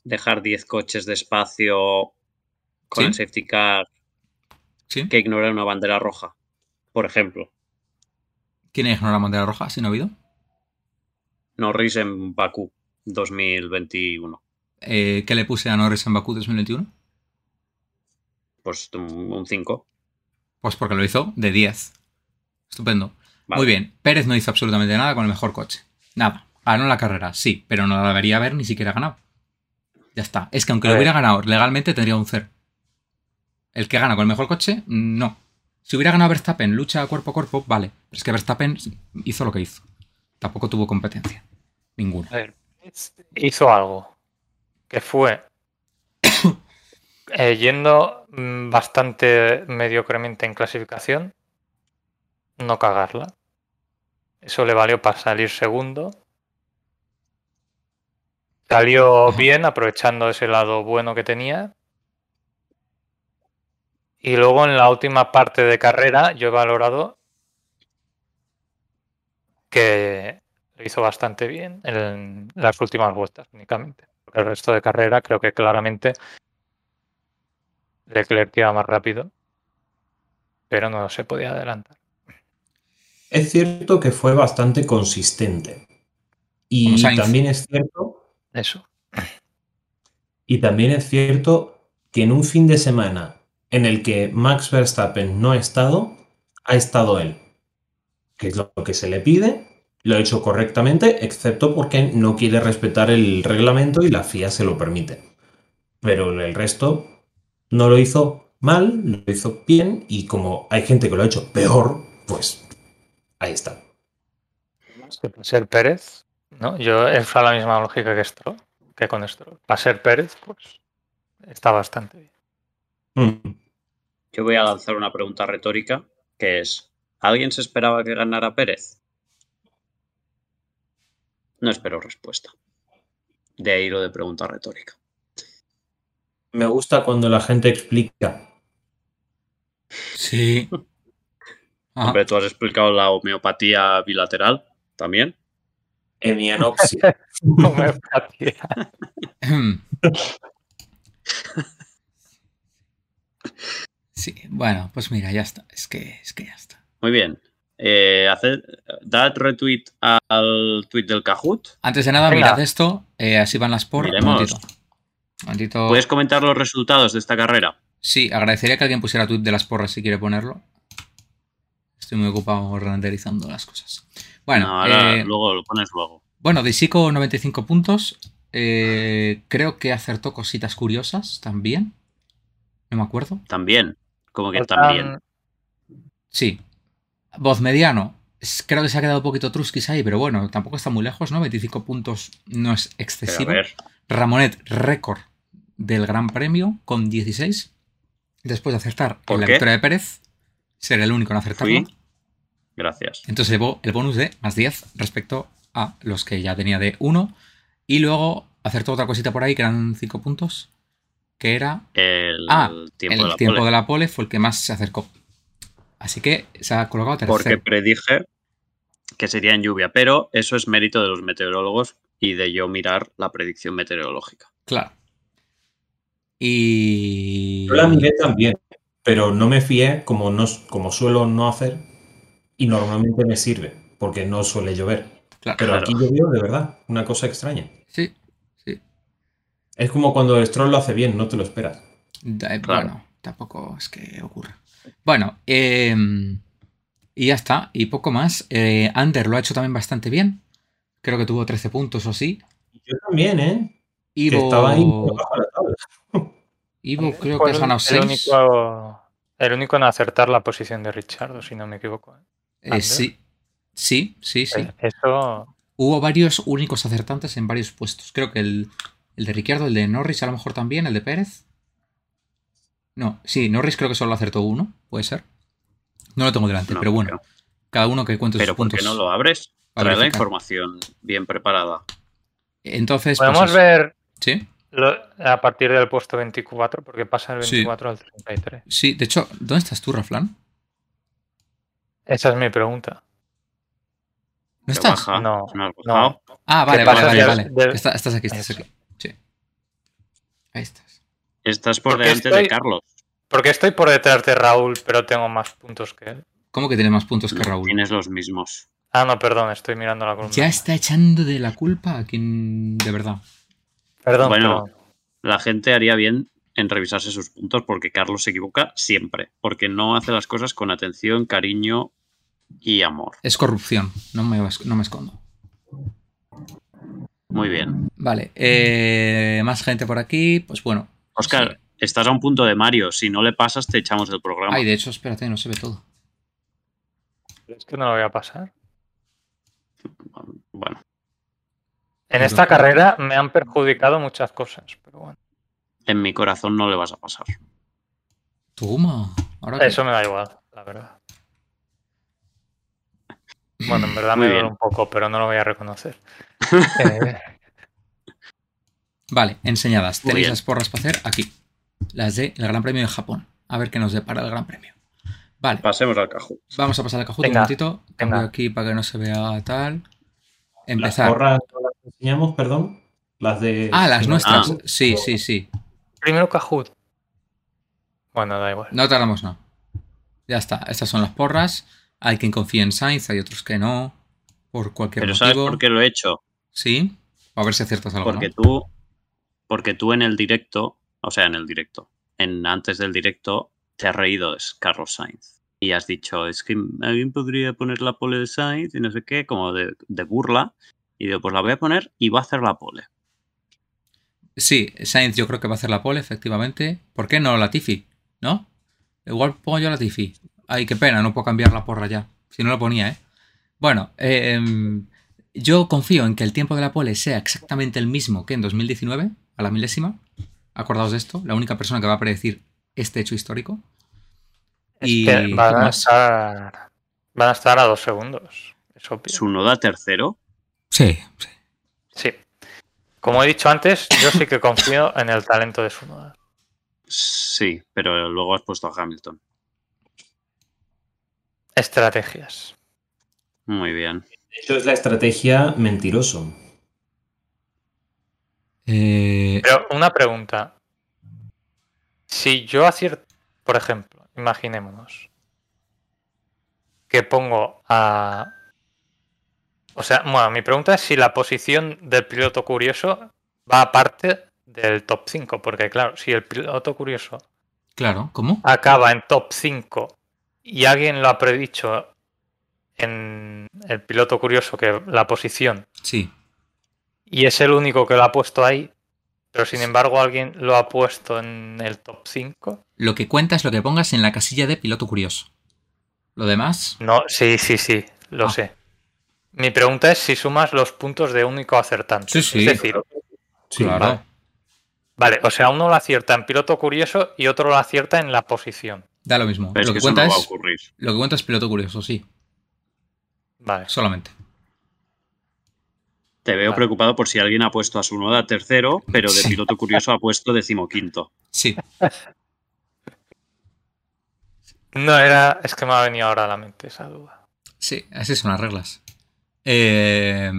Speaker 3: dejar 10 coches de espacio con
Speaker 1: Sí.
Speaker 3: el safety car
Speaker 1: ¿Sí?
Speaker 3: que ignorar una bandera roja? Por ejemplo,
Speaker 1: ¿Quién ignoró la bandera roja si no ha habido?
Speaker 3: Norris en Bakú 2021.
Speaker 1: Eh, ¿Qué le puse a Norris en Bakú 2021?
Speaker 3: Pues un 5.
Speaker 1: Pues porque lo hizo de 10. Estupendo. Muy bien. Pérez no hizo absolutamente nada con el mejor coche. Nada. Ganó la carrera, sí, pero no la debería haber ni siquiera ganado. Ya está. Es que aunque
Speaker 4: A
Speaker 1: lo
Speaker 4: ver.
Speaker 1: hubiera ganado legalmente, tendría un cero. El que gana con el mejor coche, no. Si hubiera ganado Verstappen, lucha cuerpo a cuerpo, vale. Pero es que Verstappen hizo lo que hizo. Tampoco tuvo competencia. Ninguna.
Speaker 4: A ver, Pérez hizo algo que fue eh, yendo mm, bastante mediocremente en clasificación, no cagarla. Eso le valió para salir segundo. Salió
Speaker 1: Ajá.
Speaker 4: bien, aprovechando ese lado bueno que tenía. Y luego en la última parte de carrera, yo he valorado que lo hizo bastante bien en las últimas vueltas únicamente. Porque el resto de carrera creo que claramente Leclerc iba más rápido, pero no se podía adelantar.
Speaker 2: Es cierto que fue bastante consistente. Y
Speaker 1: Como Sainz.
Speaker 2: también es cierto,
Speaker 4: Eso.
Speaker 2: y también es cierto que en un fin de semana en el que Max Verstappen no ha estado, ha estado él. Que es lo que se le pide, lo ha hecho correctamente, excepto porque no quiere respetar el reglamento y la FIA se lo permite. Pero el resto no lo hizo mal, lo hizo bien, y como hay gente que lo ha hecho peor, pues ahí está.
Speaker 4: Ser Pérez, ¿no? Yo es la misma lógica que Stroll, que con esto. Para ser Pérez, pues está bastante bien.
Speaker 2: Mm.
Speaker 3: Yo voy a lanzar una pregunta retórica, que es, ¿alguien se esperaba que ganara Pérez? No espero respuesta. De ahí lo de pregunta retórica.
Speaker 2: Me gusta cuando la gente explica.
Speaker 1: Sí. Ajá.
Speaker 3: Hombre, tú has explicado la homeopatía bilateral también.
Speaker 2: Hemianopsia.
Speaker 4: Homeopatía.
Speaker 1: Sí, bueno, pues mira, ya está. Es que, es que ya está.
Speaker 3: Muy bien. Eh, haced- dad retweet al tweet del Kahoot.
Speaker 1: Antes de nada,
Speaker 4: Venga.
Speaker 1: mirad esto. eh, así van las por.
Speaker 3: Miremos. Pues-
Speaker 1: Un momentito. Un momentito.
Speaker 3: ¿Puedes comentar los resultados de esta carrera?
Speaker 1: Sí, agradecería que alguien pusiera tweet de las porras si quiere ponerlo. Estoy muy ocupado renderizando las cosas. Bueno,
Speaker 3: No, ahora
Speaker 1: eh,
Speaker 3: luego lo pones luego.
Speaker 1: bueno Disico 95 puntos. Eh, creo que acertó cositas curiosas también. No me acuerdo.
Speaker 3: También. Como que
Speaker 4: Faltan-
Speaker 3: también.
Speaker 1: Sí. Voz mediano. Es- Creo que se ha quedado un poquito Truskis ahí, pero bueno, tampoco está muy lejos, ¿no? 25 puntos no es
Speaker 3: Pero
Speaker 1: excesivo.
Speaker 3: a ver,
Speaker 1: Ramonet, récord del Gran Premio con 16. Después de acertar
Speaker 3: ¿Por
Speaker 1: en la
Speaker 3: qué?
Speaker 1: victoria de Pérez, ser el único en acertarlo.
Speaker 3: Fui. gracias.
Speaker 1: Entonces llevó el bonus de más 10 respecto a los que ya tenía de 1. Y luego acertó otra cosita por ahí, que eran 5 puntos, que era
Speaker 3: El
Speaker 1: Ah,
Speaker 3: tiempo
Speaker 1: el
Speaker 3: de la
Speaker 1: tiempo
Speaker 3: pole.
Speaker 1: de la pole, fue el que más se acercó. Así que se ha colocado
Speaker 3: Porque
Speaker 1: tercero.
Speaker 3: predije que sería en lluvia, pero eso es mérito de los meteorólogos y de yo mirar la predicción meteorológica.
Speaker 1: Claro. Y.
Speaker 2: Yo la miré también, pero no me fié, como, no, como suelo no hacer, y normalmente me sirve, porque no suele llover.
Speaker 1: Claro.
Speaker 2: Pero
Speaker 3: Claro.
Speaker 2: aquí llovió de verdad, una cosa extraña.
Speaker 1: Sí, sí.
Speaker 2: Es como cuando Stroll lo hace bien, no te lo esperas.
Speaker 1: Da- eh,
Speaker 3: Claro.
Speaker 1: Bueno, tampoco es que ocurra. Bueno, eh, y ya está, y poco más. Eh, Ander lo ha hecho también bastante bien. Creo que tuvo 13 puntos o sí.
Speaker 2: Yo también, ¿eh? Que
Speaker 1: Ivo,
Speaker 2: estaba ahí por abajo de la tabla.
Speaker 1: Ivo creo
Speaker 4: Fue
Speaker 1: que has ganado
Speaker 4: el
Speaker 1: 6.
Speaker 4: único, el único en acertar la posición de Richardo, si no me equivoco. ¿eh? Ander.
Speaker 1: Eh, sí, sí, sí, sí.
Speaker 4: Eso,
Speaker 1: Hubo varios únicos acertantes en varios puestos. Creo que el, el de Ricciardo, el de Norris a lo mejor también, el de Pérez. No, sí, Norris creo que solo acertó uno, puede ser. No lo tengo delante,
Speaker 3: No,
Speaker 1: pero bueno,
Speaker 3: pero-
Speaker 1: cada uno que cuente
Speaker 3: Pero
Speaker 1: sus
Speaker 3: ¿por
Speaker 1: puntos.
Speaker 3: qué no lo abres?
Speaker 1: para
Speaker 3: Trae la
Speaker 1: verificar.
Speaker 3: información bien preparada.
Speaker 1: Entonces, pues
Speaker 4: podemos
Speaker 1: eso.
Speaker 4: ver
Speaker 1: Sí,
Speaker 4: lo- a partir del puesto 24, porque pasa el
Speaker 1: Sí.
Speaker 4: 24 al 33.
Speaker 1: sí, de hecho, ¿dónde estás tú, Raflan?
Speaker 4: Esa es mi pregunta.
Speaker 1: ¿No
Speaker 3: Te
Speaker 1: estás?
Speaker 3: baja,
Speaker 4: No,
Speaker 3: no has
Speaker 4: no.
Speaker 3: bajado.
Speaker 1: Ah, vale,
Speaker 4: ¿Qué
Speaker 1: vale,
Speaker 4: pasa?
Speaker 1: vale,
Speaker 4: Ya-
Speaker 1: vale.
Speaker 4: ya-
Speaker 1: Está- estás aquí, estás
Speaker 4: Eso.
Speaker 1: aquí. Sí. Ahí estás.
Speaker 3: Estás por
Speaker 4: Porque
Speaker 3: delante
Speaker 4: estoy-
Speaker 3: de Carlos.
Speaker 4: Porque estoy por detrás de Raúl, pero tengo más puntos que él.
Speaker 1: ¿Cómo que tiene más puntos que Raúl?
Speaker 3: Tienes los mismos.
Speaker 4: Ah, no, perdón, estoy mirando la columna.
Speaker 1: Ya está echando de la culpa a quien de verdad.
Speaker 4: Perdón,
Speaker 3: Bueno.
Speaker 4: perdón.
Speaker 3: La gente haría bien en revisarse sus puntos porque Carlos se equivoca siempre, porque no hace las cosas con atención, cariño y amor.
Speaker 1: Es corrupción, no me, no me escondo.
Speaker 3: Muy
Speaker 1: Mm,
Speaker 3: bien.
Speaker 1: Vale, eh, más gente por aquí. Pues bueno.
Speaker 3: Oscar,
Speaker 1: sí.
Speaker 3: estás a un punto de Mario. Si no le pasas, te echamos del programa.
Speaker 1: Ay, de hecho, espérate, no se ve todo.
Speaker 4: Es que no lo voy a pasar.
Speaker 3: Bueno,
Speaker 4: En esta carrera me han perjudicado muchas cosas, pero bueno.
Speaker 3: en mi corazón no le vas a pasar.
Speaker 1: Toma. Ahora que-
Speaker 4: Eso me da igual, la verdad. Bueno, en verdad
Speaker 3: Muy
Speaker 4: me duele
Speaker 3: bien.
Speaker 4: un poco, pero no lo voy a reconocer. Eh,
Speaker 1: Vale, enseñadas.
Speaker 3: Muy
Speaker 1: Tenéis
Speaker 3: bien.
Speaker 1: las porras para hacer aquí. Las del Gran Premio de Japón. A ver qué nos depara el Gran Premio. Vale,
Speaker 3: Pasemos al cajón.
Speaker 1: vamos a pasar al cajuto un
Speaker 4: Venga,
Speaker 1: momentito. Cambio
Speaker 4: venga.
Speaker 1: aquí para que no se vea tal.
Speaker 2: Las
Speaker 1: Empezar.
Speaker 2: porras no las enseñamos, perdón. Las de.
Speaker 1: Ah, las nuestras.
Speaker 3: Ah.
Speaker 1: Sí, sí, sí.
Speaker 4: Primero Kahoot. Bueno, da igual.
Speaker 1: No tardamos nada. Ya está. Estas son las porras. Hay quien confía en Sainz, hay otros que no. Por cualquier
Speaker 3: Pero ¿sabes
Speaker 1: motivo.
Speaker 3: por qué lo he hecho?
Speaker 1: Sí. A ver si aciertas algo.
Speaker 3: Porque
Speaker 1: ¿no?
Speaker 3: tú, porque tú en el directo, o sea, en el directo, en antes del directo, te has reído de Carlos Sainz. Y has dicho, es que alguien podría poner la pole de Sainz y no sé qué, como de, de burla. Y digo, pues la voy a poner y va a hacer la pole.
Speaker 1: Sí, Sainz yo creo que va a hacer la pole, efectivamente. ¿Por qué no Latifi? ¿No? Igual pongo yo a Latifi. Ay, qué pena, no puedo cambiar la porra ya. Si no la ponía, ¿eh? Bueno, eh, em, Yo confío en que el tiempo de la pole sea exactamente el mismo que en 2019, a la milésima. Acordaos de esto, la única persona que va a predecir este hecho histórico.
Speaker 4: Y que van, a estar, van a estar a dos segundos. Es obvio.
Speaker 3: Sunoda tercero.
Speaker 1: Sí, sí.
Speaker 4: Sí. Como he dicho antes, yo sí que confío en el talento de Sunoda.
Speaker 3: Sí, pero luego has puesto a Hamilton.
Speaker 4: Estrategias.
Speaker 3: Muy bien.
Speaker 2: De hecho, es la estrategia mentiroso.
Speaker 1: Eh,
Speaker 4: Pero una pregunta. Si yo acierto, por ejemplo, imaginémonos que pongo a... O sea, bueno, mi pregunta es si la posición del piloto curioso va aparte del top 5, porque claro, si el piloto curioso
Speaker 1: claro, ¿cómo?
Speaker 4: acaba en top 5 y alguien lo ha predicho en el piloto curioso que la posición
Speaker 1: Sí.
Speaker 4: y es el único que lo ha puesto ahí, pero sin embargo alguien lo ha puesto en el top 5.
Speaker 1: Lo que cuenta es lo que pongas en la casilla de piloto curioso. Lo demás,
Speaker 4: No, sí, sí, sí, lo
Speaker 1: Ah.
Speaker 4: sé. Mi pregunta es si sumas los puntos de único acertante.
Speaker 1: Sí, sí.
Speaker 4: Es decir,
Speaker 2: Sí,
Speaker 1: claro.
Speaker 4: vale. Vale, o sea, uno lo acierta en piloto curioso y otro lo acierta en la posición.
Speaker 1: Da lo mismo.
Speaker 3: Pero es
Speaker 1: lo que,
Speaker 3: que eso no
Speaker 1: cuenta
Speaker 3: va a
Speaker 1: es,
Speaker 3: ocurrir.
Speaker 1: lo que cuenta es piloto curioso, sí.
Speaker 4: Vale.
Speaker 1: Solamente.
Speaker 3: Te veo
Speaker 4: Vale.
Speaker 3: preocupado por si alguien ha puesto a Sunoda tercero, pero de
Speaker 1: Sí.
Speaker 3: piloto curioso ha puesto decimoquinto.
Speaker 1: Sí.
Speaker 4: No era, es que me ha venido ahora a la mente esa duda.
Speaker 1: Sí, así son las reglas. Eh,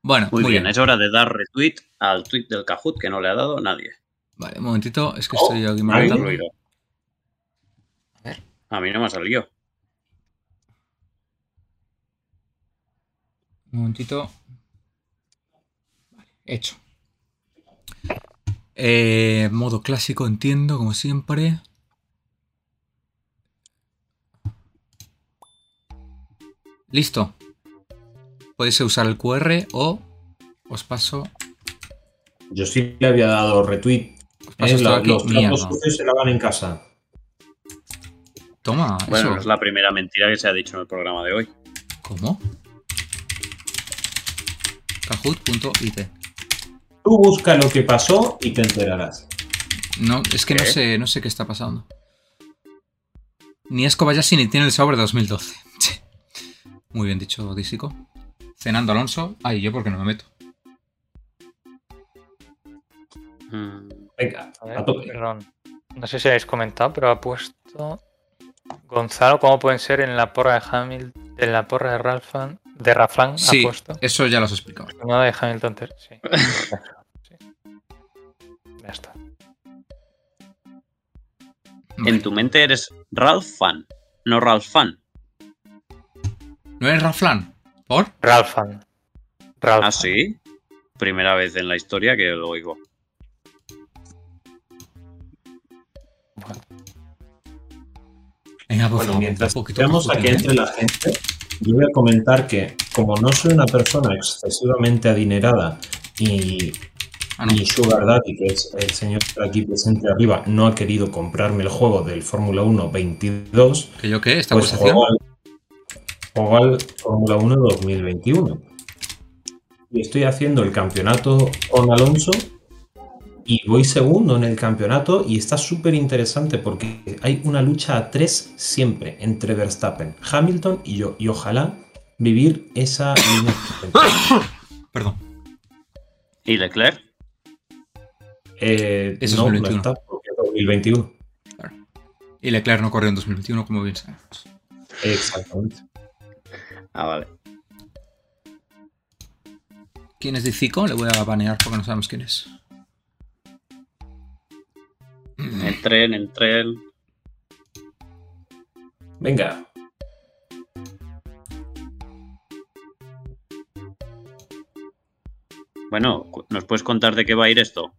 Speaker 1: bueno,
Speaker 3: Muy, bien, es hora de dar retweet al tweet del Kahoot que no le ha dado nadie.
Speaker 1: Vale, un momentito, es que
Speaker 2: Oh,
Speaker 1: estoy yo aquí
Speaker 2: ahí,
Speaker 3: Hay un
Speaker 1: marcando.
Speaker 3: ruido. A mí no me ha salido.
Speaker 1: Un momentito. Vale, hecho. Eh, modo clásico, entiendo, como siempre. Listo. Podéis usar el QR o os paso,
Speaker 2: Yo sí le había dado retweet.
Speaker 1: os paso
Speaker 2: ¿eh?
Speaker 1: esto
Speaker 2: La-
Speaker 1: aquí.
Speaker 2: los
Speaker 1: Mierda.
Speaker 2: platos sucios se lavan en casa.
Speaker 1: Toma,
Speaker 3: Bueno,
Speaker 1: eso.
Speaker 3: no es la primera mentira que se ha dicho en el programa de hoy.
Speaker 1: ¿Cómo? Kahoot.it.
Speaker 2: Tú busca lo que pasó y te enterarás.
Speaker 1: No, es que no
Speaker 3: ¿Qué?
Speaker 1: sé, no sé qué está pasando. Ni es Kobayashi ni tiene el sobre 2012. Che. Muy bien dicho, Dísico. Cenando Alonso. Ay, yo porque no me meto.
Speaker 3: Mm,
Speaker 2: Venga,
Speaker 4: A ver,
Speaker 2: a tope.
Speaker 4: perdón. No sé si habéis comentado, pero ha puesto Gonzalo, ¿cómo pueden ser en la porra de Hamilton, en la porra de Ralfan, de Raflan
Speaker 1: Sí.
Speaker 4: ha puesto?
Speaker 1: Eso ya lo has explicado.
Speaker 4: No de Hamilton ter- sí. Sí. Ya está.
Speaker 3: En tu mente eres Ralph Fan, no Ralph Fan.
Speaker 1: ¿No eres Raflan? ¿Por?
Speaker 4: Ralfan. Ralfan.
Speaker 3: Ah, sí. Primera vez en la historia que lo oigo.
Speaker 4: Bueno,
Speaker 1: Venga, por
Speaker 2: Bueno,
Speaker 1: favor,
Speaker 2: mientras
Speaker 1: un poquito
Speaker 2: esperamos a
Speaker 1: Kahoot,
Speaker 2: que
Speaker 1: ¿eh?
Speaker 2: entre la gente, yo voy a comentar que, como no soy una persona excesivamente adinerada y
Speaker 1: Ah, no.
Speaker 2: mi Sugar Daddy, que es el señor aquí presente arriba, no ha querido comprarme el juego del Fórmula 1 22,
Speaker 1: ¿Que yo qué? ¿Esta
Speaker 2: pues
Speaker 1: conversación?
Speaker 2: juego al, juego al Fórmula 1 2021. Y estoy haciendo el campeonato con Alonso y voy segundo en el campeonato y está súper interesante porque hay una lucha a tres siempre entre Verstappen, Hamilton y yo. Y ojalá vivir esa línea.
Speaker 1: Perdón.
Speaker 3: ¿Y Leclerc?
Speaker 2: Eh,
Speaker 1: Eso es
Speaker 2: no, no
Speaker 1: 2021.
Speaker 2: está porque es 2021.
Speaker 1: Y Leclerc no corrió en 2021, como bien sabemos.
Speaker 2: Exactamente.
Speaker 3: Ah, vale.
Speaker 1: ¿Quién es Dicico? Le voy a banear porque no sabemos quién es.
Speaker 3: En tren, en tren.
Speaker 2: Venga.
Speaker 3: Bueno, cu- ¿nos puedes contar de qué va a ir esto?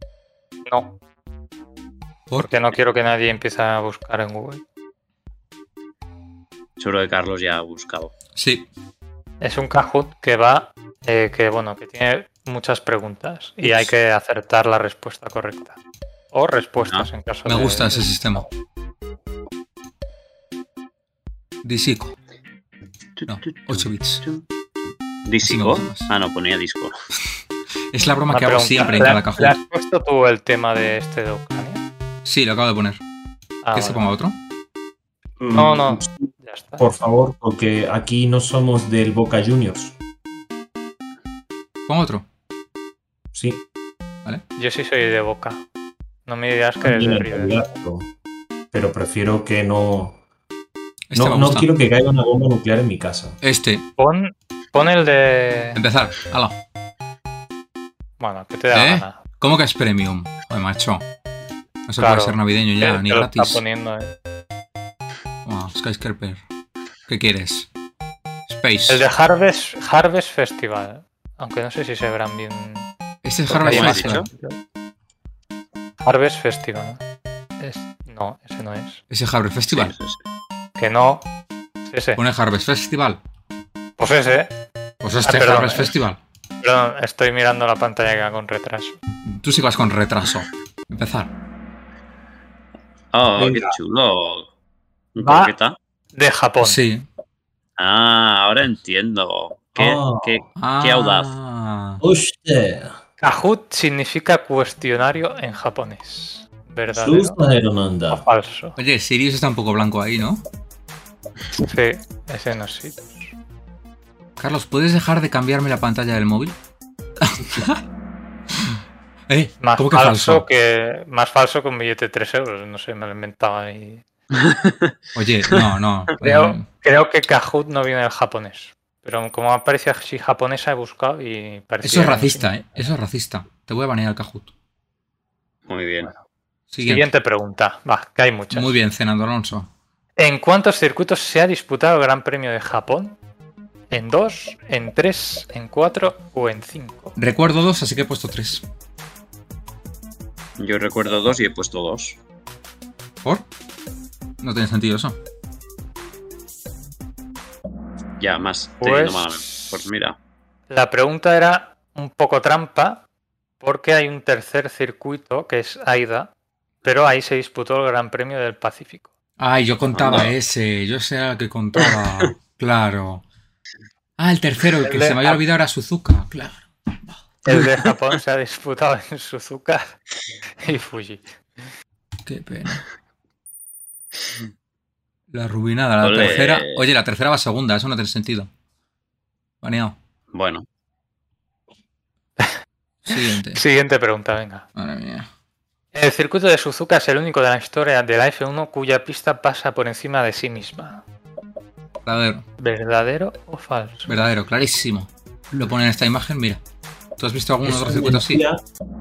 Speaker 4: No,
Speaker 1: ¿Por?
Speaker 4: porque no quiero que nadie empiece a buscar en Google.
Speaker 3: Seguro que Carlos ya ha buscado.
Speaker 1: Sí.
Speaker 4: Es un Kahoot que va, eh, que bueno, que tiene muchas preguntas y hay que acertar la respuesta correcta. O respuestas
Speaker 3: Ah.
Speaker 4: en caso
Speaker 1: Me
Speaker 4: de-
Speaker 1: gusta ese sistema. Disico. No, 8 bits.
Speaker 3: ¿Disico? Ah, no, ponía disco.
Speaker 1: Es la broma
Speaker 4: Una
Speaker 1: que hago
Speaker 4: pregunta.
Speaker 1: siempre en
Speaker 4: ¿Le-
Speaker 1: cada
Speaker 4: ¿Le
Speaker 1: cajón.
Speaker 4: has puesto tú el tema de este de Ucrania?
Speaker 1: Sí, lo acabo de poner.
Speaker 4: Ah,
Speaker 1: ¿Quieres que
Speaker 4: vale.
Speaker 1: ponga otro?
Speaker 4: No, no. Ya está.
Speaker 2: Por favor, porque aquí no somos del Boca Juniors.
Speaker 1: Pongo otro.
Speaker 2: Sí,
Speaker 4: Yo sí soy de Boca. No me dirás que eres
Speaker 2: también
Speaker 4: de
Speaker 2: en
Speaker 4: River.
Speaker 2: realidad, pero, pero prefiero que no.
Speaker 1: Este
Speaker 2: no
Speaker 1: me
Speaker 2: no
Speaker 1: gusta.
Speaker 2: quiero que caiga una bomba nuclear en mi casa.
Speaker 1: Este.
Speaker 4: Pon, pon el de...
Speaker 1: Empezar. Hala.
Speaker 4: Bueno, que te da
Speaker 1: ¿Eh?
Speaker 4: gana.
Speaker 1: ¿Cómo que es premium? Joder, macho. No se
Speaker 4: Claro.
Speaker 1: puede ser navideño
Speaker 4: Te-
Speaker 1: ya, ni
Speaker 4: te lo está
Speaker 1: gratis.
Speaker 4: poniendo, eh.
Speaker 1: Wow, Skyscraper. ¿Qué quieres? Space.
Speaker 4: El de Harvest, Harvest Festival. Aunque no sé si se verán bien.
Speaker 1: Este es Harvest
Speaker 4: porque hay más,
Speaker 1: Festival.
Speaker 4: ¿no? Harvest Festival. Es- No, ese no es.
Speaker 1: Ese es Harvest
Speaker 3: Sí,
Speaker 1: Festival.
Speaker 3: sí, sí.
Speaker 4: Que no. Ese.
Speaker 1: Pone Harvest Festival.
Speaker 4: Pues ese.
Speaker 1: Pues este
Speaker 4: Ah, perdón,
Speaker 1: Harvest
Speaker 4: eh.
Speaker 1: Festival.
Speaker 4: Perdón, estoy mirando la pantalla que va con retraso.
Speaker 1: Tú sí que vas con retraso. Empezar.
Speaker 3: Oh, qué
Speaker 2: Venga.
Speaker 3: chulo. ¿Un
Speaker 4: Va.
Speaker 3: croqueta?
Speaker 4: De Japón.
Speaker 1: Sí.
Speaker 3: Ah, ahora entiendo. Qué,
Speaker 4: Oh.
Speaker 2: Ah.
Speaker 3: qué-
Speaker 1: Ah,
Speaker 3: Qué audaz.
Speaker 2: Hostia,
Speaker 4: Kahoot significa cuestionario en japonés. ¿Verdadero
Speaker 2: sus madre
Speaker 4: o
Speaker 1: Ah,
Speaker 2: manda.
Speaker 4: falso?
Speaker 1: Oye, Sirius está un poco blanco ahí, ¿no?
Speaker 4: Sí, ese no sí.
Speaker 1: Carlos, ¿puedes dejar de cambiarme la pantalla del móvil? eh,
Speaker 4: Más
Speaker 1: ¿cómo que falso?
Speaker 4: falso, que más falso que un billete de 3 euros. No sé, me lo inventaba ahí.
Speaker 1: Oye, no, no.
Speaker 4: Creo-
Speaker 1: eh,
Speaker 4: Creo que Kahoot no viene del japonés. Pero como aparece así japonesa, he buscado y parecía.
Speaker 1: eso es racista, ¿eh? Eso es racista. Te voy a banear el Kahoot.
Speaker 3: Muy bien.
Speaker 1: Siguiente.
Speaker 4: Siguiente pregunta. Va, que hay muchas.
Speaker 1: Muy bien, Cenando Alonso.
Speaker 4: ¿En cuántos circuitos se ha disputado el Gran Premio de Japón? ¿En dos? ¿En tres? ¿En cuatro? ¿O en cinco?
Speaker 1: Recuerdo dos, así que he puesto tres.
Speaker 3: Yo recuerdo dos y he puesto dos.
Speaker 1: ¿Por? No tiene sentido eso.
Speaker 3: Ya, más.
Speaker 4: Pues-
Speaker 3: teniendo mala memoria. pues mira.
Speaker 4: La pregunta era un poco trampa porque hay un tercer circuito que es Aida, pero ahí se disputó el Gran Premio del Pacífico.
Speaker 1: Ay, yo contaba
Speaker 3: Anda.
Speaker 1: ese. Yo sé el que contaba. claro. Ah, el tercero, el que
Speaker 4: El de-
Speaker 1: se me había olvidado era Suzuka. Claro.
Speaker 4: El de Japón se ha disputado en Suzuka y Fuji.
Speaker 1: Qué pena. La arruinada, la
Speaker 3: Ole.
Speaker 1: tercera. Oye, la tercera va segunda, eso no tiene sentido. Baneado.
Speaker 3: Bueno,
Speaker 1: Siguiente.
Speaker 4: Siguiente pregunta, venga.
Speaker 1: Madre mía.
Speaker 4: El circuito de Suzuka es el único de la historia de la F1 cuya pista pasa por encima de sí misma.
Speaker 1: Verdadero,
Speaker 4: ¿Verdadero o falso?
Speaker 1: verdadero, clarísimo. Lo pone en esta imagen, mira. ¿Tú has visto algún
Speaker 2: Es
Speaker 1: otro circuito así?
Speaker 2: mentira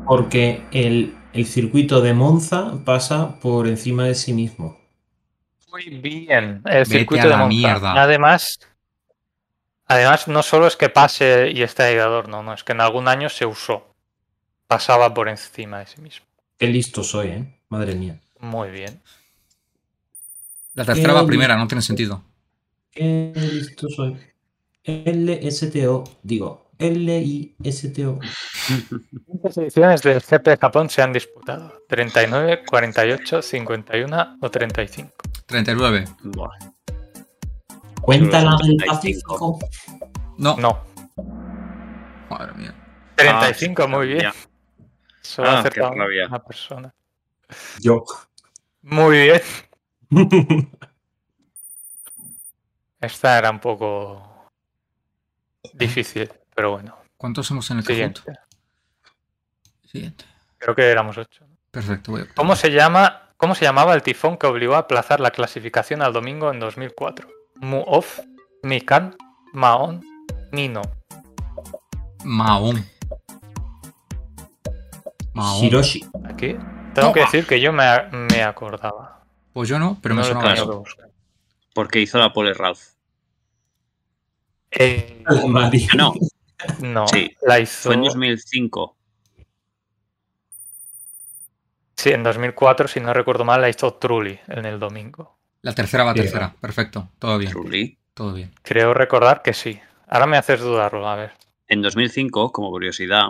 Speaker 2: Porque el, el circuito de Monza pasa por encima de sí mismo.
Speaker 4: Muy bien. El
Speaker 1: Vete
Speaker 4: circuito
Speaker 1: a
Speaker 4: de
Speaker 1: la
Speaker 4: Monza.
Speaker 1: mierda.
Speaker 4: Además, además, no solo es que pase y esté ahí de adorno, no, es que en algún año se usó. Pasaba por encima de sí mismo.
Speaker 2: Qué listo soy, ¿eh? Madre mía.
Speaker 4: Muy bien.
Speaker 1: La tercera va
Speaker 2: Eh,
Speaker 1: primera, no tiene sentido.
Speaker 2: Qué listo soy. LSTO, digo, LISTO.
Speaker 4: ¿Cuántas ediciones del GP de Japón se han disputado? ¿39, 48, 51 o 35?
Speaker 1: 39.
Speaker 3: buah,
Speaker 2: Cuéntala del
Speaker 3: 35.
Speaker 2: Pacífico.
Speaker 1: No.
Speaker 4: No.
Speaker 1: Madre mía.
Speaker 4: 35,
Speaker 3: Ah,
Speaker 4: muy bien.
Speaker 3: ya.
Speaker 4: Solo
Speaker 3: Ah,
Speaker 4: ha
Speaker 3: qué
Speaker 4: acertado
Speaker 3: rabia.
Speaker 4: una persona.
Speaker 2: Yo.
Speaker 4: Muy bien. Esta era un poco difícil, pero bueno.
Speaker 1: ¿Cuántos somos en el
Speaker 4: Siguiente.
Speaker 1: conjunto? Siguiente.
Speaker 4: Creo que éramos ocho. ¿no?
Speaker 1: Perfecto, voy a...
Speaker 4: ¿Cómo se llama? ¿Cómo se llamaba el tifón que obligó a aplazar la clasificación al domingo en 2004? Muof, Mikan, Maon, Nino.
Speaker 1: Mahón. Mahón.
Speaker 2: Hiroshi.
Speaker 4: Aquí tengo que
Speaker 1: Toma.
Speaker 4: decir que yo me, me acordaba.
Speaker 1: Pues yo no, pero
Speaker 4: No
Speaker 1: me
Speaker 4: lo he
Speaker 1: sonaba
Speaker 4: tenido
Speaker 1: eso.
Speaker 4: que buscar.
Speaker 3: porque hizo la pole Ralph.
Speaker 4: Eh,
Speaker 1: Ah,
Speaker 2: Mario.
Speaker 3: Ah, No,
Speaker 4: no,
Speaker 3: Sí.
Speaker 4: la hizo.
Speaker 3: fue en 2005.
Speaker 4: Sí, en 2004, si no recuerdo mal, la hizo Trulli en el domingo.
Speaker 1: La tercera va
Speaker 2: Sí,
Speaker 1: tercera. Perfecto. Todo bien.
Speaker 3: Trulli.
Speaker 1: Todo bien.
Speaker 4: Creo recordar que sí. Ahora me haces dudarlo, a ver.
Speaker 3: En 2005, como curiosidad,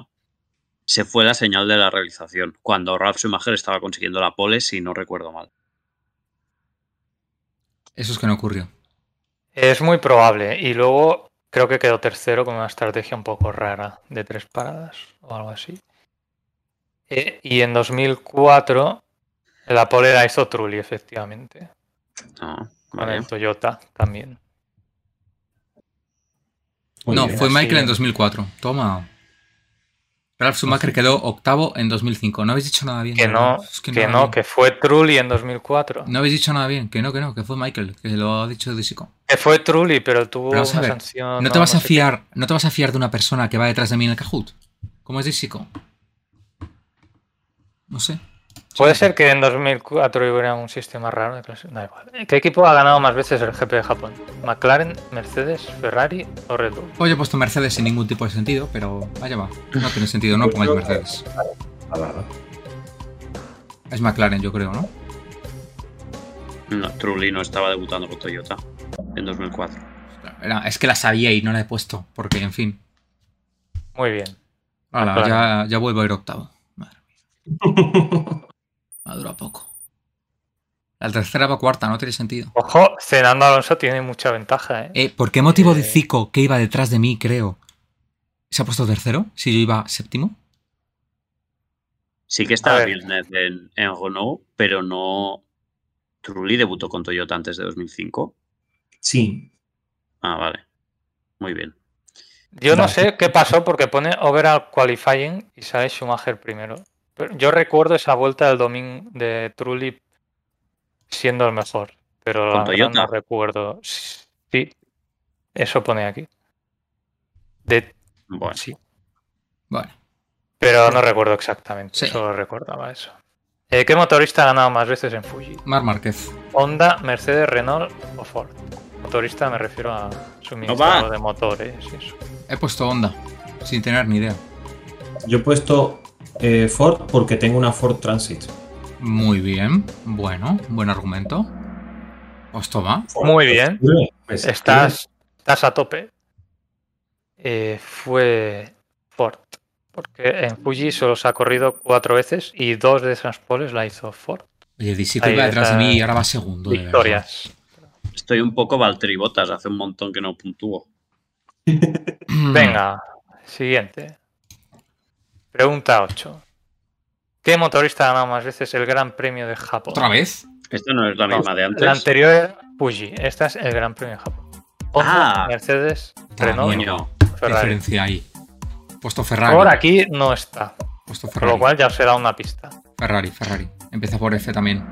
Speaker 3: se fue la señal de la realización, cuando Ralph Schumacher estaba consiguiendo la pole, si no recuerdo mal.
Speaker 1: Eso es que no ocurrió.
Speaker 4: Es muy probable. Y luego Creo que quedó tercero con una estrategia un poco rara de tres paradas o algo así. Eh, y en 2004 la pole la hizo Trulli, efectivamente.
Speaker 3: No,
Speaker 4: Con
Speaker 3: Ah, vale.
Speaker 4: el Toyota también.
Speaker 2: Muy
Speaker 1: no,
Speaker 2: bien.
Speaker 1: fue
Speaker 4: así
Speaker 1: Michael en
Speaker 4: es.
Speaker 1: 2004. Toma. Ralph Schumacher quedó octavo en 2005. No habéis dicho nada bien.
Speaker 4: Que
Speaker 1: ¿verdad?
Speaker 4: no,
Speaker 1: Es
Speaker 4: que no, que fue Trulli en 2004.
Speaker 1: No habéis dicho nada bien. Que no, que no, que fue Michael, que lo ha dicho Disico.
Speaker 4: Que fue Trulli, pero tuvo
Speaker 1: Pero
Speaker 4: una
Speaker 1: vamos a ver,
Speaker 4: sanción.
Speaker 1: No te vas a
Speaker 4: sé
Speaker 1: fiar, no te vas a fiar de una persona que va detrás de mí en el Kahoot. ¿Cómo es Disico? No sé.
Speaker 4: qué. Puede ser que en 2004 hubiera un sistema raro de clase. Da igual. ¿Qué equipo ha ganado más veces el GP de Japón? ¿McLaren, Mercedes, Ferrari o Red Bull?
Speaker 1: Hoy he puesto Mercedes sin ningún tipo de sentido, pero allá va. No tiene sentido, no pongáis Mercedes.
Speaker 2: La verdad.
Speaker 1: Es McLaren, yo creo, ¿no?
Speaker 3: No, Trulli no estaba debutando con Toyota en 2004.
Speaker 1: Era- es que la sabía y no la he puesto, porque, en fin.
Speaker 4: Muy bien.
Speaker 1: Ahora,
Speaker 4: McLaren.
Speaker 1: ya, ya vuelvo a ir octavo. Madre mía. Madura poco. La tercera va cuarta, no tiene sentido.
Speaker 4: Ojo, Cenando Alonso tiene mucha ventaja, ¿eh?
Speaker 1: Eh, ¿Por qué motivo
Speaker 4: Eh.
Speaker 1: de Zico que iba detrás de mí, creo? ¿Se ha puesto tercero? Si yo iba séptimo.
Speaker 3: Sí que estaba
Speaker 4: ver.
Speaker 3: Villeneuve en, en Renault, pero no. Trulli debutó con Toyota antes de 2005.
Speaker 2: Sí.
Speaker 3: Ah, vale. Muy bien.
Speaker 4: Yo no
Speaker 2: Vale.
Speaker 4: sé qué pasó porque pone overall qualifying y sale Schumacher primero. Pero yo recuerdo esa vuelta del domingo de Trulli siendo el mejor, pero
Speaker 3: ¿Con
Speaker 4: la verdad no
Speaker 3: Toyota?
Speaker 4: recuerdo. Sí, eso pone aquí. De,
Speaker 3: Bueno,
Speaker 4: Ah, sí,
Speaker 1: Bueno,
Speaker 4: pero no recuerdo exactamente,
Speaker 1: Sí.
Speaker 4: solo recordaba eso. Eh, ¿Qué motorista ha ganado más veces en Fuji?
Speaker 1: Mar Márquez.
Speaker 4: ¿Honda, Mercedes, Renault o Ford? Motorista me refiero a suministrador de motores y eso.
Speaker 1: He puesto Honda, sin tener ni idea.
Speaker 2: Yo he puesto eh, Ford porque tengo una Ford Transit.
Speaker 1: Muy bien, bueno, buen argumento. Pues toma.
Speaker 4: Muy bien.
Speaker 2: Pues,
Speaker 4: Estás, estás a tope. Eh, fue Ford. Porque en Fuji solo se ha corrido cuatro veces y dos de esas poles la hizo Ford.
Speaker 1: Oye, Disico
Speaker 4: Ahí
Speaker 1: iba detrás de
Speaker 4: está.
Speaker 1: mí y ahora va segundo. de verdad.
Speaker 4: Victorias.
Speaker 3: estoy un poco Valtteri Bottas, hace un montón que no puntúo.
Speaker 4: Mm. Venga, siguiente. Pregunta 8. ¿Qué motorista ha ganado más veces el Gran Premio de Japón?
Speaker 1: ¿Otra vez?
Speaker 3: Esta no es la
Speaker 4: No,
Speaker 3: misma de antes.
Speaker 4: La anterior era Fuji. Esta es el Gran Premio de Japón. Honda,
Speaker 3: Ah.
Speaker 4: Mercedes,
Speaker 1: Ah,
Speaker 4: Renault,
Speaker 3: Coño.
Speaker 1: ¿Qué
Speaker 4: Ferrari.
Speaker 1: diferencia ahí? Puesto Ferrari.
Speaker 4: Por aquí no está,
Speaker 1: Puesto
Speaker 4: con lo
Speaker 1: Ferrari.
Speaker 4: cual ya os será una pista.
Speaker 1: Ferrari, Ferrari. Empieza por F también.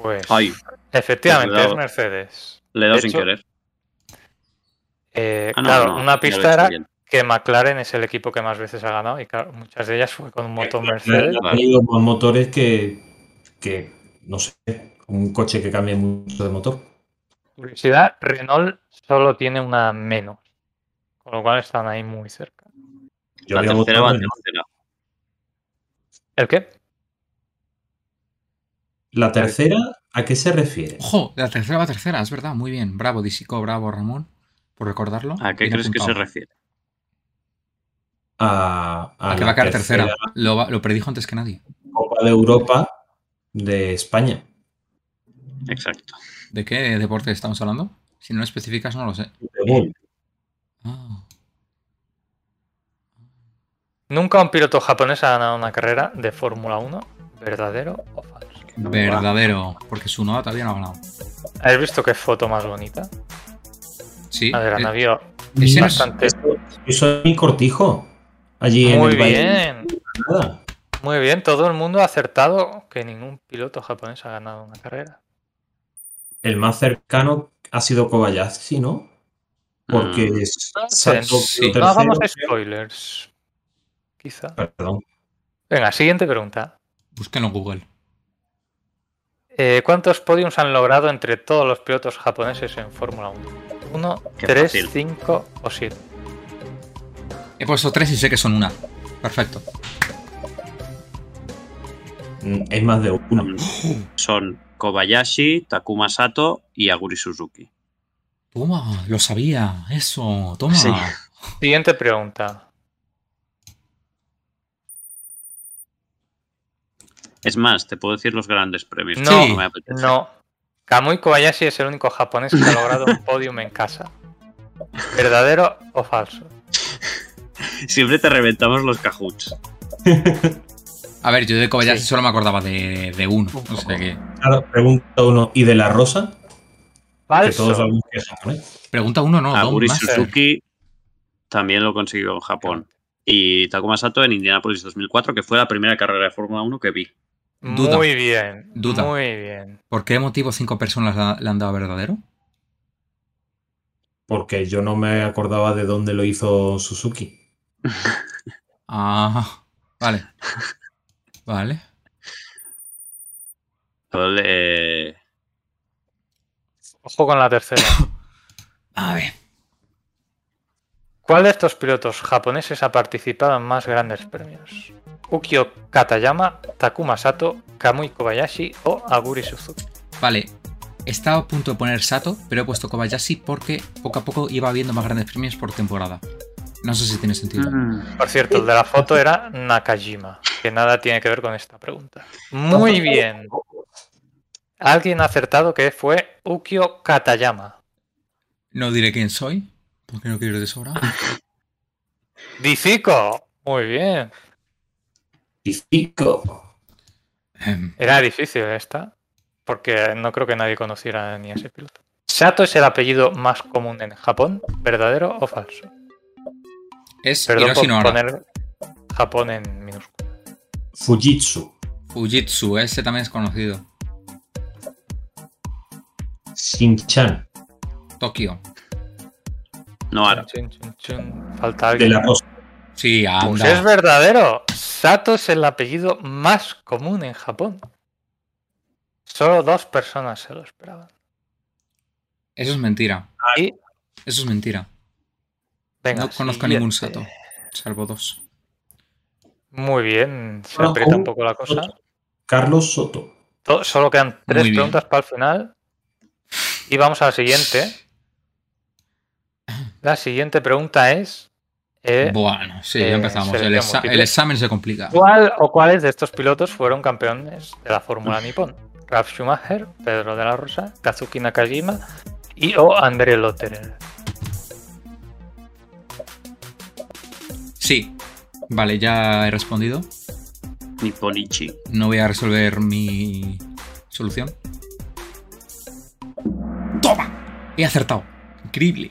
Speaker 4: Pues
Speaker 3: Ay,
Speaker 4: Efectivamente,
Speaker 3: Pues
Speaker 4: es
Speaker 3: me
Speaker 4: Mercedes.
Speaker 3: le he dado
Speaker 4: De
Speaker 3: sin
Speaker 4: hecho,
Speaker 3: querer.
Speaker 4: Eh,
Speaker 3: Ah, no,
Speaker 4: claro,
Speaker 3: no, ya lo
Speaker 4: una
Speaker 3: he
Speaker 4: pista
Speaker 3: hecho
Speaker 4: era
Speaker 3: bien.
Speaker 4: que McLaren es el equipo que más veces ha ganado y claro, muchas de ellas fue con un motor Mercedes.
Speaker 2: Ha tenido con motores que, que, no sé, un coche que cambie mucho de motor.
Speaker 4: Curiosidad, Renault solo tiene una menos, con lo cual están ahí muy cerca.
Speaker 2: Yo
Speaker 3: la
Speaker 2: había
Speaker 3: tercera
Speaker 2: votado
Speaker 3: va
Speaker 2: en-
Speaker 3: tercera.
Speaker 4: ¿El qué?
Speaker 2: La tercera, ¿a qué se refiere?
Speaker 1: Ojo, la tercera va tercera, es verdad, muy bien. Bravo, Disico, bravo, Ramón, por recordarlo.
Speaker 3: ¿A qué
Speaker 1: Bien
Speaker 3: crees que se
Speaker 1: apuntado.
Speaker 3: refiere?
Speaker 2: A, a
Speaker 1: A que
Speaker 2: la
Speaker 1: va a caer tercera. Lo, va- lo predijo antes que nadie.
Speaker 2: Copa de Europa de España.
Speaker 3: Exacto.
Speaker 1: ¿De qué deporte estamos hablando? Si no lo especificas, no lo sé. Ah,
Speaker 4: Nunca un piloto japonés ha ganado una carrera de Fórmula 1, verdadero o falso.
Speaker 3: No me va.
Speaker 1: verdadero, porque su noda todavía no ha ganado.
Speaker 4: ¿Has visto qué foto más bonita?
Speaker 1: Sí,
Speaker 4: A ver,
Speaker 1: eh,
Speaker 4: han habido
Speaker 1: ese no es-
Speaker 4: bastante.
Speaker 2: Eso es mi cortijo. Allí en
Speaker 4: Muy
Speaker 2: el Valle de
Speaker 4: bien.
Speaker 2: Granada.
Speaker 4: Muy bien, todo el mundo ha acertado que ningún piloto japonés ha ganado una carrera.
Speaker 2: El más cercano ha sido Kobayashi, ¿no? Porque
Speaker 3: Mm,
Speaker 2: es
Speaker 4: No sé,
Speaker 2: saltó
Speaker 1: sí.
Speaker 2: tercero,
Speaker 4: No hagamos
Speaker 2: creo.
Speaker 4: spoilers. Quizá.
Speaker 2: Perdón.
Speaker 4: Venga, siguiente pregunta.
Speaker 1: búsquenlo en Google.
Speaker 4: Eh, ¿Cuántos podiums han logrado entre todos los pilotos japoneses en Fórmula 1? ¿Uno,
Speaker 3: Qué
Speaker 4: tres,
Speaker 3: fácil.
Speaker 4: cinco o siete?
Speaker 1: He puesto tres y sé que son una. Perfecto.
Speaker 2: Mm, Es más de uno.
Speaker 3: Son Kobayashi, Takuma Sato y Aguri Suzuki.
Speaker 1: Toma, lo sabía. Eso, toma.
Speaker 3: Sí.
Speaker 4: Siguiente pregunta.
Speaker 3: Es más, te puedo decir los grandes premios.
Speaker 4: No,
Speaker 3: pero me apetece.
Speaker 4: No. Kamui Kobayashi es el único japonés que ha logrado un podium en casa. ¿Verdadero o falso?
Speaker 3: Siempre te reventamos los cajuts.
Speaker 1: A ver, yo de Kobayashi solo me acordaba de, de uno. O sea que.
Speaker 2: Claro, pregunta uno. ¿Y de la rosa?
Speaker 4: Ah,
Speaker 2: Que todos
Speaker 4: Falso.
Speaker 2: sabemos que es japonés.
Speaker 1: Pregunta uno,
Speaker 4: Ah,
Speaker 1: no. Don
Speaker 3: Aguri
Speaker 1: Master.
Speaker 3: Ah, Suzuki también lo consiguió en Japón. Y Takuma Sato en Indianapolis 2004, que fue la primera carrera de Fórmula 1 que vi.
Speaker 1: Duda.
Speaker 4: Muy bien.
Speaker 1: Duda.
Speaker 4: Muy bien.
Speaker 1: ¿Por qué motivo cinco personas la- le han dado verdadero?
Speaker 2: Porque yo no me acordaba de dónde lo hizo Suzuki.
Speaker 1: Ah, vale. Vale.
Speaker 3: Sol, eh,
Speaker 4: Ojo con la tercera.
Speaker 1: A ver.
Speaker 4: ¿Cuál de estos pilotos japoneses ha participado en más grandes premios? Ukio Katayama, Takuma Sato, Kamui Kobayashi o Aguri Suzuki.
Speaker 1: Vale. Estaba a punto de poner Sato, pero he puesto Kobayashi porque poco a poco iba habiendo más grandes premios por temporada. No sé si tiene sentido.
Speaker 3: Mm.
Speaker 4: Por cierto, el de la foto era Nakajima, que nada tiene que ver con esta pregunta. Muy bien. Alguien ha acertado que fue Ukio Katayama.
Speaker 1: No diré quién soy, porque no quiero ir de sobra.
Speaker 4: ¡Dicico! Muy bien.
Speaker 2: Tizico.
Speaker 1: Em,
Speaker 4: Era difícil esta, porque no creo que nadie conociera ni a ese piloto. Sato es el apellido más común en Japón, ¿verdadero o falso?
Speaker 1: Es
Speaker 4: Perdón
Speaker 1: Hiroshi
Speaker 4: por
Speaker 1: Nohara.
Speaker 4: poner Japón en minúscula.
Speaker 2: Fujitsu.
Speaker 1: Fujitsu, ese también es conocido.
Speaker 2: Shinchan.
Speaker 1: Tokio.
Speaker 3: no, ahora.
Speaker 4: Chun, chun, chun. Falta
Speaker 2: De
Speaker 4: alguien.
Speaker 2: la rosa.
Speaker 1: Sí,
Speaker 4: Pues
Speaker 1: anda.
Speaker 4: es verdadero. Sato es el apellido más común en Japón. Solo dos personas se lo esperaban.
Speaker 1: Eso es mentira.
Speaker 4: Y-
Speaker 1: Eso es mentira.
Speaker 4: Venga, eh.
Speaker 1: no conozco a
Speaker 4: siguiente.
Speaker 1: ningún Sato, salvo dos.
Speaker 4: Muy bien, se
Speaker 2: Bueno,
Speaker 4: aprieta un
Speaker 2: un-
Speaker 4: poco la cosa.
Speaker 2: Carlos Soto.
Speaker 4: To- Solo quedan tres
Speaker 1: bien.
Speaker 4: preguntas para el final. Y vamos a la siguiente. La siguiente pregunta es. eh,
Speaker 1: Bueno, sí,
Speaker 4: eh,
Speaker 1: ya empezamos. El,
Speaker 4: selección
Speaker 1: exa-
Speaker 4: múltiple.
Speaker 1: el examen se complica.
Speaker 4: ¿Cuál o cuáles de estos pilotos fueron campeones de la Fórmula Nippon? Ralf Schumacher, Pedro de la Rosa, Kazuki Nakajima y o André Lotterer.
Speaker 1: Ah. Sí. Vale, ya he respondido.
Speaker 3: Nipponichi.
Speaker 1: No voy a resolver mi solución. ¡Toma! He acertado. Increíble.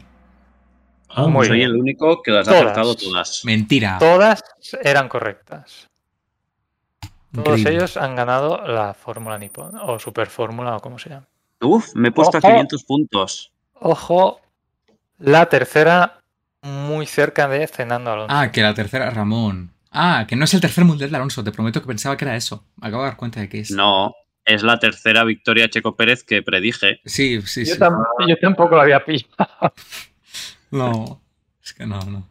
Speaker 2: Ah,
Speaker 4: Muy
Speaker 3: Soy
Speaker 4: bien.
Speaker 3: el único que las ha
Speaker 4: Todas.
Speaker 3: acertado todas.
Speaker 1: Mentira.
Speaker 4: Todas eran correctas. Todos
Speaker 1: Increíble.
Speaker 4: ellos han ganado la Fórmula Nippon o Super Fórmula o como se llama.
Speaker 3: Uf, me he puesto
Speaker 4: Ojo.
Speaker 3: a 500 puntos.
Speaker 4: Ojo, la tercera muy cerca de Cenando Alonso.
Speaker 1: Ah, que la tercera, Ramón. Ah, que no es el tercer mundial de Alonso. Te prometo que pensaba que era eso. Me acabo de dar cuenta de que es.
Speaker 3: No, es la tercera victoria de Checo Pérez que predije.
Speaker 1: Sí, sí, sí.
Speaker 4: tampoco la había pillado.
Speaker 1: No. Es que no, no.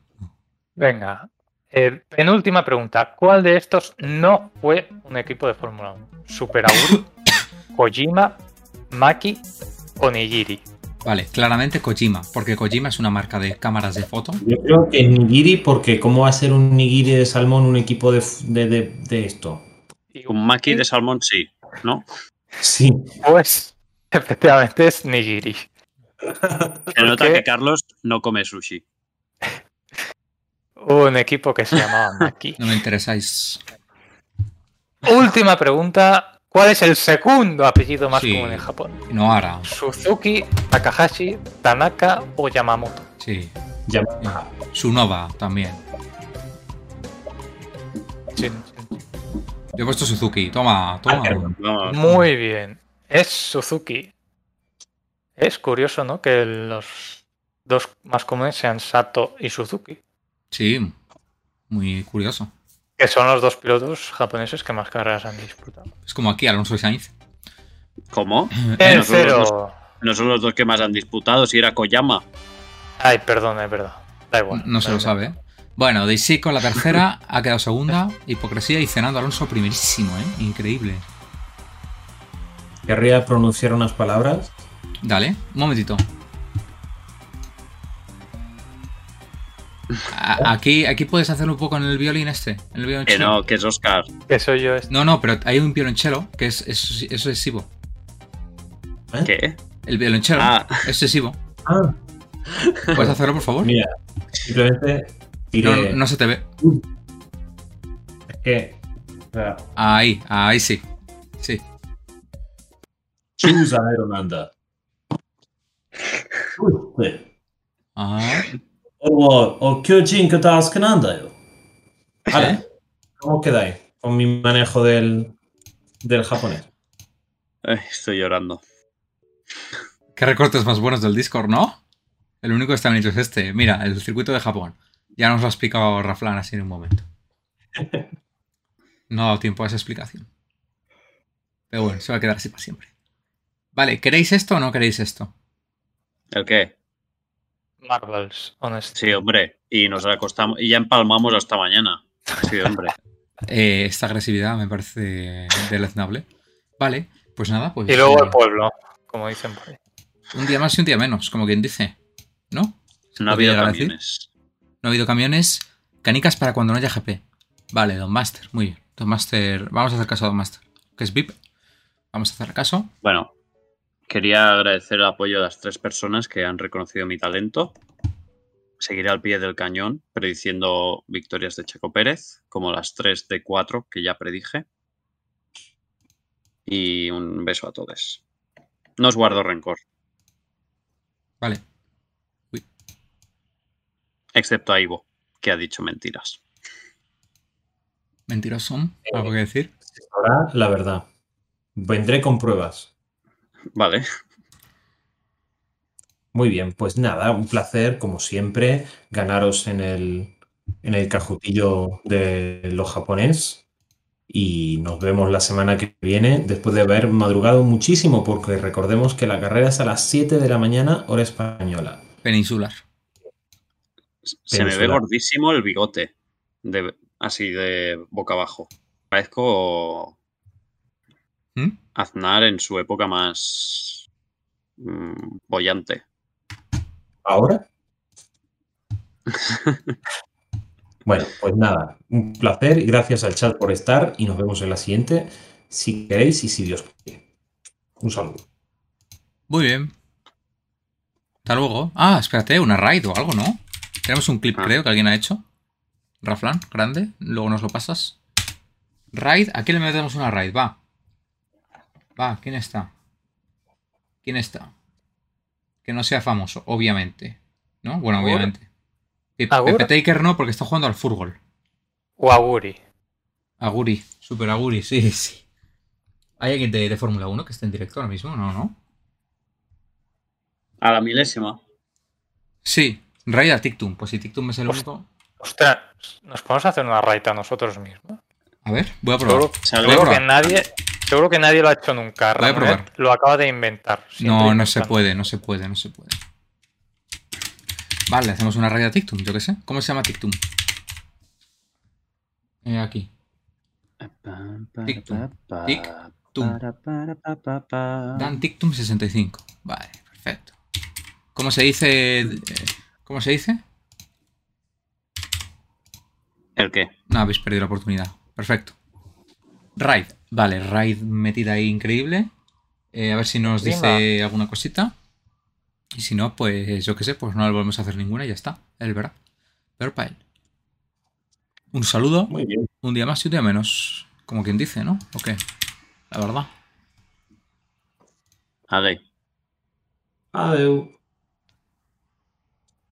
Speaker 4: Venga, eh, penúltima pregunta. ¿Cuál de estos no fue un equipo de Fórmula 1? Super Aguri, Kojima, Maki o Nigiri.
Speaker 1: Vale, claramente Kojima, porque Kojima es una marca de cámaras de foto.
Speaker 2: Yo creo que nigiri, porque ¿cómo va a ser un nigiri de salmón un equipo de, f- de, de- de esto?
Speaker 4: Y
Speaker 3: Un maki de salmón, sí. ¿No?
Speaker 2: Sí.
Speaker 4: Pues, efectivamente es Nigiri.
Speaker 3: Se nota
Speaker 4: qué?
Speaker 3: que Carlos no come sushi.
Speaker 4: Un equipo que se llamaba Maki.
Speaker 1: No me interesáis.
Speaker 4: Última pregunta. ¿Cuál es el segundo apellido más
Speaker 1: Sí.
Speaker 4: común en Japón?
Speaker 1: Noara.
Speaker 4: Suzuki, Takahashi, Tanaka o Yamamoto.
Speaker 1: Sí.
Speaker 2: Ya.
Speaker 1: Sunova también.
Speaker 4: Chin, chin, chin.
Speaker 1: Yo he puesto Suzuki. Toma,
Speaker 3: Ah,
Speaker 1: toma.
Speaker 2: Ackerman.
Speaker 3: Vamos.
Speaker 4: Muy bien. Es Suzuki. Es curioso, ¿no? Que los dos más comunes sean Sato y Suzuki.
Speaker 1: Sí. Muy curioso.
Speaker 4: Que son los dos pilotos japoneses que más carreras han disputado.
Speaker 1: Es como aquí Alonso y Sainz.
Speaker 3: ¿Cómo?
Speaker 4: El
Speaker 3: nosotros
Speaker 4: cero.
Speaker 3: No son los dos que más han disputado, si era Koyama.
Speaker 4: Ay, perdón, es verdad. Da igual.
Speaker 1: No se lo
Speaker 4: Da igual.
Speaker 1: sabe. ¿eh? Bueno, Daisy con la tercera ha quedado segunda. Hipocresía y cenando Alonso primerísimo, ¿eh? Increíble.
Speaker 2: Querría pronunciar unas palabras.
Speaker 1: Dale, un momentito. A- Aquí, aquí puedes hacerlo un poco en el violín este. En el
Speaker 3: Que
Speaker 1: violonchelo.
Speaker 3: Eh, no, que es Oscar.
Speaker 4: Que soy yo. este.
Speaker 1: No, no, pero hay un violonchelo que es, es, es excesivo.
Speaker 2: ¿eh?
Speaker 3: ¿Qué?
Speaker 1: El violonchelo
Speaker 3: Ah.
Speaker 1: es excesivo.
Speaker 2: Ah,
Speaker 1: ¿Puedes hacerlo, por favor?
Speaker 2: Mira, simplemente
Speaker 1: No,
Speaker 2: tiré.
Speaker 1: no se te ve.
Speaker 2: Es que. claro,
Speaker 1: Ahí, ahí sí. Sí.
Speaker 2: Choose an Iron Man. that. Choose it.
Speaker 1: Ajá.
Speaker 2: O, o Kyojin que estabas ganando yo.
Speaker 1: Sí.
Speaker 2: Vale. ¿Cómo quedáis con mi manejo del, del japonés?
Speaker 3: Ay, estoy llorando.
Speaker 1: Qué recortes más buenos del Discord, ¿no? El único que está bonito es este. Mira, el circuito de Japón. Ya nos lo ha explicado Raflan así en un momento. No ha dado tiempo a esa explicación. Pero bueno, se va a quedar así para siempre. Vale, ¿queréis esto o no queréis esto?
Speaker 3: ¿El qué?
Speaker 4: Marvels, honest.
Speaker 3: Sí, hombre. Y nos acostamos y ya empalmamos hasta mañana. Sí, hombre.
Speaker 1: Eh, esta agresividad me parece deleznable. Vale, pues nada, pues.
Speaker 4: Y luego el
Speaker 1: eh,
Speaker 4: pueblo, como dicen por ahí.
Speaker 1: un día más y un día menos, como quien dice. ¿No?
Speaker 3: No ha habido
Speaker 1: ¿Podría decir?
Speaker 3: camiones.
Speaker 1: No ha habido camiones. Canicas para cuando no haya GP. Vale, Don Master. Muy bien. Don Master. Vamos a hacer caso a Don Master. Que es VIP. Vamos a hacer caso.
Speaker 3: Bueno, quería agradecer el apoyo de las tres personas que han reconocido mi talento. Seguiré al pie del cañón prediciendo victorias de Checo Pérez, como las tres de cuatro que ya predije. Y un beso a todos. No os guardo rencor,
Speaker 1: Vale.
Speaker 3: excepto a Ivo, que ha dicho mentiras.
Speaker 1: Mentiroso. ¿Algo que decir?
Speaker 2: Ahora, la verdad. Vendré con pruebas.
Speaker 3: Vale,
Speaker 2: Muy bien, pues nada, un placer, como siempre, ganaros en el, en el cajutillo de los japonés. Y nos vemos la semana que viene, después de haber madrugado muchísimo, porque recordemos que la carrera es a las 7 de la mañana, hora española.
Speaker 1: Peninsular.
Speaker 3: se me ve
Speaker 2: Península.
Speaker 3: gordísimo el bigote, de, así de boca abajo. Parezco
Speaker 1: ¿Mm?
Speaker 3: Aznar en su época más mm, bollante.
Speaker 2: ¿Ahora? Bueno, pues nada, un placer y gracias al chat por estar y nos vemos en la siguiente, si queréis y si Dios quiere. Un saludo.
Speaker 1: Muy bien. Hasta luego. Ah, espérate, una raid o algo, ¿no? Tenemos un clip,
Speaker 3: Ah.
Speaker 1: creo, que alguien ha hecho. Raflan, grande. Luego nos lo pasas. Raid, aquí le metemos una raid, va. Va, ¿quién está? ¿Quién está? Que no sea famoso, obviamente. ¿No? Bueno,
Speaker 4: Agura.
Speaker 1: obviamente. Pe-
Speaker 4: Agura.
Speaker 1: Pepe Taker no, porque está jugando al fútbol.
Speaker 4: Waguri.
Speaker 1: Aguri, super Aguri, sí, sí. ¿Hay alguien de, de Fórmula 1 que esté en directo ahora mismo? No, no.
Speaker 3: A la milésima.
Speaker 1: Sí, raid a Tictum. Pues si Tictum es el
Speaker 4: Hostia.
Speaker 1: único.
Speaker 4: Ostras, nos podemos hacer una raita nosotros mismos.
Speaker 1: A ver, voy a probar.
Speaker 3: Salvo-
Speaker 4: Seguro,
Speaker 1: Voy a
Speaker 4: seguro que
Speaker 1: probar.
Speaker 4: nadie, seguro que nadie lo ha hecho nunca.
Speaker 1: Voy a
Speaker 4: Ramonet
Speaker 1: probar.
Speaker 4: lo acaba de inventar.
Speaker 1: No,
Speaker 4: siempre
Speaker 1: no se
Speaker 4: inventando.
Speaker 1: puede, no se puede, no se puede. Vale, hacemos una raid a Tictum, yo qué sé. ¿Cómo se llama Tictum? Eh, aquí. Tic, tum, tic, tum. Dan Tictum 65. Vale, perfecto. ¿Cómo se dice? eh, ¿Cómo se dice?
Speaker 3: ¿El qué?
Speaker 1: No, habéis perdido la oportunidad. Perfecto. Raid. Vale, raid metida ahí increíble. Eh, a ver si nos dice
Speaker 4: Venga.
Speaker 1: alguna cosita. Y si no, pues yo qué sé, pues no le volvemos a hacer ninguna y ya está. Él verá. Peor para él. Un saludo.
Speaker 2: Muy bien.
Speaker 1: Un día más y un día menos. Como quien dice, ¿no? ¿O qué? La verdad.
Speaker 3: Ale.
Speaker 2: Adeu.